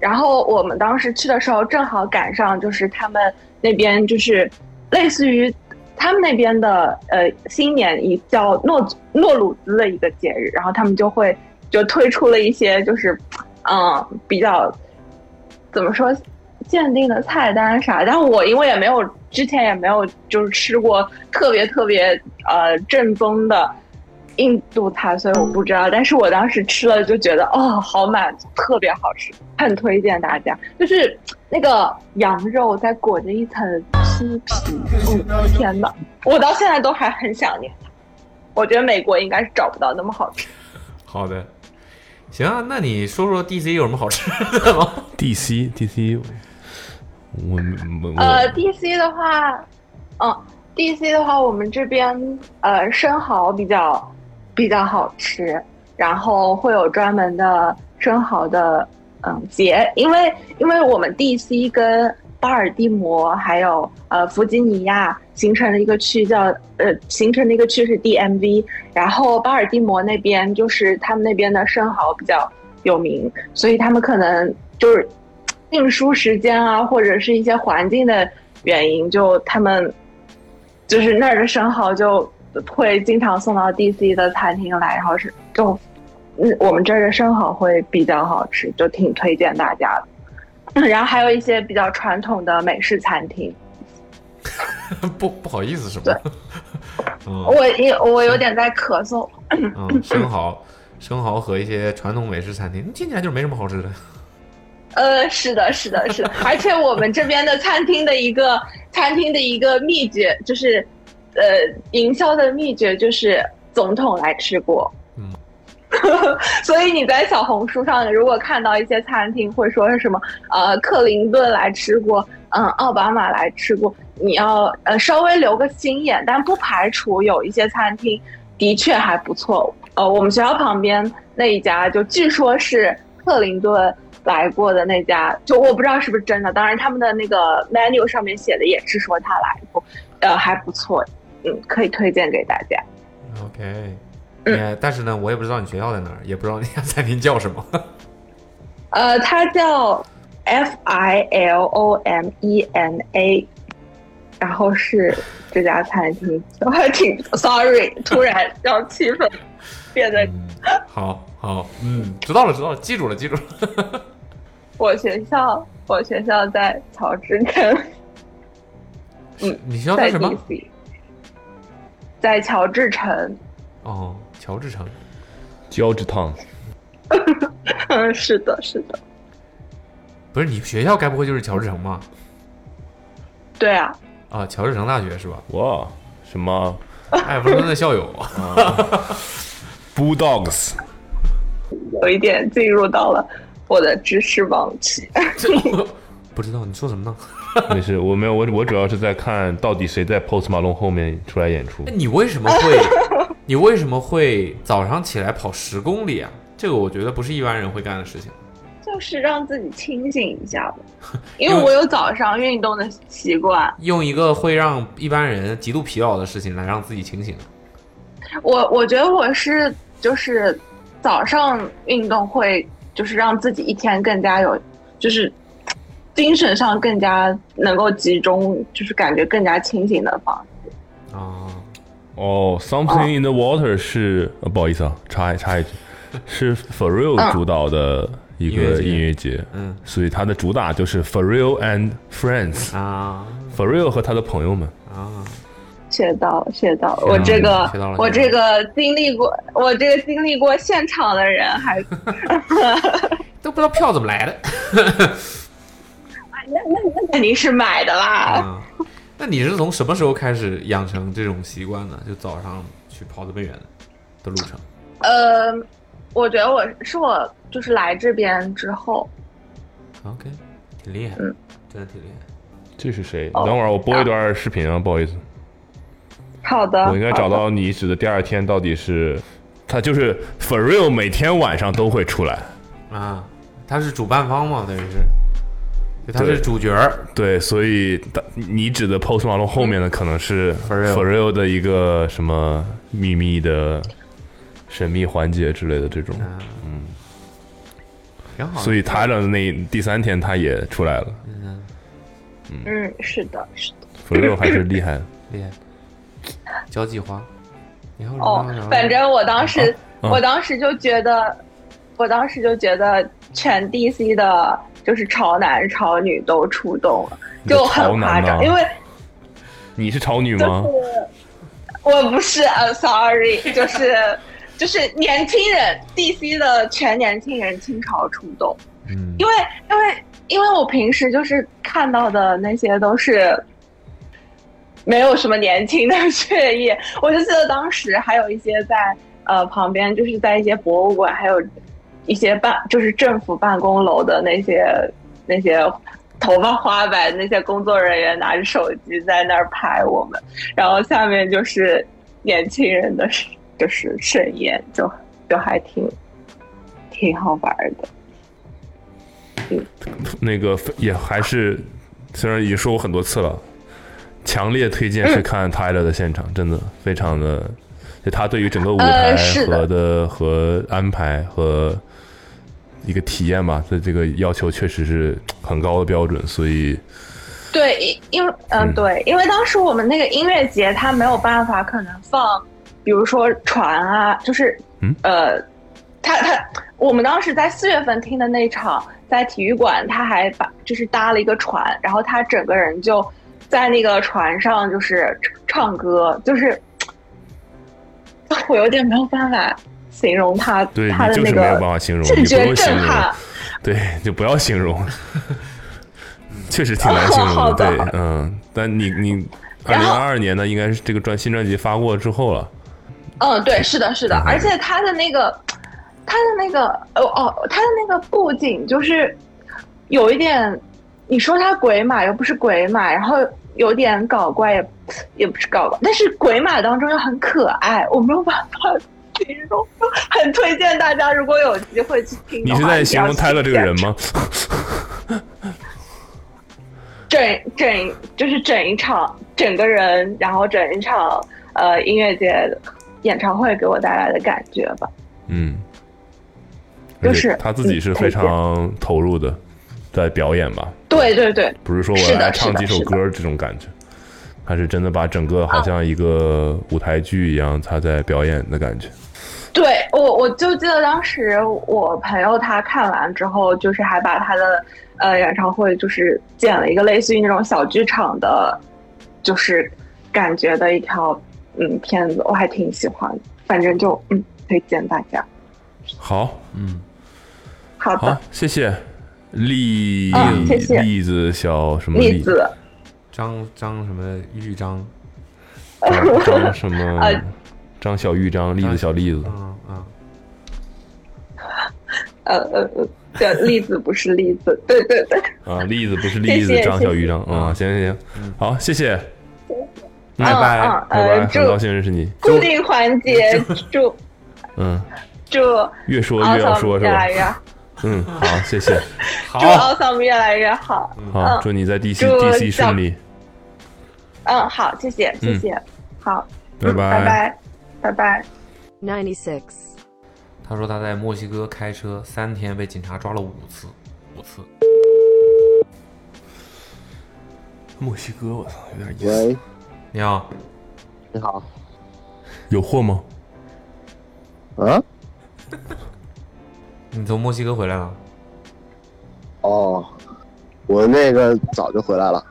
S5: 然后我们当时去的时候正好赶上就是他们那边就是类似于他们那边的呃新年一叫诺诺鲁兹的一个节日，然后他们就会就推出了一些就是嗯比较怎么说限定的菜单啥，但我因为也没有之前也没有就是吃过特别特别呃正宗的。印度菜，所以我不知道。但是我当时吃了就觉得，哦，好满足，特别好吃，很推荐大家。就是那个羊肉再裹着一层酥皮，嗯，天哪，我到现在都还很想念它。我觉得美国应该是找不到那么好吃。
S3: 好的，行啊，那你说说 DC 有什么好吃 的吗？
S4: DC DC，我我
S5: 呃
S4: 我
S5: ，DC 的话，嗯，DC 的话，我们这边呃生蚝比较比较好吃，然后会有专门的生蚝的嗯节，因为因为我们 DC 跟巴尔的摩还有呃弗吉尼亚形成了一个区叫呃形成的一个区是 DMV，然后巴尔的摩那边就是他们那边的生蚝比较有名，所以他们可能就是运输时间啊，或者是一些环境的原因，就他们就是那儿的生蚝就会经常送到 DC 的餐厅来，然后是就嗯，我们这儿的生蚝会比较好吃，就挺推荐大家的。 嗯然后还有一些比较传统的美式餐厅，
S3: 不不好意思什么？ 嗯
S5: 我因我有点在咳嗽，
S3: 嗯，生蚝、生蚝和一些传统美式餐厅听起来就是没什么好吃的。
S5: 呃，是的，是的，是的，而且我们这边的餐厅的一个餐厅的一个秘诀就是，呃，营销的秘诀就是总统来吃过。
S3: 嗯，
S5: 所以你在小红书上如果看到一些餐厅会说是什么，呃，克林顿来吃过，嗯，奥巴马来吃过，你要呃稍微留个心眼，但不排除有一些餐厅的确还不错。呃，我们学校旁边那一家就据说是克林顿来过的那家，就我不知道是不是真的。当然，他们的那个 menu 上面写的也是说他来过，呃，还不错，嗯，可以推荐给大家。
S3: OK，也
S5: 嗯
S3: 但是呢，我也不知道你学校在哪儿，也不知道那家餐厅叫什么。
S5: 呃，它叫 F I L O M E N A，然后是这家餐厅，我还挺 sorry，突然让气氛变得
S3: 嗯，好好，嗯，知道了知道了，记住了记住了。
S5: 我学校，我学校在草之根，嗯
S3: 你学校在
S5: 在
S3: 什么？
S5: DC，在乔治城。
S3: 哦，乔治城。
S4: 胶质烫，
S5: 嗯，是的，是的，
S3: 不是你学校该不会就是乔治城吧？
S5: 对啊，
S3: 啊，乔治城大学是吧？哎
S4: 哇，什么
S3: 艾弗森的校友。啊
S4: Bulldogs，
S5: 有一点进入到了我的知识盲区。
S3: 不知道你说什么呢？
S4: 没事，我没有，我我主要是在看到底谁在 Post Malone 后面出来演出
S3: 那。哎你为什么 会？你为什么会早上起来跑十公里啊？这个我觉得不是一般人会干的事情。
S5: 就是让自己清醒一下吧， 因为我有早上运动的习惯。
S3: 用一个会让一般人极度疲劳的事情来让自己清醒。
S5: 我我觉得我是就是早上运动会，就是让自己一天更加有，就是精神上更加能够集中，就是感觉更加清醒的方式。
S3: 啊，
S4: 哦，Something in the Water 是、呃不好意思啊，插一插一句，是 For Real
S5: 嗯
S4: 主导的一
S3: 音乐
S4: 个
S3: 节
S4: 音乐节，
S3: 嗯
S4: 所以它的主打就是 For Real and Friends，For
S3: 啊
S4: Real 和他的朋友们。
S3: 啊！
S5: 学到了，学到了！
S3: 学到了
S5: 我这个
S3: 学到了
S5: 我
S3: 学
S5: 这
S3: 到
S5: 个经历过，我这个经历过现场的人还，
S3: 都不知道票怎么来的
S5: 那那那肯定是买的啦。
S3: 啊！那你是从什么时候开始养成这种习惯的？就早上去跑这么远的路程？嗯
S5: 呃，我觉得我是我就是来这边之后，
S3: OK，挺厉害
S5: 嗯，
S3: 真的挺厉害。
S4: 这是谁？
S5: 哦
S4: 等会儿我播一段视频啊，不好意思，
S5: 好的，
S4: 我应该找
S5: 好的
S4: 到你指的第二天到底是，他就是 For Real 每天晚上都会出来，
S3: 啊，他是主办方嘛，等于是，就他
S4: 对
S3: 是主角儿
S4: 对，所以他你指的 Post Malone 后面的可能是
S3: For Real
S4: For Real 的一个什么秘密的神秘环节之类的这种，
S3: 啊，嗯，挺好的。
S4: 所以 Tyler 的那第三天他也出来了
S3: 嗯，
S5: 嗯，是的，是的。
S4: ，For Real 还是厉害的。
S3: 厉害，交际花，你还有什
S5: 哦
S3: 么要聊的，
S5: 反正我当时，
S4: 嗯
S5: 我当时就觉得，我当时就觉得全 DC 的，就是潮男潮女都出动了，
S4: 你的
S5: 就很
S4: 潮
S5: 夸
S4: 男嗯
S5: 张。
S4: 呐
S5: 因为
S4: 你是潮女
S5: 就是
S4: 吗？
S5: 我不是，I'm sorry，就是就是年轻人，DC 的全年轻人倾巢出动，
S3: 嗯
S5: 因为因为因为我平时就是看到的那些都是没有什么年轻的血液， 我就记得当时还有一些在呃旁边，就是在一些博物馆，还有一些办就是政府办公楼的那些那些头发花白的那些工作人员拿着手机在那儿拍我们，然后下面就是年轻人的就是盛宴，就就还挺挺好玩的。
S4: 那个也还是，虽然已经说过很多次了，强烈推荐去看 Tyler 的现场，真的非常的，就他对于整个舞台
S5: 呃是的
S4: 和的和安排和一个体验吧，对这个要求确实是很高的标准，所以
S5: 对，因因为嗯，
S4: 嗯
S5: 对，因为当时我们那个音乐节，它没有办法可能放，比如说船啊，就是
S4: 嗯
S5: 呃，他他我们当时在四月份听的那场，在体育馆，他还把就是搭了一个船，然后他整个人就在那个船上就是唱歌，就是 啊我有点没有办法形容他
S4: 对
S5: 他
S4: 你
S5: 的
S4: 就
S5: 那
S4: 是没有办
S5: 个
S4: 法形容，
S5: 视
S4: 你不
S5: 觉
S4: 用形
S5: 震
S4: 容，
S5: 撼，
S4: 对，就不要形 容，确实挺难形容
S5: 好
S4: 的，
S5: 的
S4: 对，嗯，但你你二
S5: 然
S4: 零
S5: 后
S4: 二二年呢，应该是这个专新专辑发过之后了。
S5: 嗯，对，是的，是的
S4: 嗯，
S5: 而且他的那个，他的那个，哦哦，他的那个布景就是有一点，你说他鬼马又不是鬼马，然后有点搞怪也也不是搞怪，但是鬼马当中又很可爱，我没有办法形容，很推荐大家如果有机会去听
S4: 你
S5: 的话。
S4: 是在形容
S5: 一定要
S4: Tyler 这
S5: 去
S4: 个人吗？
S5: 整整就是整一场整个人，然后整一场呃音乐节演唱会给我带来的感觉吧。
S4: 嗯，
S5: 就
S4: 而且
S5: 是嗯
S4: 他自己是非常投入的，在表演吧，
S5: 对对对，
S4: 不是说我
S5: 是的
S4: 来唱几首
S5: 是的哦
S4: 歌这种感觉，他是真的把整个好像一个舞台剧一样，他在表演的感觉。
S5: 对我，我就记得当时我朋友他看完之后，就是还把他的呃演唱会就是剪了一个类似于那种小剧场的，就是感觉的一条嗯片子，我还挺喜欢的。反正就嗯推荐大家。
S4: 好，
S3: 嗯，
S5: 好的
S4: 好，，谢谢栗
S5: 嗯谢谢
S4: 栗子小什么
S5: 栗
S4: 栗
S5: 子，
S3: 张张什么玉张，
S4: 张张什么
S5: 呃
S4: 张小玉张栗子小栗子，
S3: 嗯嗯，
S5: 呃呃呃，对，栗子不是栗子，对对 对，
S4: 啊，栗子不是栗子
S5: 谢，谢
S4: 张小鱼张啊，
S3: 嗯
S4: 行行行，好，谢谢，
S3: 拜拜
S5: 嗯
S4: 拜
S5: 嗯
S4: 拜，
S5: 呃，
S4: 很高
S5: 祝
S4: 兴认识你，
S5: 固定环节， 祝
S4: 嗯，
S5: 祝
S4: 越说
S5: 奥
S4: 越要
S5: 桑
S4: 说是
S5: 越
S4: 吧
S5: 来？越好，
S4: 嗯，好，谢 谢，
S5: 祝奥桑越来越好。
S4: 好，祝你在 DC
S5: 嗯祝
S4: DC
S5: 小
S4: 顺利，
S5: 嗯，好，谢谢，谢
S4: 嗯
S5: 谢，好，
S4: 拜
S5: 嗯拜
S4: 拜
S5: 拜，拜拜。
S7: 96.
S3: 他说他在墨西哥开车三天被警察抓了五次，五次。
S4: 墨西哥，我操，有点意思，
S6: 喂，
S3: 你好，
S6: 你好，
S4: 有货吗？
S6: 啊？
S3: 你从墨西哥回来 了？
S6: 哦，我那个早就回来了，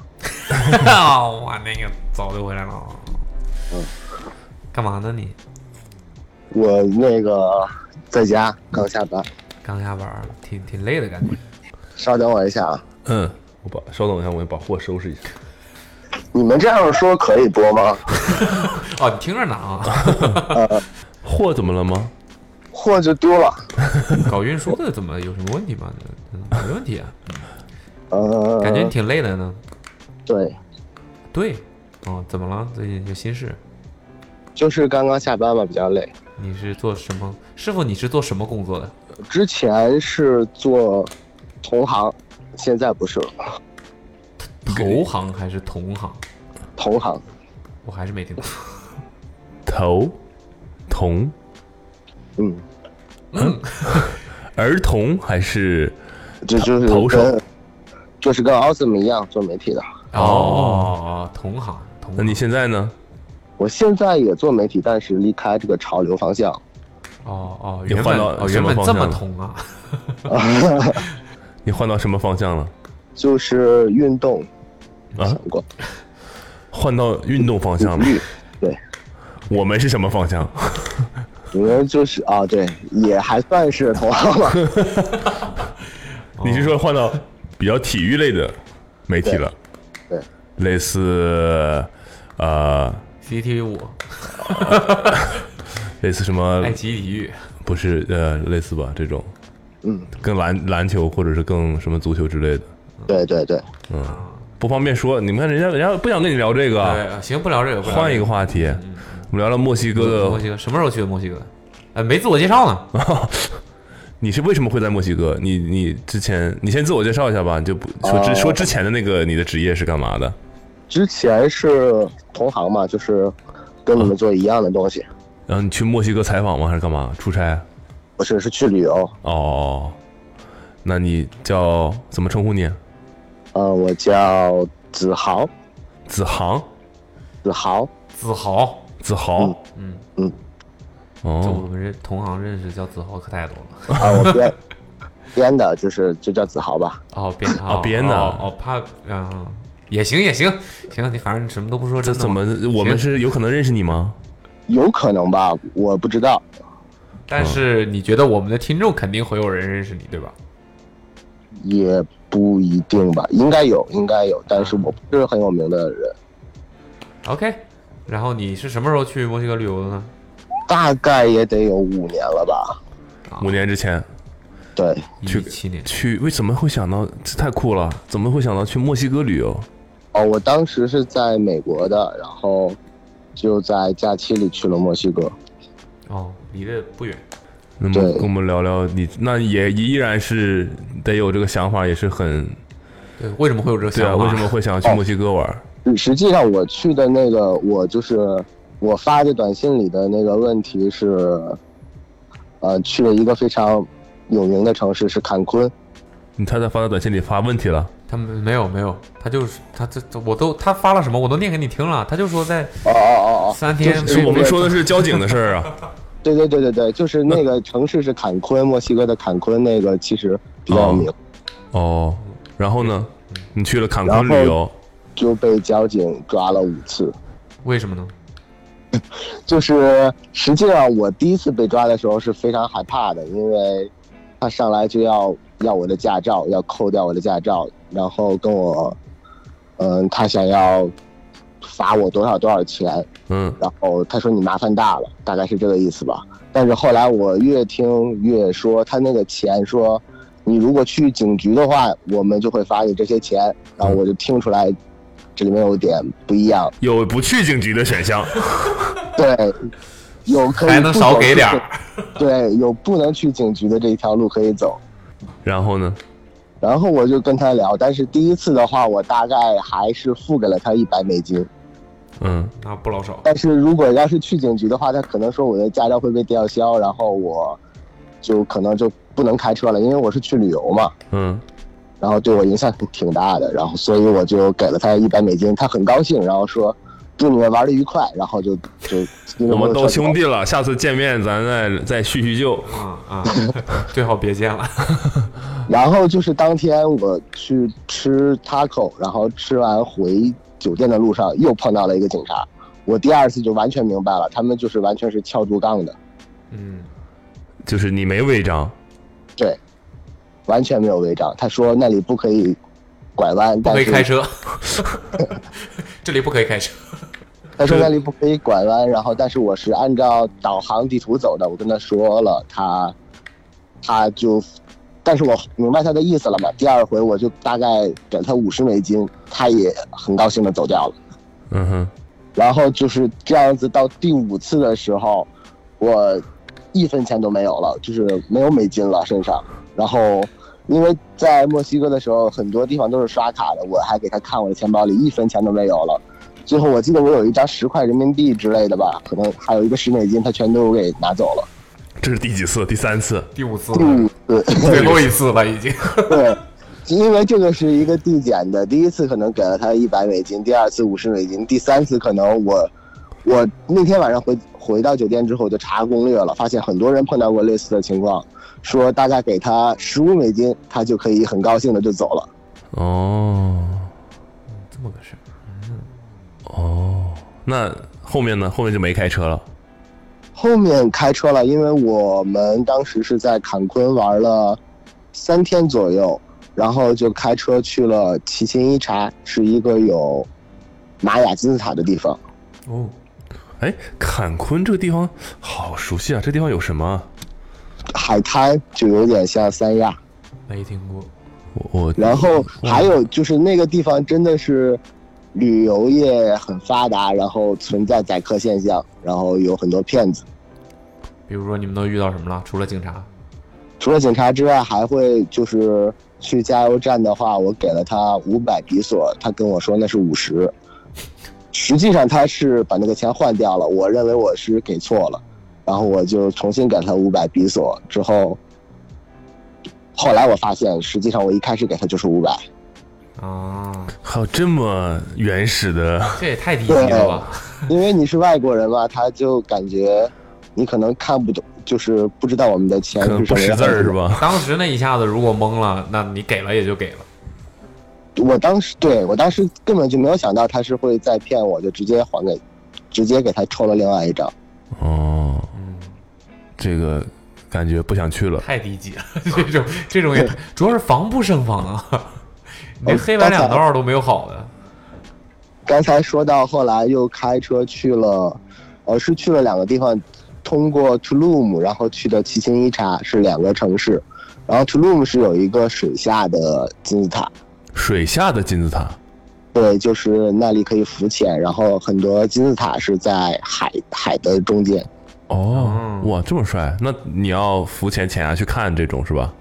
S3: 我那个早就回来了。
S6: 嗯，
S3: 干嘛呢你？
S6: 我那个在家刚下班，
S3: 刚下班儿，挺挺累的感觉。
S6: 稍等我一下啊。
S4: 嗯，我把稍等一下，我把货收拾一下。
S6: 你们这样说可以播吗？
S3: 哦，你听着呢啊。
S4: 货怎么了吗？
S6: 或者丢了。
S3: 搞运输的怎么有什么问题吗？嗯没问题啊，
S6: 呃，
S3: 感觉你挺累的呢。
S6: 对，
S3: 对，哦，怎么了？最近有心事？
S6: 就是刚刚下班嘛，比较累。
S3: 你是做什么？师傅，你是做什么工作的？
S6: 之前是做同行，现在不是了，
S3: 投行还是同行？
S6: 同行
S3: 我还是没听懂。
S4: 头童
S6: 嗯，
S4: 儿童还是
S6: 这就是
S4: 投手
S6: 跟就是跟奥斯姆一样做媒体的。
S3: 哦，同行，同行。
S4: 那你现在呢？
S6: 我现在也做媒体，但是离开这个潮流方向。
S3: 哦哦，
S4: 你
S3: 原
S4: 换
S3: 本
S4: 到
S3: 哦
S4: 什
S3: 原
S4: 么
S3: 本
S4: 方
S3: 这
S4: 向
S3: 么
S4: 了
S3: 同啊？
S4: 你换到什么方向了？
S6: 就是运动
S4: 啊
S6: 想过
S4: 换到运动方向了。
S6: 绿，对，
S4: 我们是什么方向？
S3: 哦
S6: 你们就是啊，对，也还算是同行吧。
S4: 你是说换到比较体育类的媒体了？
S6: 对对，
S4: 类似呃，
S3: CCTV 五、
S4: 类似什么
S3: 爱？奇艺体育，
S4: 不是呃，类似吧这种，
S6: 嗯，
S4: 更篮篮球或者是更什么足球之类的，
S6: 对对对，
S4: 不方便说。你们看人家，人家不想跟你聊这个啊，
S3: 对，行，不聊这个，不嗯聊
S4: 换一
S3: 这
S4: 个话题。我们聊聊墨西
S3: 个。
S4: 哥
S3: 墨
S4: 的，
S3: 西哥什么时候去的墨西哥？呃，没自我介绍 呢。
S4: 你是为什么会在墨西哥？你你之前，你先自我介绍一下吧，你就不说之
S6: 哦
S4: 说之前的那个你的职业是干嘛的？
S6: 之前是同行嘛，就是跟你们做一样的东西，
S4: 然后你去墨西哥采访吗？还是干嘛？出差？
S6: 不是是去旅游。
S4: 哦，那你叫怎么称呼你？
S6: 呃，我叫子豪，
S4: 子航，
S6: 子豪，
S3: 子豪，
S4: 子豪，
S3: 嗯
S6: 嗯，
S3: 就
S4: 哦
S3: 我，们这同行认识叫子豪可太多了。
S6: 啊，我编编的，就是就叫子豪吧。
S3: 哦，编
S4: 哦编的
S3: 哦，哦怕啊，也行也行行，你反正什么都不说，真
S4: 这
S3: 的
S4: 怎么
S3: 嘛？？
S4: 我们是有可能认识你吗？
S6: 有可能吧，我不知道。
S4: 嗯
S3: 但是你觉得我们的听众肯定会有人认识你，对吧？
S6: 也不一定吧，应该有，应该有，但是我不是很有名的人，
S3: OK，然后你是什么时候去墨西哥旅游的呢？
S6: 大概也得有五年了吧。
S4: 五年之前
S6: 对，
S3: 一
S4: 去
S3: 七年，
S4: 去，为什么会想到？这太酷了！怎么会想到去墨西哥旅游？
S6: 哦，我当时是在美国的，然后就在假期里去了墨西哥。
S3: 哦，离得不远。
S4: 那么
S6: 对
S4: 跟我们聊聊你，那也依然是得有这个想法，也是很
S3: 对，为什么会有这个
S4: 对
S3: 想
S4: 啊。
S3: 法？
S4: 为什么会想要去墨西哥玩？
S6: 嗯实际上我去的那个，我就是我发的短信里的那个问题是，呃，去了一个非常有名的城市是坎昆，
S4: 你他在发到短信里发问题了，
S3: 他们没有没有，他就是他这这我都他发了什么我都念给你听了，他就说在
S6: 哦哦哦哦，
S3: 三天
S4: 是
S3: 被
S4: 我们说的是交警的事儿啊。
S6: 对对对对对，就是那个城市是坎昆，墨西哥的坎昆，那个其实比较有名，
S4: 哦，然后呢？你去了坎
S6: 然
S4: 昆
S6: 后
S4: 旅游，
S6: 就被交警抓了五次。
S3: 为什么呢？
S6: 就是实际上我第一次被抓的时候是非常害怕的，因为他上来就要要我的驾照，要扣掉我的驾照，然后跟我，嗯，他想要罚我多少多少钱，
S4: 嗯，
S6: 然后呃他说你麻烦大了，大概是这个意思吧。但是后来我越听越说，他那个钱说，你如果去警局的话，我们就会罚你这些钱。然后我就听出来，这里面有点不一样。
S4: 有不去警局的选项。
S6: 对，有可以
S3: 还能
S6: 不
S3: 少
S6: 走
S3: 给
S6: 就
S3: 点
S6: 是
S3: 儿。
S6: 对，有不能去警局的这一条路可以走。
S4: 然后呢？
S6: 然后我就跟他聊，但是第一次的话，我大概还是付给了他一百美金。
S4: 嗯，
S3: 那啊不老 少。
S6: 但是如果要是去警局的话，他可能说我的驾照会被吊销，然后我就可能就不能开车了，因为我是去旅游嘛。
S4: 嗯，
S6: 然后对我影响挺大的，然后所以我就给了他一百美金，他很高兴，然后说祝你们玩的愉快，然后就就
S4: 我们都兄
S6: 弟。
S4: 弟了，下次见面咱再再叙叙旧。
S3: 啊啊，最好别见了。
S6: 然后就是当天我去吃 taco，然后吃完回酒店的路上又碰到了一个警察。我第二次就完全明白了，他们就是完全是撬竹杠的，
S3: 嗯，
S4: 就是你没违章，
S6: 对，完全没有违章。他说那里不可以拐弯，
S3: 不
S6: 但
S3: 可以
S6: 是
S3: 开车，这里不可以开车。
S6: 他说那里不可以拐弯，然后但是我是按照导航地图走的，我跟他说了，他他就，但是我明白他的意思了嘛。第二回我就大概给他五十美金，他也很高兴的走掉了。
S4: 嗯哼，
S6: 然后就是这样子，到第五次的时候，我一分钱都没有了，就是没有美金了身上。然后，因为在墨西哥的时候，很多地方都是刷卡的，我还给他看我的钱包里一分钱都没有了。最后我记得我有一张十块人民币之类的吧，可能还有一个十美金，他全都给拿走了。
S4: 这是第几次？第三次。
S3: 第五次
S6: 第
S3: 了，
S6: 五次，
S3: 最后一次了已经。
S6: 对，因为这个是一个递减的，第一次可能给了他一百美金，第二次五十美金，第三次可能我，我那天晚上回回到酒店之后我就查攻略了，发现很多人碰到过类似的情况，说大概给他十五美金，他就可以很高兴的就走了。
S4: 哦
S3: 这么个事儿，
S4: 哦，那后面呢？后面就没开车了。
S6: 后面开车了，因为我们当时是在坎昆玩了三天左右，然后就开车去了奇琴伊察，是一个有玛雅金字塔的地方。
S3: 哦，
S4: 哎，坎昆这个地方好熟悉啊！这地方有什么啊？
S6: 海滩就有点像三亚，
S3: 没听过。
S4: 我我
S6: 然后
S4: 嗯
S6: 还有就是那个地方真的是旅游业很发达，然后存在宰客现象，然后有很多骗子。
S3: 比如说你们都遇到什么了？除了警察，
S6: 除了警察之外，还会就是去加油站的话，我给了他五百比索，他跟我说那是五十，实际上他是把那个钱换掉了，我认为我是给错了，然后我就重新给他五百比索，之后，后来我发现实际上我一开始给他就是五百。
S3: 啊，
S4: 还有这么原始的，
S3: 这也太低级了吧！
S6: 因为你是外国人嘛，他就感觉你可能看不懂，就是不知道我们的钱
S4: 可能
S6: 是什
S4: 不
S6: 么
S4: 识
S6: 样
S4: 字儿是？吧？
S3: 当时那一下子如果懵了，那你给了也就给了。
S6: 我当时对我当时根本就没有想到他是会再骗我，就直接还给，直接给他抽了另外一张。
S4: 哦，
S3: 嗯，
S4: 这个感觉不想去了。
S3: 太低级了， 这种这种也主要是防不胜防啊！你
S4: 哦
S3: 这黑白两道都没有好的，
S6: 刚才说到后来又开车去了，呃，是去了两个地方，通过 Tulum，然后去的奇琴伊察是两个城市，然后 Tulum 是有一个水下的金字塔，
S4: 水下的金字塔，
S6: 对，就是那里可以浮潜，然后很多金字塔是在海海的中间。
S4: 哦
S3: 嗯，
S4: 哇，这么帅！那你要浮潜潜啊下去看这种是吧？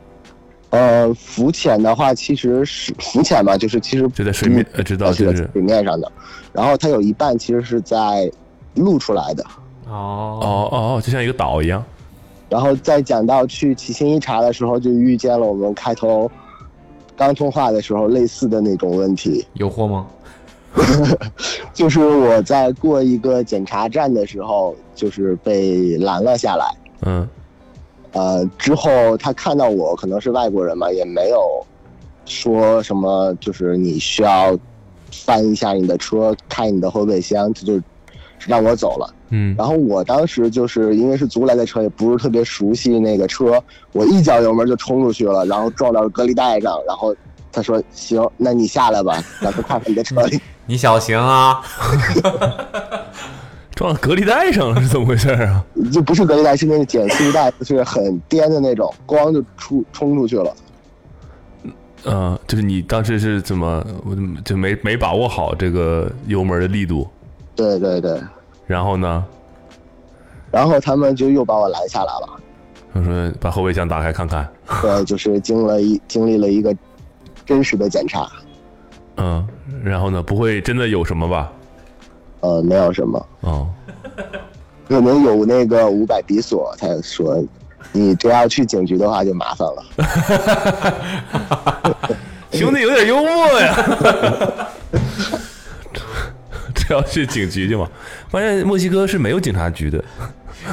S6: 呃，浮潜的话，其实是浮潜嘛，就是其实
S4: 就在水面
S6: 不
S4: 呃知道
S6: 是
S4: 就
S6: 在
S4: 是
S6: 水面上的，然后它有一半其实是在露出来的。
S3: 哦，
S4: 哦哦哦，就像一个岛一样。
S6: 然后再讲到去奇琴伊察的时候，就遇见了我们开头刚通话的时候类似的那种问题，
S3: 有货吗？
S6: 就是我在过一个检查站的时候，就是被拦了下来。
S4: 嗯，
S6: 呃，之后他看到我可能是外国人嘛，也没有说什么，就是你需要翻一下你的车，开你的后备箱，他就让我走了。
S4: 嗯
S6: 然后我当时就是因为是租来的车，也不是特别熟悉那个车，我一脚油门就冲出去了，然后撞到隔离带上，然后他说：“行，那你下来吧，然后看看你的车里。
S3: 你小行啊，
S4: 撞到隔离带上了是怎么回事啊？
S6: 就不是隔离带，是那个减速带，就是很颠的那种，咣就出冲出去了。
S4: 嗯，就是你当时是怎么我怎么就没没把握好这个油门的力度？
S6: 对对对，
S4: 然后呢，
S6: 然后他们就又把我拦下来了。
S4: 他说把后备箱打开看看。
S6: 对，就是经了一经历了一个真实的检查，
S4: 嗯，然后呢，不会真的有什么吧？
S6: 呃，没有什么，
S4: 哦，
S6: 可能有那个五百比索，他说你这要去警局的话就麻烦了。
S4: 兄弟有点幽默呀。 这要去警局去吗？发现墨西哥是没有警察局的。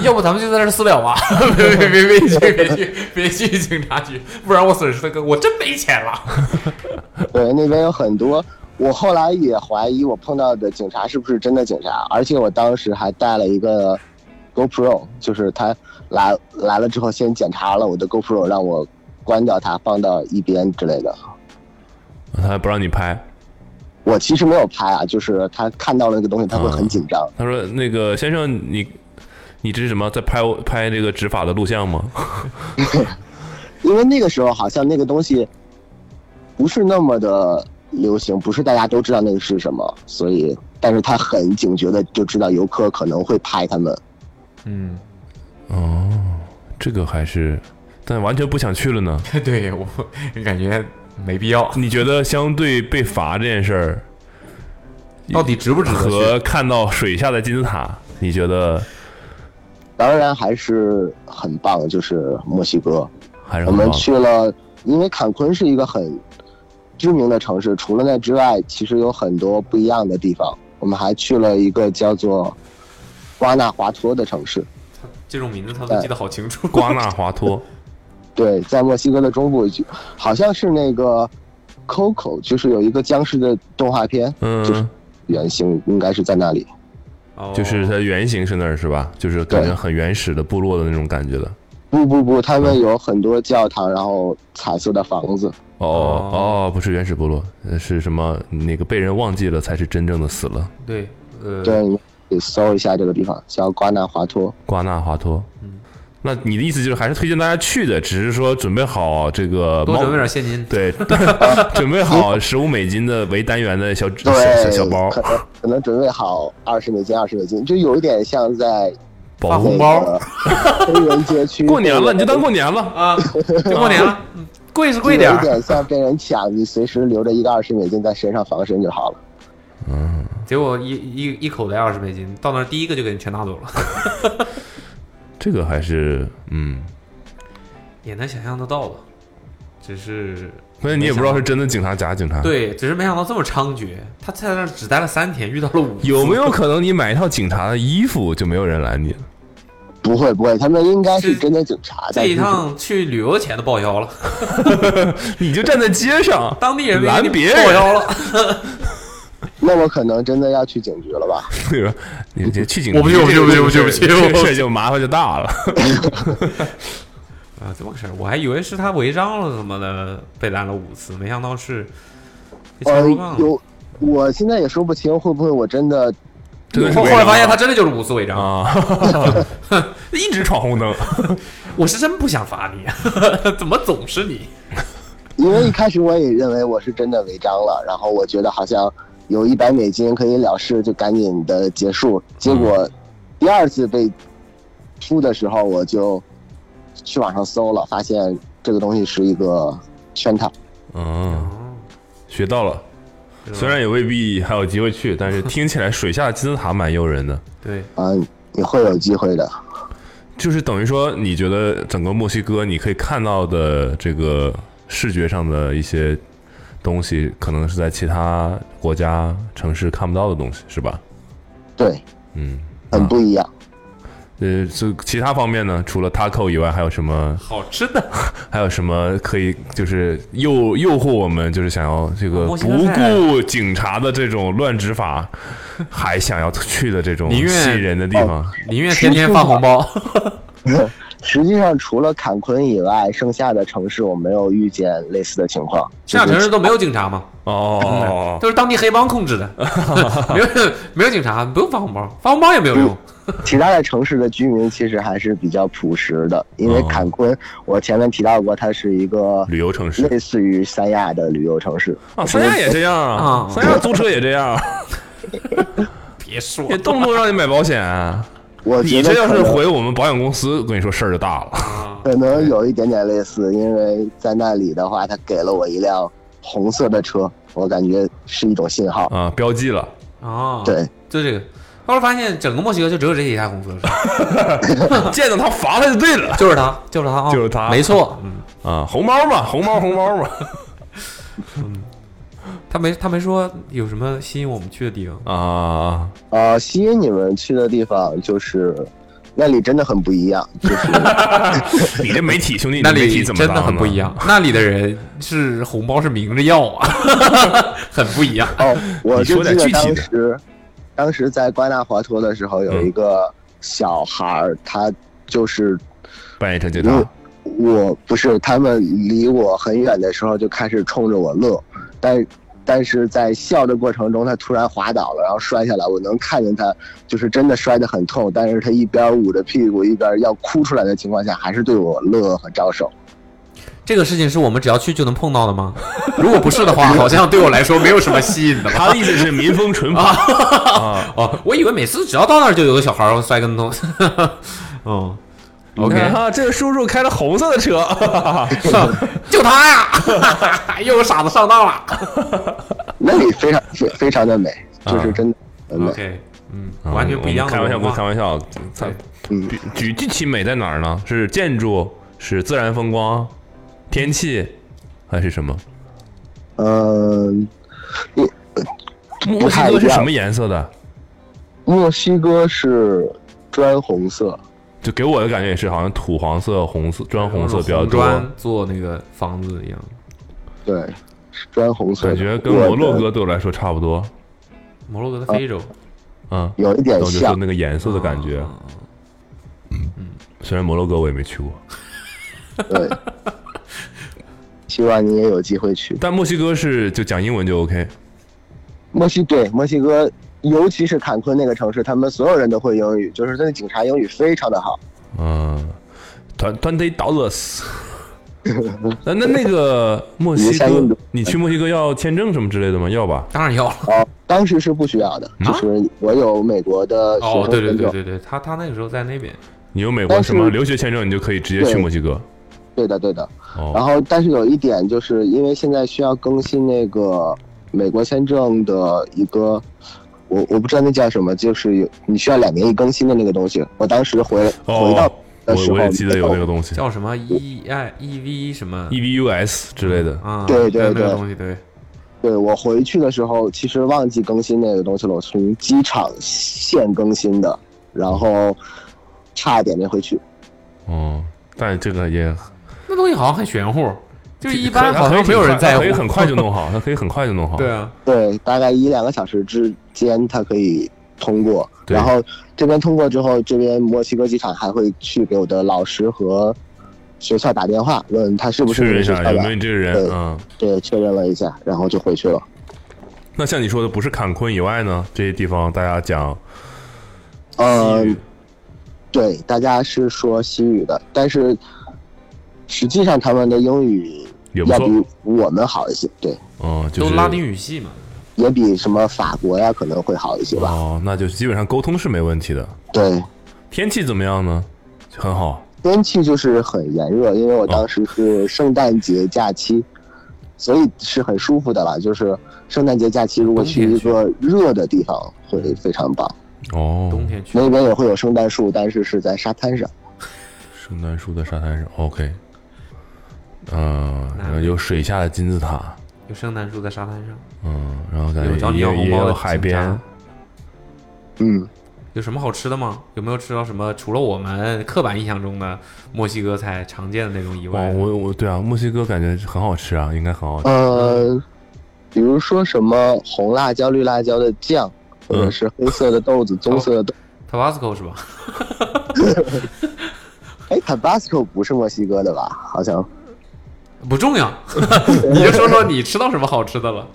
S3: 要不咱们就在这儿私了吧？ 别别别别去别去别去警察局，不然我损失的更，我真没钱了。
S6: 对，那边有很多，我后来也怀疑我碰到的警察是不是真的警察，而且我当时还带了一个 GoPro，就是他来来了之后先检查了我的 GoPro，让我关掉它放到一边之类的。
S4: 他还不让你拍，
S6: 我其实没有拍啊，就是他看到了那个东西，他会很紧张。
S4: 他说：“那个先生，你你这是什么？在拍我拍这个执法的录像吗？
S6: 因为那个时候好像那个东西不是那么的流行，不是大家都知道那个是什么，所以但是他很警觉的就知道游客可能会拍他们。
S3: 嗯，
S4: 哦，这个还是，但完全不想去了呢。
S3: 嗯 对我感觉没必要。
S4: 你觉得相对被罚这件事儿，
S3: 到底值不值得去
S4: 和看到水下的金字塔，你觉得
S6: 当然还是很棒，就是墨西哥，
S4: 还是
S6: 我
S4: 很
S6: 们
S4: 棒
S6: 去了，因为坎昆是一个很知名的城市，除了那之外，其实有很多不一样的地方。我们还去了一个叫做瓜纳华托的城市，
S3: 这种名字他都记得好清楚。
S4: 瓜纳华托？
S6: 对，在墨西哥的中部，就好像是那个 Coco，就是有一个僵尸的动画片，就是
S4: 嗯，
S6: 原型应该是在那里。
S3: 哦
S4: 就是它原型是那儿是吧？就是感觉
S6: 对
S4: 很原始的部落的那种感觉的。
S6: 不不不，他们有很多教堂，然后彩色的房子。
S4: 哦
S3: 哦
S4: 哦，不是原始部落，呃是什么？那个被人忘记了才是真正的死了。
S3: 对，呃，
S6: 对，你可以搜一下这个地方，叫瓜纳华托。
S4: 瓜纳华托。
S3: 嗯
S4: 那你的意思就是还是推荐大家去的，只是说准备好这个
S3: 多
S4: 猫
S3: 准备点现金。
S4: 对，准备好十五美金的为单元的小小小
S6: 对，
S4: 小包
S6: 可能可能准备好二十美金，二十美金，就有一点像在
S4: 保护
S6: 那
S4: 包。
S6: 个黑人街区。
S4: 过年了，你就当过年了。
S3: 啊，就过年了，嗯贵是
S6: 就
S3: 贵
S6: 有
S3: 点
S6: 一
S3: 儿，
S6: 点像被人抢，你随时留着一个二十美金在身上防身就好了。
S3: 结果一一一口袋二十美金，到那儿第一个就给你全拿走了，
S4: 这个还是嗯，
S3: 也能想象得到吧？只是，
S4: 关键你也不知道是真的警察假警察。，
S3: 对，只是没想到这么猖獗。他在那儿只待了三天，遇到了五次
S4: 有 没有可能你买一套警察的衣服就没有人拦你了？
S6: 不会不会，他们应该是
S3: 这
S6: 真的警察。
S3: 这一
S6: 但是
S3: 趟去旅游钱都报销了，
S4: 你就站在街上，
S3: 当地人没
S4: 拦
S3: 给你
S4: 别
S3: 报
S4: 人，
S3: 销了，
S6: 那我可能真的要去警局了吧？
S4: 对吧？你这去警
S3: 我不去
S4: 这
S3: 我不去
S4: 个
S3: 我不去我不去
S4: 这个
S3: 我不去
S4: 这个事儿就麻烦就大了。
S3: 啊，怎么个事儿？我还以为是他违章了什么的，被拦了五次，没想到是被敲
S6: 呃
S3: 竹杠，了。
S6: 有，我现在也说不清会不会我真的
S4: 真的是
S3: 后
S4: 违
S3: 后来
S4: 章
S3: 发现他真的就是五次违章，
S4: 啊，一直闯红灯。
S3: 我是真不想罚你，啊 怎么总是你？
S6: 因为一开始我也认为我是真的违章了，然后我觉得好像有一百美金可以了事，就赶紧的结束。结
S3: 嗯
S6: 果第二次被出的时候，我就去网上搜了，发现这个东西是一个圈套。
S4: 嗯，
S3: 哦，
S4: 学到了。
S3: 是吧
S4: 虽然也未必还有机会去，但是听起来水下金字塔蛮诱人的。
S3: 对，
S6: 嗯，你会有机会的。
S4: 就是等于说，你觉得整个墨西哥你可以看到的这个视觉上的一些东西，可能是在其他国家城市看不到的东西，是吧？
S6: 对，
S4: 嗯，
S6: 很不一样。
S4: 呃，这其他方面呢，除了 taco 以外，还有什么？
S3: 好吃的，
S4: 还有什么可以就是诱诱惑我们，就是想要这个
S3: 墨西哥
S4: 不
S3: 菜
S4: 顾警察的这种乱执法，还想要去的这种
S3: 宁愿
S4: 吸引人的地方？
S3: 宁愿天天发红包。
S6: 实际上，除了坎昆以外，剩下的城市我没有遇见类似的情况。
S3: 剩下
S6: 就是
S3: 城市都没有警察嘛，
S4: 哦，
S3: 都是当地黑帮控制的， 没有没有警察，不用发红包，发红包也没有用。
S6: 其他的城市的居民其实还是比较朴实的，因为
S4: 哦
S6: 坎昆，我前面提到过，它是一个
S4: 旅游城市
S6: 类似于三亚的旅游城市。
S4: 啊，三亚也这样啊
S3: 啊，
S4: 三亚租车也这样，啊
S3: 别说
S4: 也动不动让你买保险、啊。
S6: 我
S4: 你
S6: 觉得
S4: 这要
S6: 可
S4: 是
S6: 能
S4: 回我们保险公司，跟你说事儿就大了。
S3: 啊，
S6: 可能有一点点类似，因为在那里的话，他给了我一辆红色的车，我感觉是一种信号。
S4: 啊，标记了，
S3: 啊，，
S6: 对，
S3: 就这个。后来发现整个墨西哥就只有这几台红色车，
S4: 见到他罚他就对了
S3: 就是他，就是他啊，
S4: 就是他
S3: 没错，嗯，
S4: 啊，红包嘛，红包，红包嘛，
S3: 他没他没说有什么吸引我们去的地方，
S4: 啊，
S6: 呃，吸引你们去的地方就是那里真的很不一样，就是
S4: 你这媒体兄弟，你
S3: 那
S4: 媒
S3: 里
S4: 体怎么
S3: 真的
S4: 当
S3: 很不一样，那里的人是红包是明着要啊， 很不一样。
S6: 哦，我
S4: 你说
S6: 就
S4: 点
S6: 记
S4: 具体
S6: 得当
S4: 的
S6: 时，当时在瓜纳华托的时候，有
S4: 嗯
S6: 一个小孩儿，他就是
S4: 扮演成警察
S6: 我，我不是他们离我很远的时候就开始冲着我乐，但但是在笑的过程中，他突然滑倒了，然后摔下来，我能看见他就是真的摔得很痛，但是他一边捂着屁股，一边要哭出来的情况下，还是对我乐和招 手。
S3: 这个事情是我们只要去就能碰到的吗？如果不是的话，好像对我来说没有什么吸引的吧。
S4: 他的意思是民风淳 朴啊。
S3: 哦，我以为每次只要到那儿就有个小孩儿摔跟头。哦
S4: 你看
S3: ，OK，
S4: 哈，啊这个叔叔开了红色 的 车，
S3: 就他呀，又有傻子上当了。
S6: 那里非常非非常的美，
S4: 啊
S6: 就是真的很美。
S3: OK，嗯，完全不一样的
S4: 开玩笑，
S3: 文
S4: 不
S3: 化
S4: 是开玩笑。它
S6: 嗯
S4: 比举具体美在哪儿呢？是建筑，是自然风光，天气，还是什么？
S6: 嗯、
S4: 墨西
S6: 太一
S4: 哥
S6: 样
S4: 是什么颜色的？
S6: 墨西哥是砖红色，
S4: 就给我的感觉也是，好像土黄色、红色、砖红色比较
S3: 红
S4: 多，
S3: 砖做那个房子一样。
S6: 对，是砖红色的。
S4: 感觉跟
S6: 我
S4: 摩洛
S6: 的
S4: 哥对我来说差不多。
S3: 摩洛哥的非洲，
S4: 嗯，
S6: 有一
S4: 然
S6: 点
S4: 后就说
S6: 像，
S4: 那个颜色的感觉。
S3: 啊
S4: 虽然摩洛哥我也没去过，
S6: 对。希望你也有机会去
S4: 但墨西哥是就讲英文就 OK。
S6: 墨西对墨西哥，尤其是坎昆那个城市，他们所有人都会英语，就是他的警察英语非常的 好。
S4: 嗯，团团队倒了 死。那那那个墨
S6: 你
S4: 西
S6: 下印
S4: 哥
S6: 度，
S4: 你去墨西哥要签证什么之类的吗？要吧？
S3: 当然要了。
S6: 哦，当时是不需要的，
S4: 啊
S6: 就是我有美国的学
S3: 哦，
S6: 生
S3: 对对
S6: 签
S3: 对
S6: 证，
S3: 对对，他他那个时候在那边，
S4: 你有美国
S6: 但是
S4: 什么留学签证，你就可以直接去
S6: 对
S4: 墨西哥。
S6: 对的对的。然
S4: 哦，
S6: 后，但是有一点，就是因为现在需要更新那个美国签证的一个，我我不知道那叫什么，就是有你需要两年一更新的那个东西。我当时回回到
S4: 哦，
S6: 的
S4: 我
S6: 时候，
S4: 我也记得有那个东西
S3: 叫什么 E I E V 什么
S4: E V U S 之类的。
S3: 啊？
S6: 对对
S3: 还有那个
S6: 对
S3: 东西对。
S6: 对我回去的时候，其实忘记更新那个东西了，我从机场现更新的，然后差一点没回去。嗯
S4: 哦，但这个也
S3: 那东西好像很玄乎，就是一
S4: 可
S3: 般
S4: 以
S3: 好
S4: 可以
S3: 像没有人在乎，
S4: 可以很快就。弄好，它可以很快就弄好。
S3: 对，啊，
S6: 对，大概一两个小时之间，它可以通过。
S4: 对
S6: 然后这边通过之后，这边墨西哥机场还会去给我的老师和学校打电话，问他是不是
S4: 确认一
S6: 学
S4: 下
S6: 校
S4: 有
S6: 的
S4: 没有。你这个人
S6: 对
S4: 嗯。
S6: 对，确认了一下，然后就回去了。
S4: 那像你说的，不是坎昆以外呢，这些地方大家讲西
S6: 嗯
S4: 语，，
S6: 对，大家是说西语的，但是实际上他们的英语
S4: 也不
S6: 要
S4: 错
S6: 比我们好一些，对，
S4: 嗯，就
S3: 都
S4: 是
S3: 拉丁语系嘛。
S6: 也比什么法国呀可能会好一些吧。
S4: 哦，那就是基本上沟通是没问题的。
S6: 对，
S4: 天气怎么样呢？很好。
S6: 天气就是很炎热，因为我当
S4: 哦
S6: 时是圣诞节假期，所以是很舒服的啦。就是圣诞节假期，如果去一个热的地方，会非常棒。
S4: 哦，
S3: 冬天去
S6: 那边也会有圣诞树，但是是在沙滩上。
S4: 圣诞树的沙滩上，OK，嗯、然后有水下的金字塔，
S3: 有圣诞树在沙滩上，
S4: 嗯，然后感
S3: 有
S4: 觉
S3: 找你
S4: 也
S3: 要
S4: 有
S3: 红
S4: 也
S3: 包的
S4: 有海
S3: 警察
S4: 边，
S6: 嗯，
S3: 有什么好吃的吗？有没有吃到什么除了我们刻板印象中的墨西哥菜常见的那种以
S4: 哇，
S3: 外？
S4: 我我对啊，墨西哥感觉很好吃啊，应该很好吃。
S6: 呃，比如说什么红辣椒、绿辣椒的酱，或
S3: 嗯
S6: 者是黑色的豆子、棕色的豆。
S3: Tabasco 是吧？
S6: 哎，Tabasco 不是墨西哥的吧？好像。
S3: 不重 要，你就说说你吃到什么好吃的了。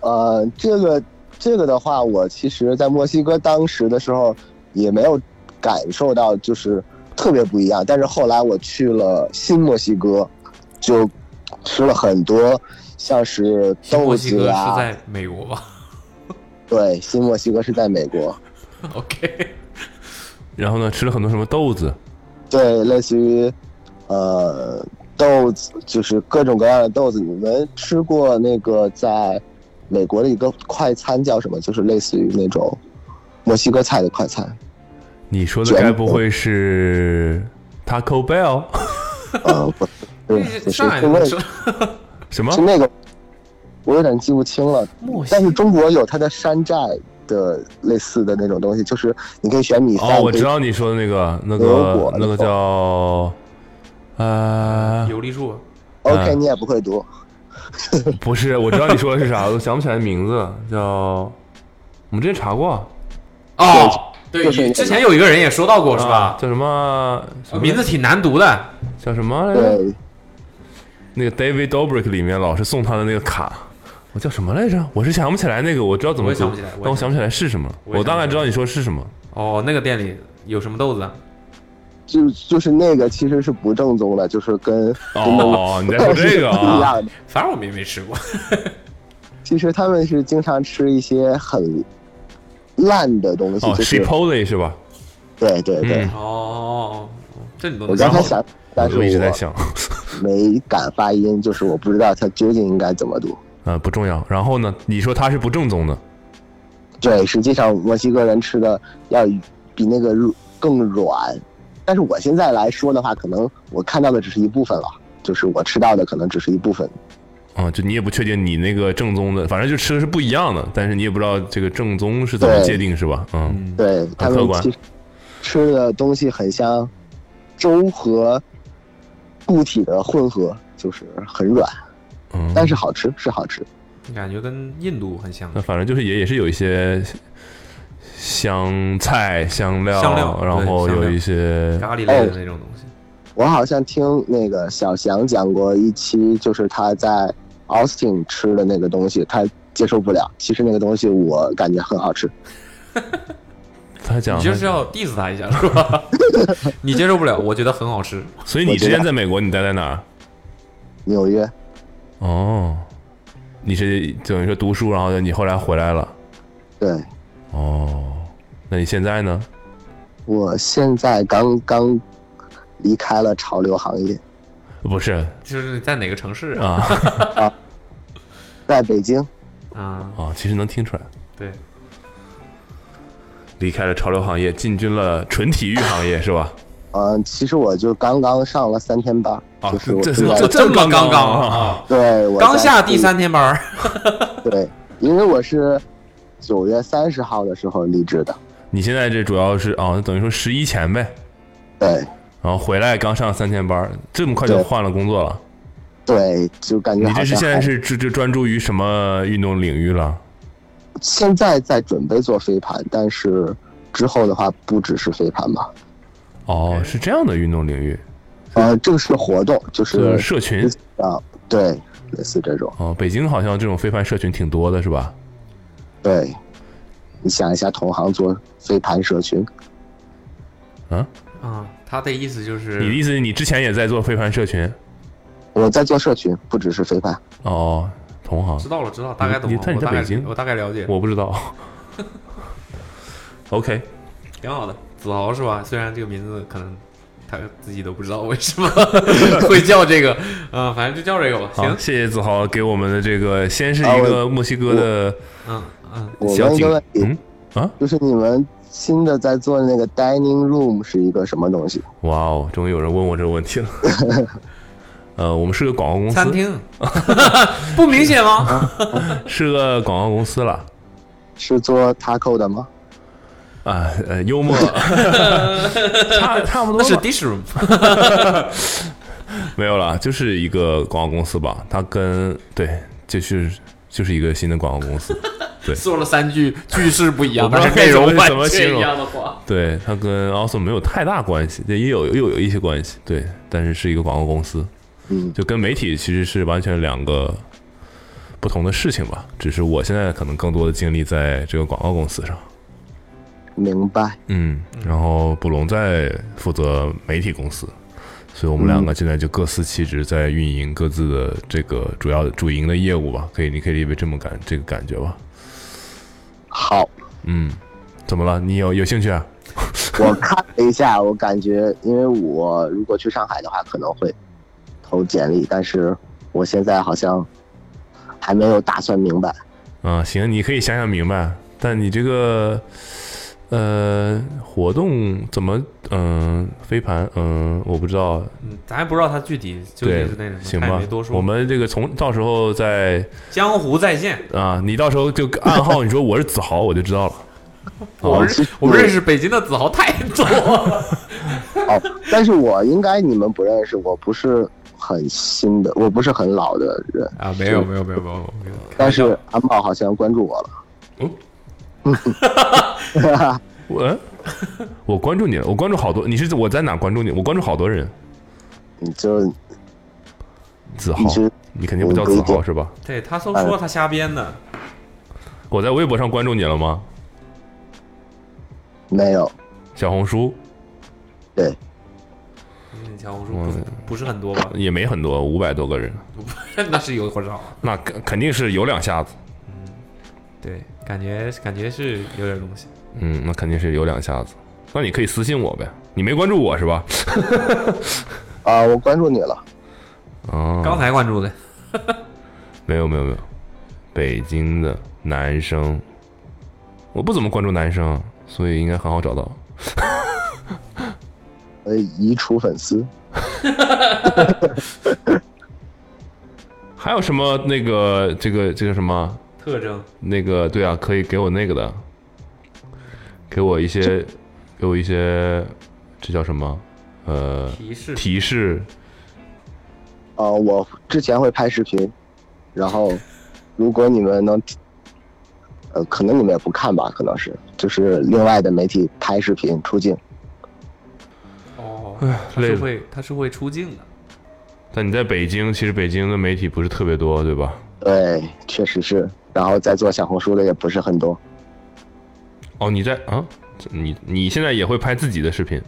S6: 呃，这个这个的话，我其实，在墨西哥当时的时候也没有感受到就是特别不一样，但是后来我去了新墨西哥，就吃了很多像是
S3: 新墨
S6: 豆
S3: 西哥
S6: 子
S3: 是
S6: 啊，
S3: 在美国吧
S6: 对，新墨西哥是在美国，
S4: 啊
S3: ？OK，
S4: 然后呢，吃了很多什么豆子，
S6: 对，类似于呃豆子，就是各种各样的豆子。你们吃过那个在美国的一个快餐叫什么？就是类似于那种墨西哥菜的 快餐。
S4: 你说的
S6: 卷
S4: 该不会是 Taco Bell
S6: 呃，不是，对，
S3: 那
S6: 就是是
S3: 上海
S6: 是那
S3: 能吃
S6: 个，
S4: 什么
S6: 是？那个，我有点记不清了。
S3: 墨西
S6: 但是中国有它的山寨的类似的那种东西，就是你可以选米饭，
S4: 哦，我
S6: 可以
S4: 知道你说的那个那
S6: 德
S4: 个
S6: 国
S4: 那个叫呃，
S3: 油栗树，啊
S6: OK，
S4: 嗯
S6: 你也不会读，
S4: 不是，我知道你说的是 啥，我想不起来名字，叫我们之前查过，
S3: 哦，对，
S6: 就是
S3: 之前有一个人也说到过，是
S4: 啊
S3: 吧？
S4: 叫什么什么
S3: 名字挺难读的，嗯
S4: 叫什么来着？
S6: 对，
S4: 那个 David Dobrik 里面老是送他的那个卡，我叫什么来着？我是想不起来那个，我知道怎么
S3: 我也
S4: 读
S3: 想不起来，我也
S4: 但我想不起来是什么。
S3: 我也
S4: 我大概
S3: 想不起来
S4: 知道你说是什么。
S3: 哦，那个店里有什么豆子啊？
S6: 就就是那个其实是不正宗的，就是跟
S4: 哦，你在说这个
S6: 不一
S4: 啊？
S6: 样的。
S3: 反正我们也没吃过。
S6: 其实他们是经常吃一些很烂的东西，
S4: 哦
S6: 就是
S4: ，Chipotle 是吧？
S6: 对对对。
S4: 嗯
S3: 哦，这你都
S6: 我
S3: 能
S6: 刚
S3: 想
S6: 才
S3: 好
S6: 想，但是
S4: 我一直在
S6: 我
S4: 想，
S6: 没敢发音，就是我不知道它究竟应该怎么读。
S4: 呃，不重要。然后呢，你说它是不正宗的，
S6: 对，实际上墨西哥人吃的要比那个入更软，但是我现在来说的话，可能我看到的只是一部分了，就是我吃到的可能只是一部分。
S4: 啊，就你也不确定你那个正宗的，反正就吃的是不一样的，但是你也不知道这个正宗是怎么
S6: 对
S4: 界定，是吧？嗯，
S3: 嗯，
S6: 对他
S4: 客
S6: 们
S4: 观
S6: 其实吃的东西很像粥和固体的混合，就是很软，
S4: 嗯
S6: 但是好吃是好吃。
S3: 感觉跟印度很像
S4: 那。反正就是也也是有一些香菜、香料，
S3: 香料
S4: 然后有一些
S3: 咖喱类的
S6: 哎
S3: 那种东西，
S6: 我好像听那个小翔讲过一期，就是他在 Austin 吃的那个东西，他接受不了。其实那个东西我感觉很好吃。
S4: 他讲
S3: 你，就是要 diss 他一下是 吧？你接受不了，我觉得很好吃。
S4: 所以你之前在美国，你待在哪儿？
S6: 纽约，
S4: 哦，你是等于说读书，然后你后来回来了。
S6: 对
S4: 哦，那你现在呢？
S6: 我现在刚刚离开了潮流行业，
S4: 不是
S3: 就是在哪个城市啊？
S4: 啊
S6: 在北京。
S3: 啊，
S4: 啊，其实能听出来，
S3: 对，
S4: 离开了潮流行业，进军了纯体育行业，是吧？
S6: 嗯，其实我就刚刚上了三天班，
S4: 啊，
S6: 就是我
S4: 这
S6: 现在
S4: 这
S3: 这么
S4: 刚
S3: 刚
S4: 刚
S3: 啊，
S6: 对我
S3: 刚
S6: 在
S3: 下第三天班儿，
S6: 对，因为我是九月三十号的时候离职的，
S4: 你现在这主要是啊，等于说十一前呗，
S6: 对
S4: 然后回来刚上三天班儿，这么快就
S6: 对
S4: 换了工作了。
S6: 对，就感觉
S4: 你
S6: 好
S4: 这是
S6: 像
S4: 现在
S6: 还
S4: 是这这专注于什么运动领域了？
S6: 现在在准备做飞盘，但是之后的话不只是飞盘吧，
S4: 哦，是这样的运动领域，
S6: 呃，这个是活动，就是是
S4: 社群
S6: 啊，对，类似这种，
S4: 哦。北京好像这种非凡社群挺多的，是吧？
S6: 对。你想一下，同行做飞盘社群，
S4: 啊，
S3: 啊，他的意思就
S4: 你的
S3: 是
S4: 意思是你之前也在做非凡社群？
S6: 我在做社群，不只是飞盘。
S4: 哦，同行
S3: 知，道了，知道，大概懂
S4: 你
S3: 了
S4: 你。但你
S3: 我
S4: 在
S3: 大概
S4: 北京
S3: 我大概了解，
S4: 我不知道。OK，
S3: 挺好的。子豪是吧？虽然这个名字可能他自己都不知道为什 么会叫这个，啊，反正就叫这个吧。
S4: 好，
S3: 行，
S4: 谢谢子豪给我们的这个，先是
S6: 啊
S4: 一
S6: 我
S4: 个墨西哥的
S3: 嗯嗯，
S6: 我
S4: 小
S6: 问一
S4: 景
S6: 个问，题，
S4: 嗯啊，
S6: 就是你们新的在做的那个 dining room 是一个什么东西？
S4: 哇哦，终于有人问我这个问 题了。呃，我们是个广告公司，嗯
S3: 餐 厅不明显吗？
S4: 是个广告公司了。
S6: 是做 taco 的吗？
S4: 啊，呃，幽默，差差不
S3: 那
S4: 多
S3: 是
S4: 吧，
S3: dish room
S4: 没有了，就是一个广告公司吧。它跟对，就是就是一个新的广告公司。
S3: 说了三句句式不一样，
S4: 我不
S3: 但
S4: 知道
S3: 是内容
S4: 该怎么
S3: 完
S4: 形
S3: 全
S4: 容
S3: 一样的话。
S4: 对，它跟 also 没有太大关系，也有又有一些关系，对，但是是一个广告公司，
S6: 嗯
S4: 就跟媒体其实是完全两个不同的事情吧。只是我现在可能更多的精力在这个广告公司上，
S6: 明白。
S4: 嗯，然后布隆在负责媒体公司，所以我们两
S3: 嗯
S4: 个现在就各司其职，在运营各自的这个主要主营的业务吧，可以，你可以理解这么感这个感觉吧，
S6: 好，
S4: 嗯，怎么了？你有有兴趣啊？
S6: 我看了一下，我感觉，因为我如果去上海的话，可能会投简历，但是我现在好像还没有打算明白。
S4: 啊，行，你可以想想明白，但你这个呃活动怎么嗯、飞盘嗯、我不知道，
S3: 嗯，咱还不知道他具体究
S4: 对
S3: 竟是那什么，
S4: 行
S3: 他也
S4: 吧
S3: 没多，说。
S4: 我们这个从到时候再
S3: 江湖再见，
S4: 啊，你到时候就暗号，你说我是子豪，我就知道了。
S3: 我
S4: 哦
S3: 认我们认识北京的子豪太多了。
S6: 哦，但是我应该你们不认识，我不是很新的，我不是很老的人，
S3: 啊，没有没有没有没有没有，
S6: 但是安保好像关注我了。
S4: 我、 我关注你了，我关注好多，你是我在哪关注你？我关注好多人，
S6: 你就
S4: 子豪
S6: 一直，
S4: 你肯定不叫子豪是吧？
S3: 对他都说他瞎编的，
S4: 我在微博上关注你了吗？
S6: 没有，
S4: 小红书
S6: 对，
S3: 嗯，小红书不不是很多吧？
S4: 也没很多，五百多个人，
S3: 那是有多少啊？
S4: 那肯肯定是有两下子。
S3: 对，感觉感觉是有点东西。
S4: 嗯，那肯定是有两下子。那你可以私信我呗，你没关注我是吧？
S6: 啊、我关注你了，
S4: 哦，
S3: 刚才关注的，
S4: 没有没有没有，北京的男生，我不怎么关注男生，所以应该很好找到。
S6: 呃，移除粉丝，
S4: 还有什么那个这个这个什么
S3: 特征
S4: 那个对啊，可以给我那个的，给我一些给我一些这叫什么呃
S3: 提示
S4: 提示
S6: 啊、我之前会拍视频，然后如果你们能，呃，可能你们也不看吧，可能是就是另外的媒体拍视频出镜，
S3: 哦，他
S4: 累
S3: 是
S4: 了
S3: 会他是会出镜的，
S4: 但你在北京，其实北京的媒体不是特别多，对吧？
S6: 对，确实是，然后在做小红书的也不是很多，
S4: 哦，你在啊？这你你现在也会拍自己的视频？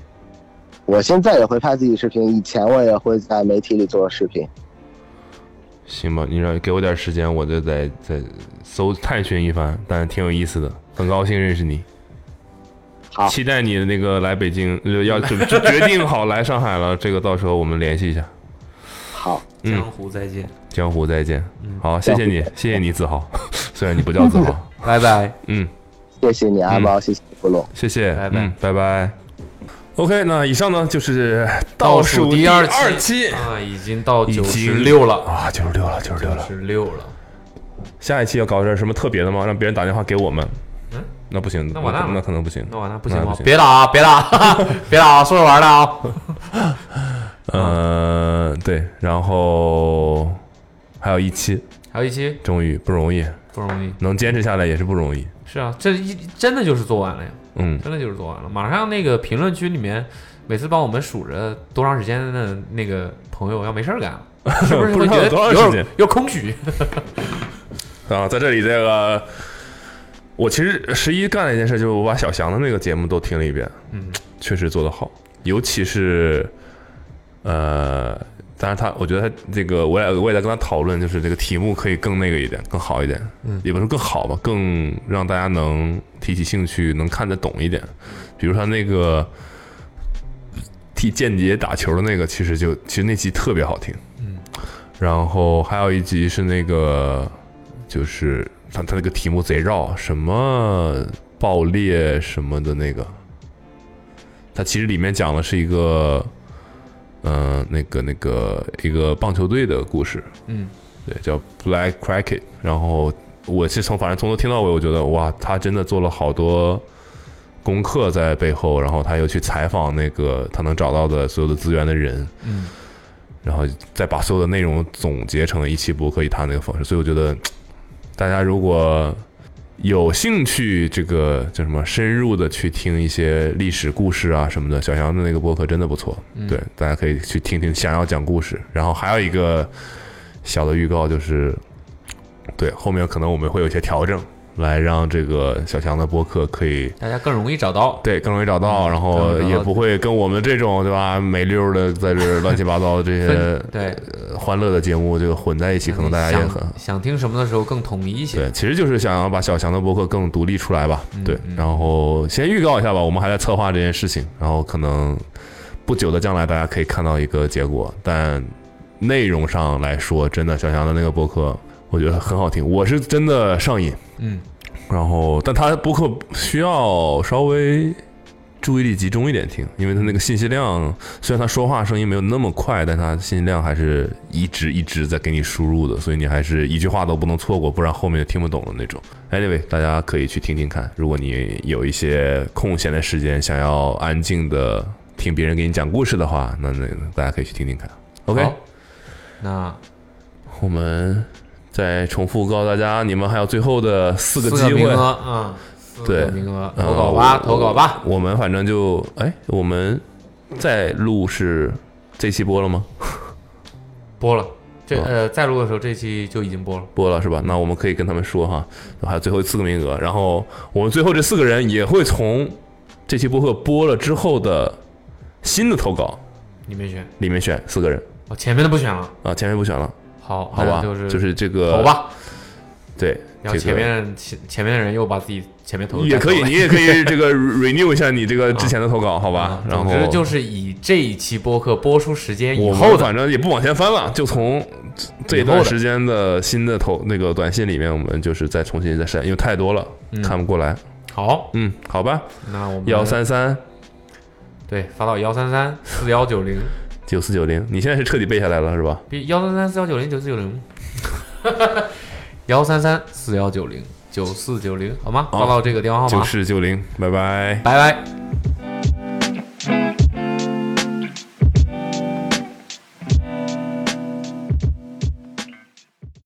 S6: 我现在也会拍自己视频，以前我也会在媒体里做视频，
S4: 行吧，你让给我点时间，我就再再搜探寻一番，但挺有意思的，很高兴认识你。
S6: 好
S4: 期待你的那个来北京，呃要准决决定好来上海了，这个到时候我们联系一下。
S6: 好，
S4: 嗯
S3: 江湖再见，
S4: 江湖再见，
S3: 嗯
S4: 好，谢谢你，谢谢你子豪， 虽然你不叫子豪，
S3: 拜拜。
S4: 嗯。
S6: 谢谢你阿猫，谢谢布鲁。
S4: 谢谢，
S3: 拜拜
S4: 嗯拜拜。OK，那以上呢就是
S3: 倒
S4: 数
S3: 数第二
S4: 二
S3: 期啊，已经到
S4: 已
S3: 九十
S4: 经
S3: 六了，
S4: 啊，九十六了，九十六
S3: 九
S4: 了。
S3: 十六了。
S4: 下一期要搞点什么特别的吗？让别人打电话给我们？那不行，
S3: 嗯那完蛋了
S4: 那可能不行。
S3: 那完了，不
S4: 那
S3: 行
S4: 不
S3: 吗？
S4: 行
S3: 别打啊，别打啊， 别打啊，说着玩的啊。
S4: 呃，对，然后还有一期，
S3: 还有一期
S4: 终于不容易，
S3: 不容易，
S4: 能坚持下来也是不容易。
S3: 是啊，这一真的就是做完了呀，
S4: 嗯，
S3: 真的就是做完了。马上那个评论区里面，每次帮我们数着多长时间的那个朋友要没事儿干了，是 不是
S4: 不
S3: 会
S4: 知道
S3: 觉得
S4: 有多长
S3: 有
S4: 时
S3: 点
S4: 间
S3: 有点空虚？
S4: 啊，在这里这个，我其实十一干了一件事，就是我把小翔的那个节目都听了一遍，
S3: 嗯，
S4: 确实做得好，尤其是，呃，当然他，我觉得他这个，我也我也在跟他讨论，就是这个题目可以更那个一点，更好一点，
S3: 嗯
S4: 也不是更好吧，更让大家能提起兴趣，能看得懂一点，比如他那个。替间谍打球的那个，其实就其实那集特别好听，
S3: 嗯，
S4: 然后还有一集是那个就是他他那个题目贼绕，什么爆裂什么的那个，他其实里面讲的是一个，呃，那个那个一个棒球队的故事，
S3: 嗯，
S4: 对，叫 Black Cricket。然后我是从反正从头听到尾，我觉得哇，他真的做了好多功课在背后，然后他又去采访那个他能找到的所有的资源的人，
S3: 嗯，
S4: 然后再把所有的内容总结成了一期博客以他那个方式，所以我觉得大家如果有兴趣这个叫什么深入的去听一些历史故事啊什么的，小杨的那个播客真的不错，对，大家可以去听听。想要讲故事，然后还有一个小的预告就是，对，后面可能我们会有一些调整，来让这个小强的播客可以
S3: 大家更容易找到。
S4: 对，更容易找到，然
S3: 嗯
S4: 后
S3: 更容易找到
S4: 也不会跟我们这种对吧没溜儿的在这儿乱七八糟的这些
S3: 分对，嗯
S4: 呃欢乐的节目这个混在一起，可能大家也很
S3: 想想听什么的时候更统一一些。
S4: 对，其实就是想要把小强的博客更独立出来吧。
S3: 嗯
S4: 对，然后先预告一下吧，我们还在策划这件事情，然后可能不久的将来大家可以看到一个结果，但内容上来说，真的小强的那个博客，我觉得很好听，我是真的上瘾。
S3: 嗯，
S4: 然后，但他播客需要稍微注意力集中一点听，因为他那个信息量，虽然他说话声音没有那么快，但他信息量还是一直一直在给你输入的，所以你还是一句话都不能错过，不然后面就听不懂了那种。Anyway，大家可以去听听看，如果你有一些空闲的时间，想要安静的听别人给你讲故事的话，那那大家可以去听听看。OK，
S3: 好那
S4: 我们再重复告诉大家，你们还有最后的四个
S3: 四
S4: 机
S3: 个名
S4: 会
S3: 额。啊，四个
S4: 对
S3: 名额，
S4: 呃
S3: 投稿吧，投稿吧。。
S4: 我我们反正就哎，我们在录是这期播了吗？
S3: 播了，这
S4: 啊
S3: 呃，在录的时候这期就已经播了。
S4: 播了是吧？那我们可以跟他们说哈，还有最后四个名额，然后我们最后这四个人也会从这期播客播了之后的新的投稿
S3: 你没选，
S4: 里面选四个人
S3: 哦，前面的不选了。
S4: 啊，前面不选了，
S3: 好，
S4: 好
S3: 那
S4: 吧？
S3: 就是
S4: 这个
S3: 投，吧。
S4: 对，
S3: 然后
S4: 这
S3: 前
S4: 个
S3: 面前前面的人又把自己前面投的
S4: 也
S3: 再投
S4: 可以，
S3: 了
S4: 你也可以这个 renew 一下你这个之前的投稿，好吧
S3: 啊？
S4: 然后
S3: 总之就是以这一期播客播出时间哎以
S4: 我
S3: 后
S4: 们
S3: 的
S4: 反正也不往前翻了，就从这一
S3: 以
S4: 段
S3: 后的
S4: 时间的新的投那个短信里面，我们就是再重新再筛，因为太多了，
S3: 嗯
S4: 看不过来。
S3: 好，
S4: 嗯，好吧，
S3: 那我们
S4: 幺三三
S3: 对发到幺三三四幺九零，
S4: 九四九零，你现在是彻底背下来了是吧？
S3: 比幺三三四幺九零九四九零， 幺三三四幺九零九四九零，好吗？
S4: 好
S3: 发到这个电话号
S4: 九
S3: 码，
S4: 四九零，拜拜。
S3: 拜拜。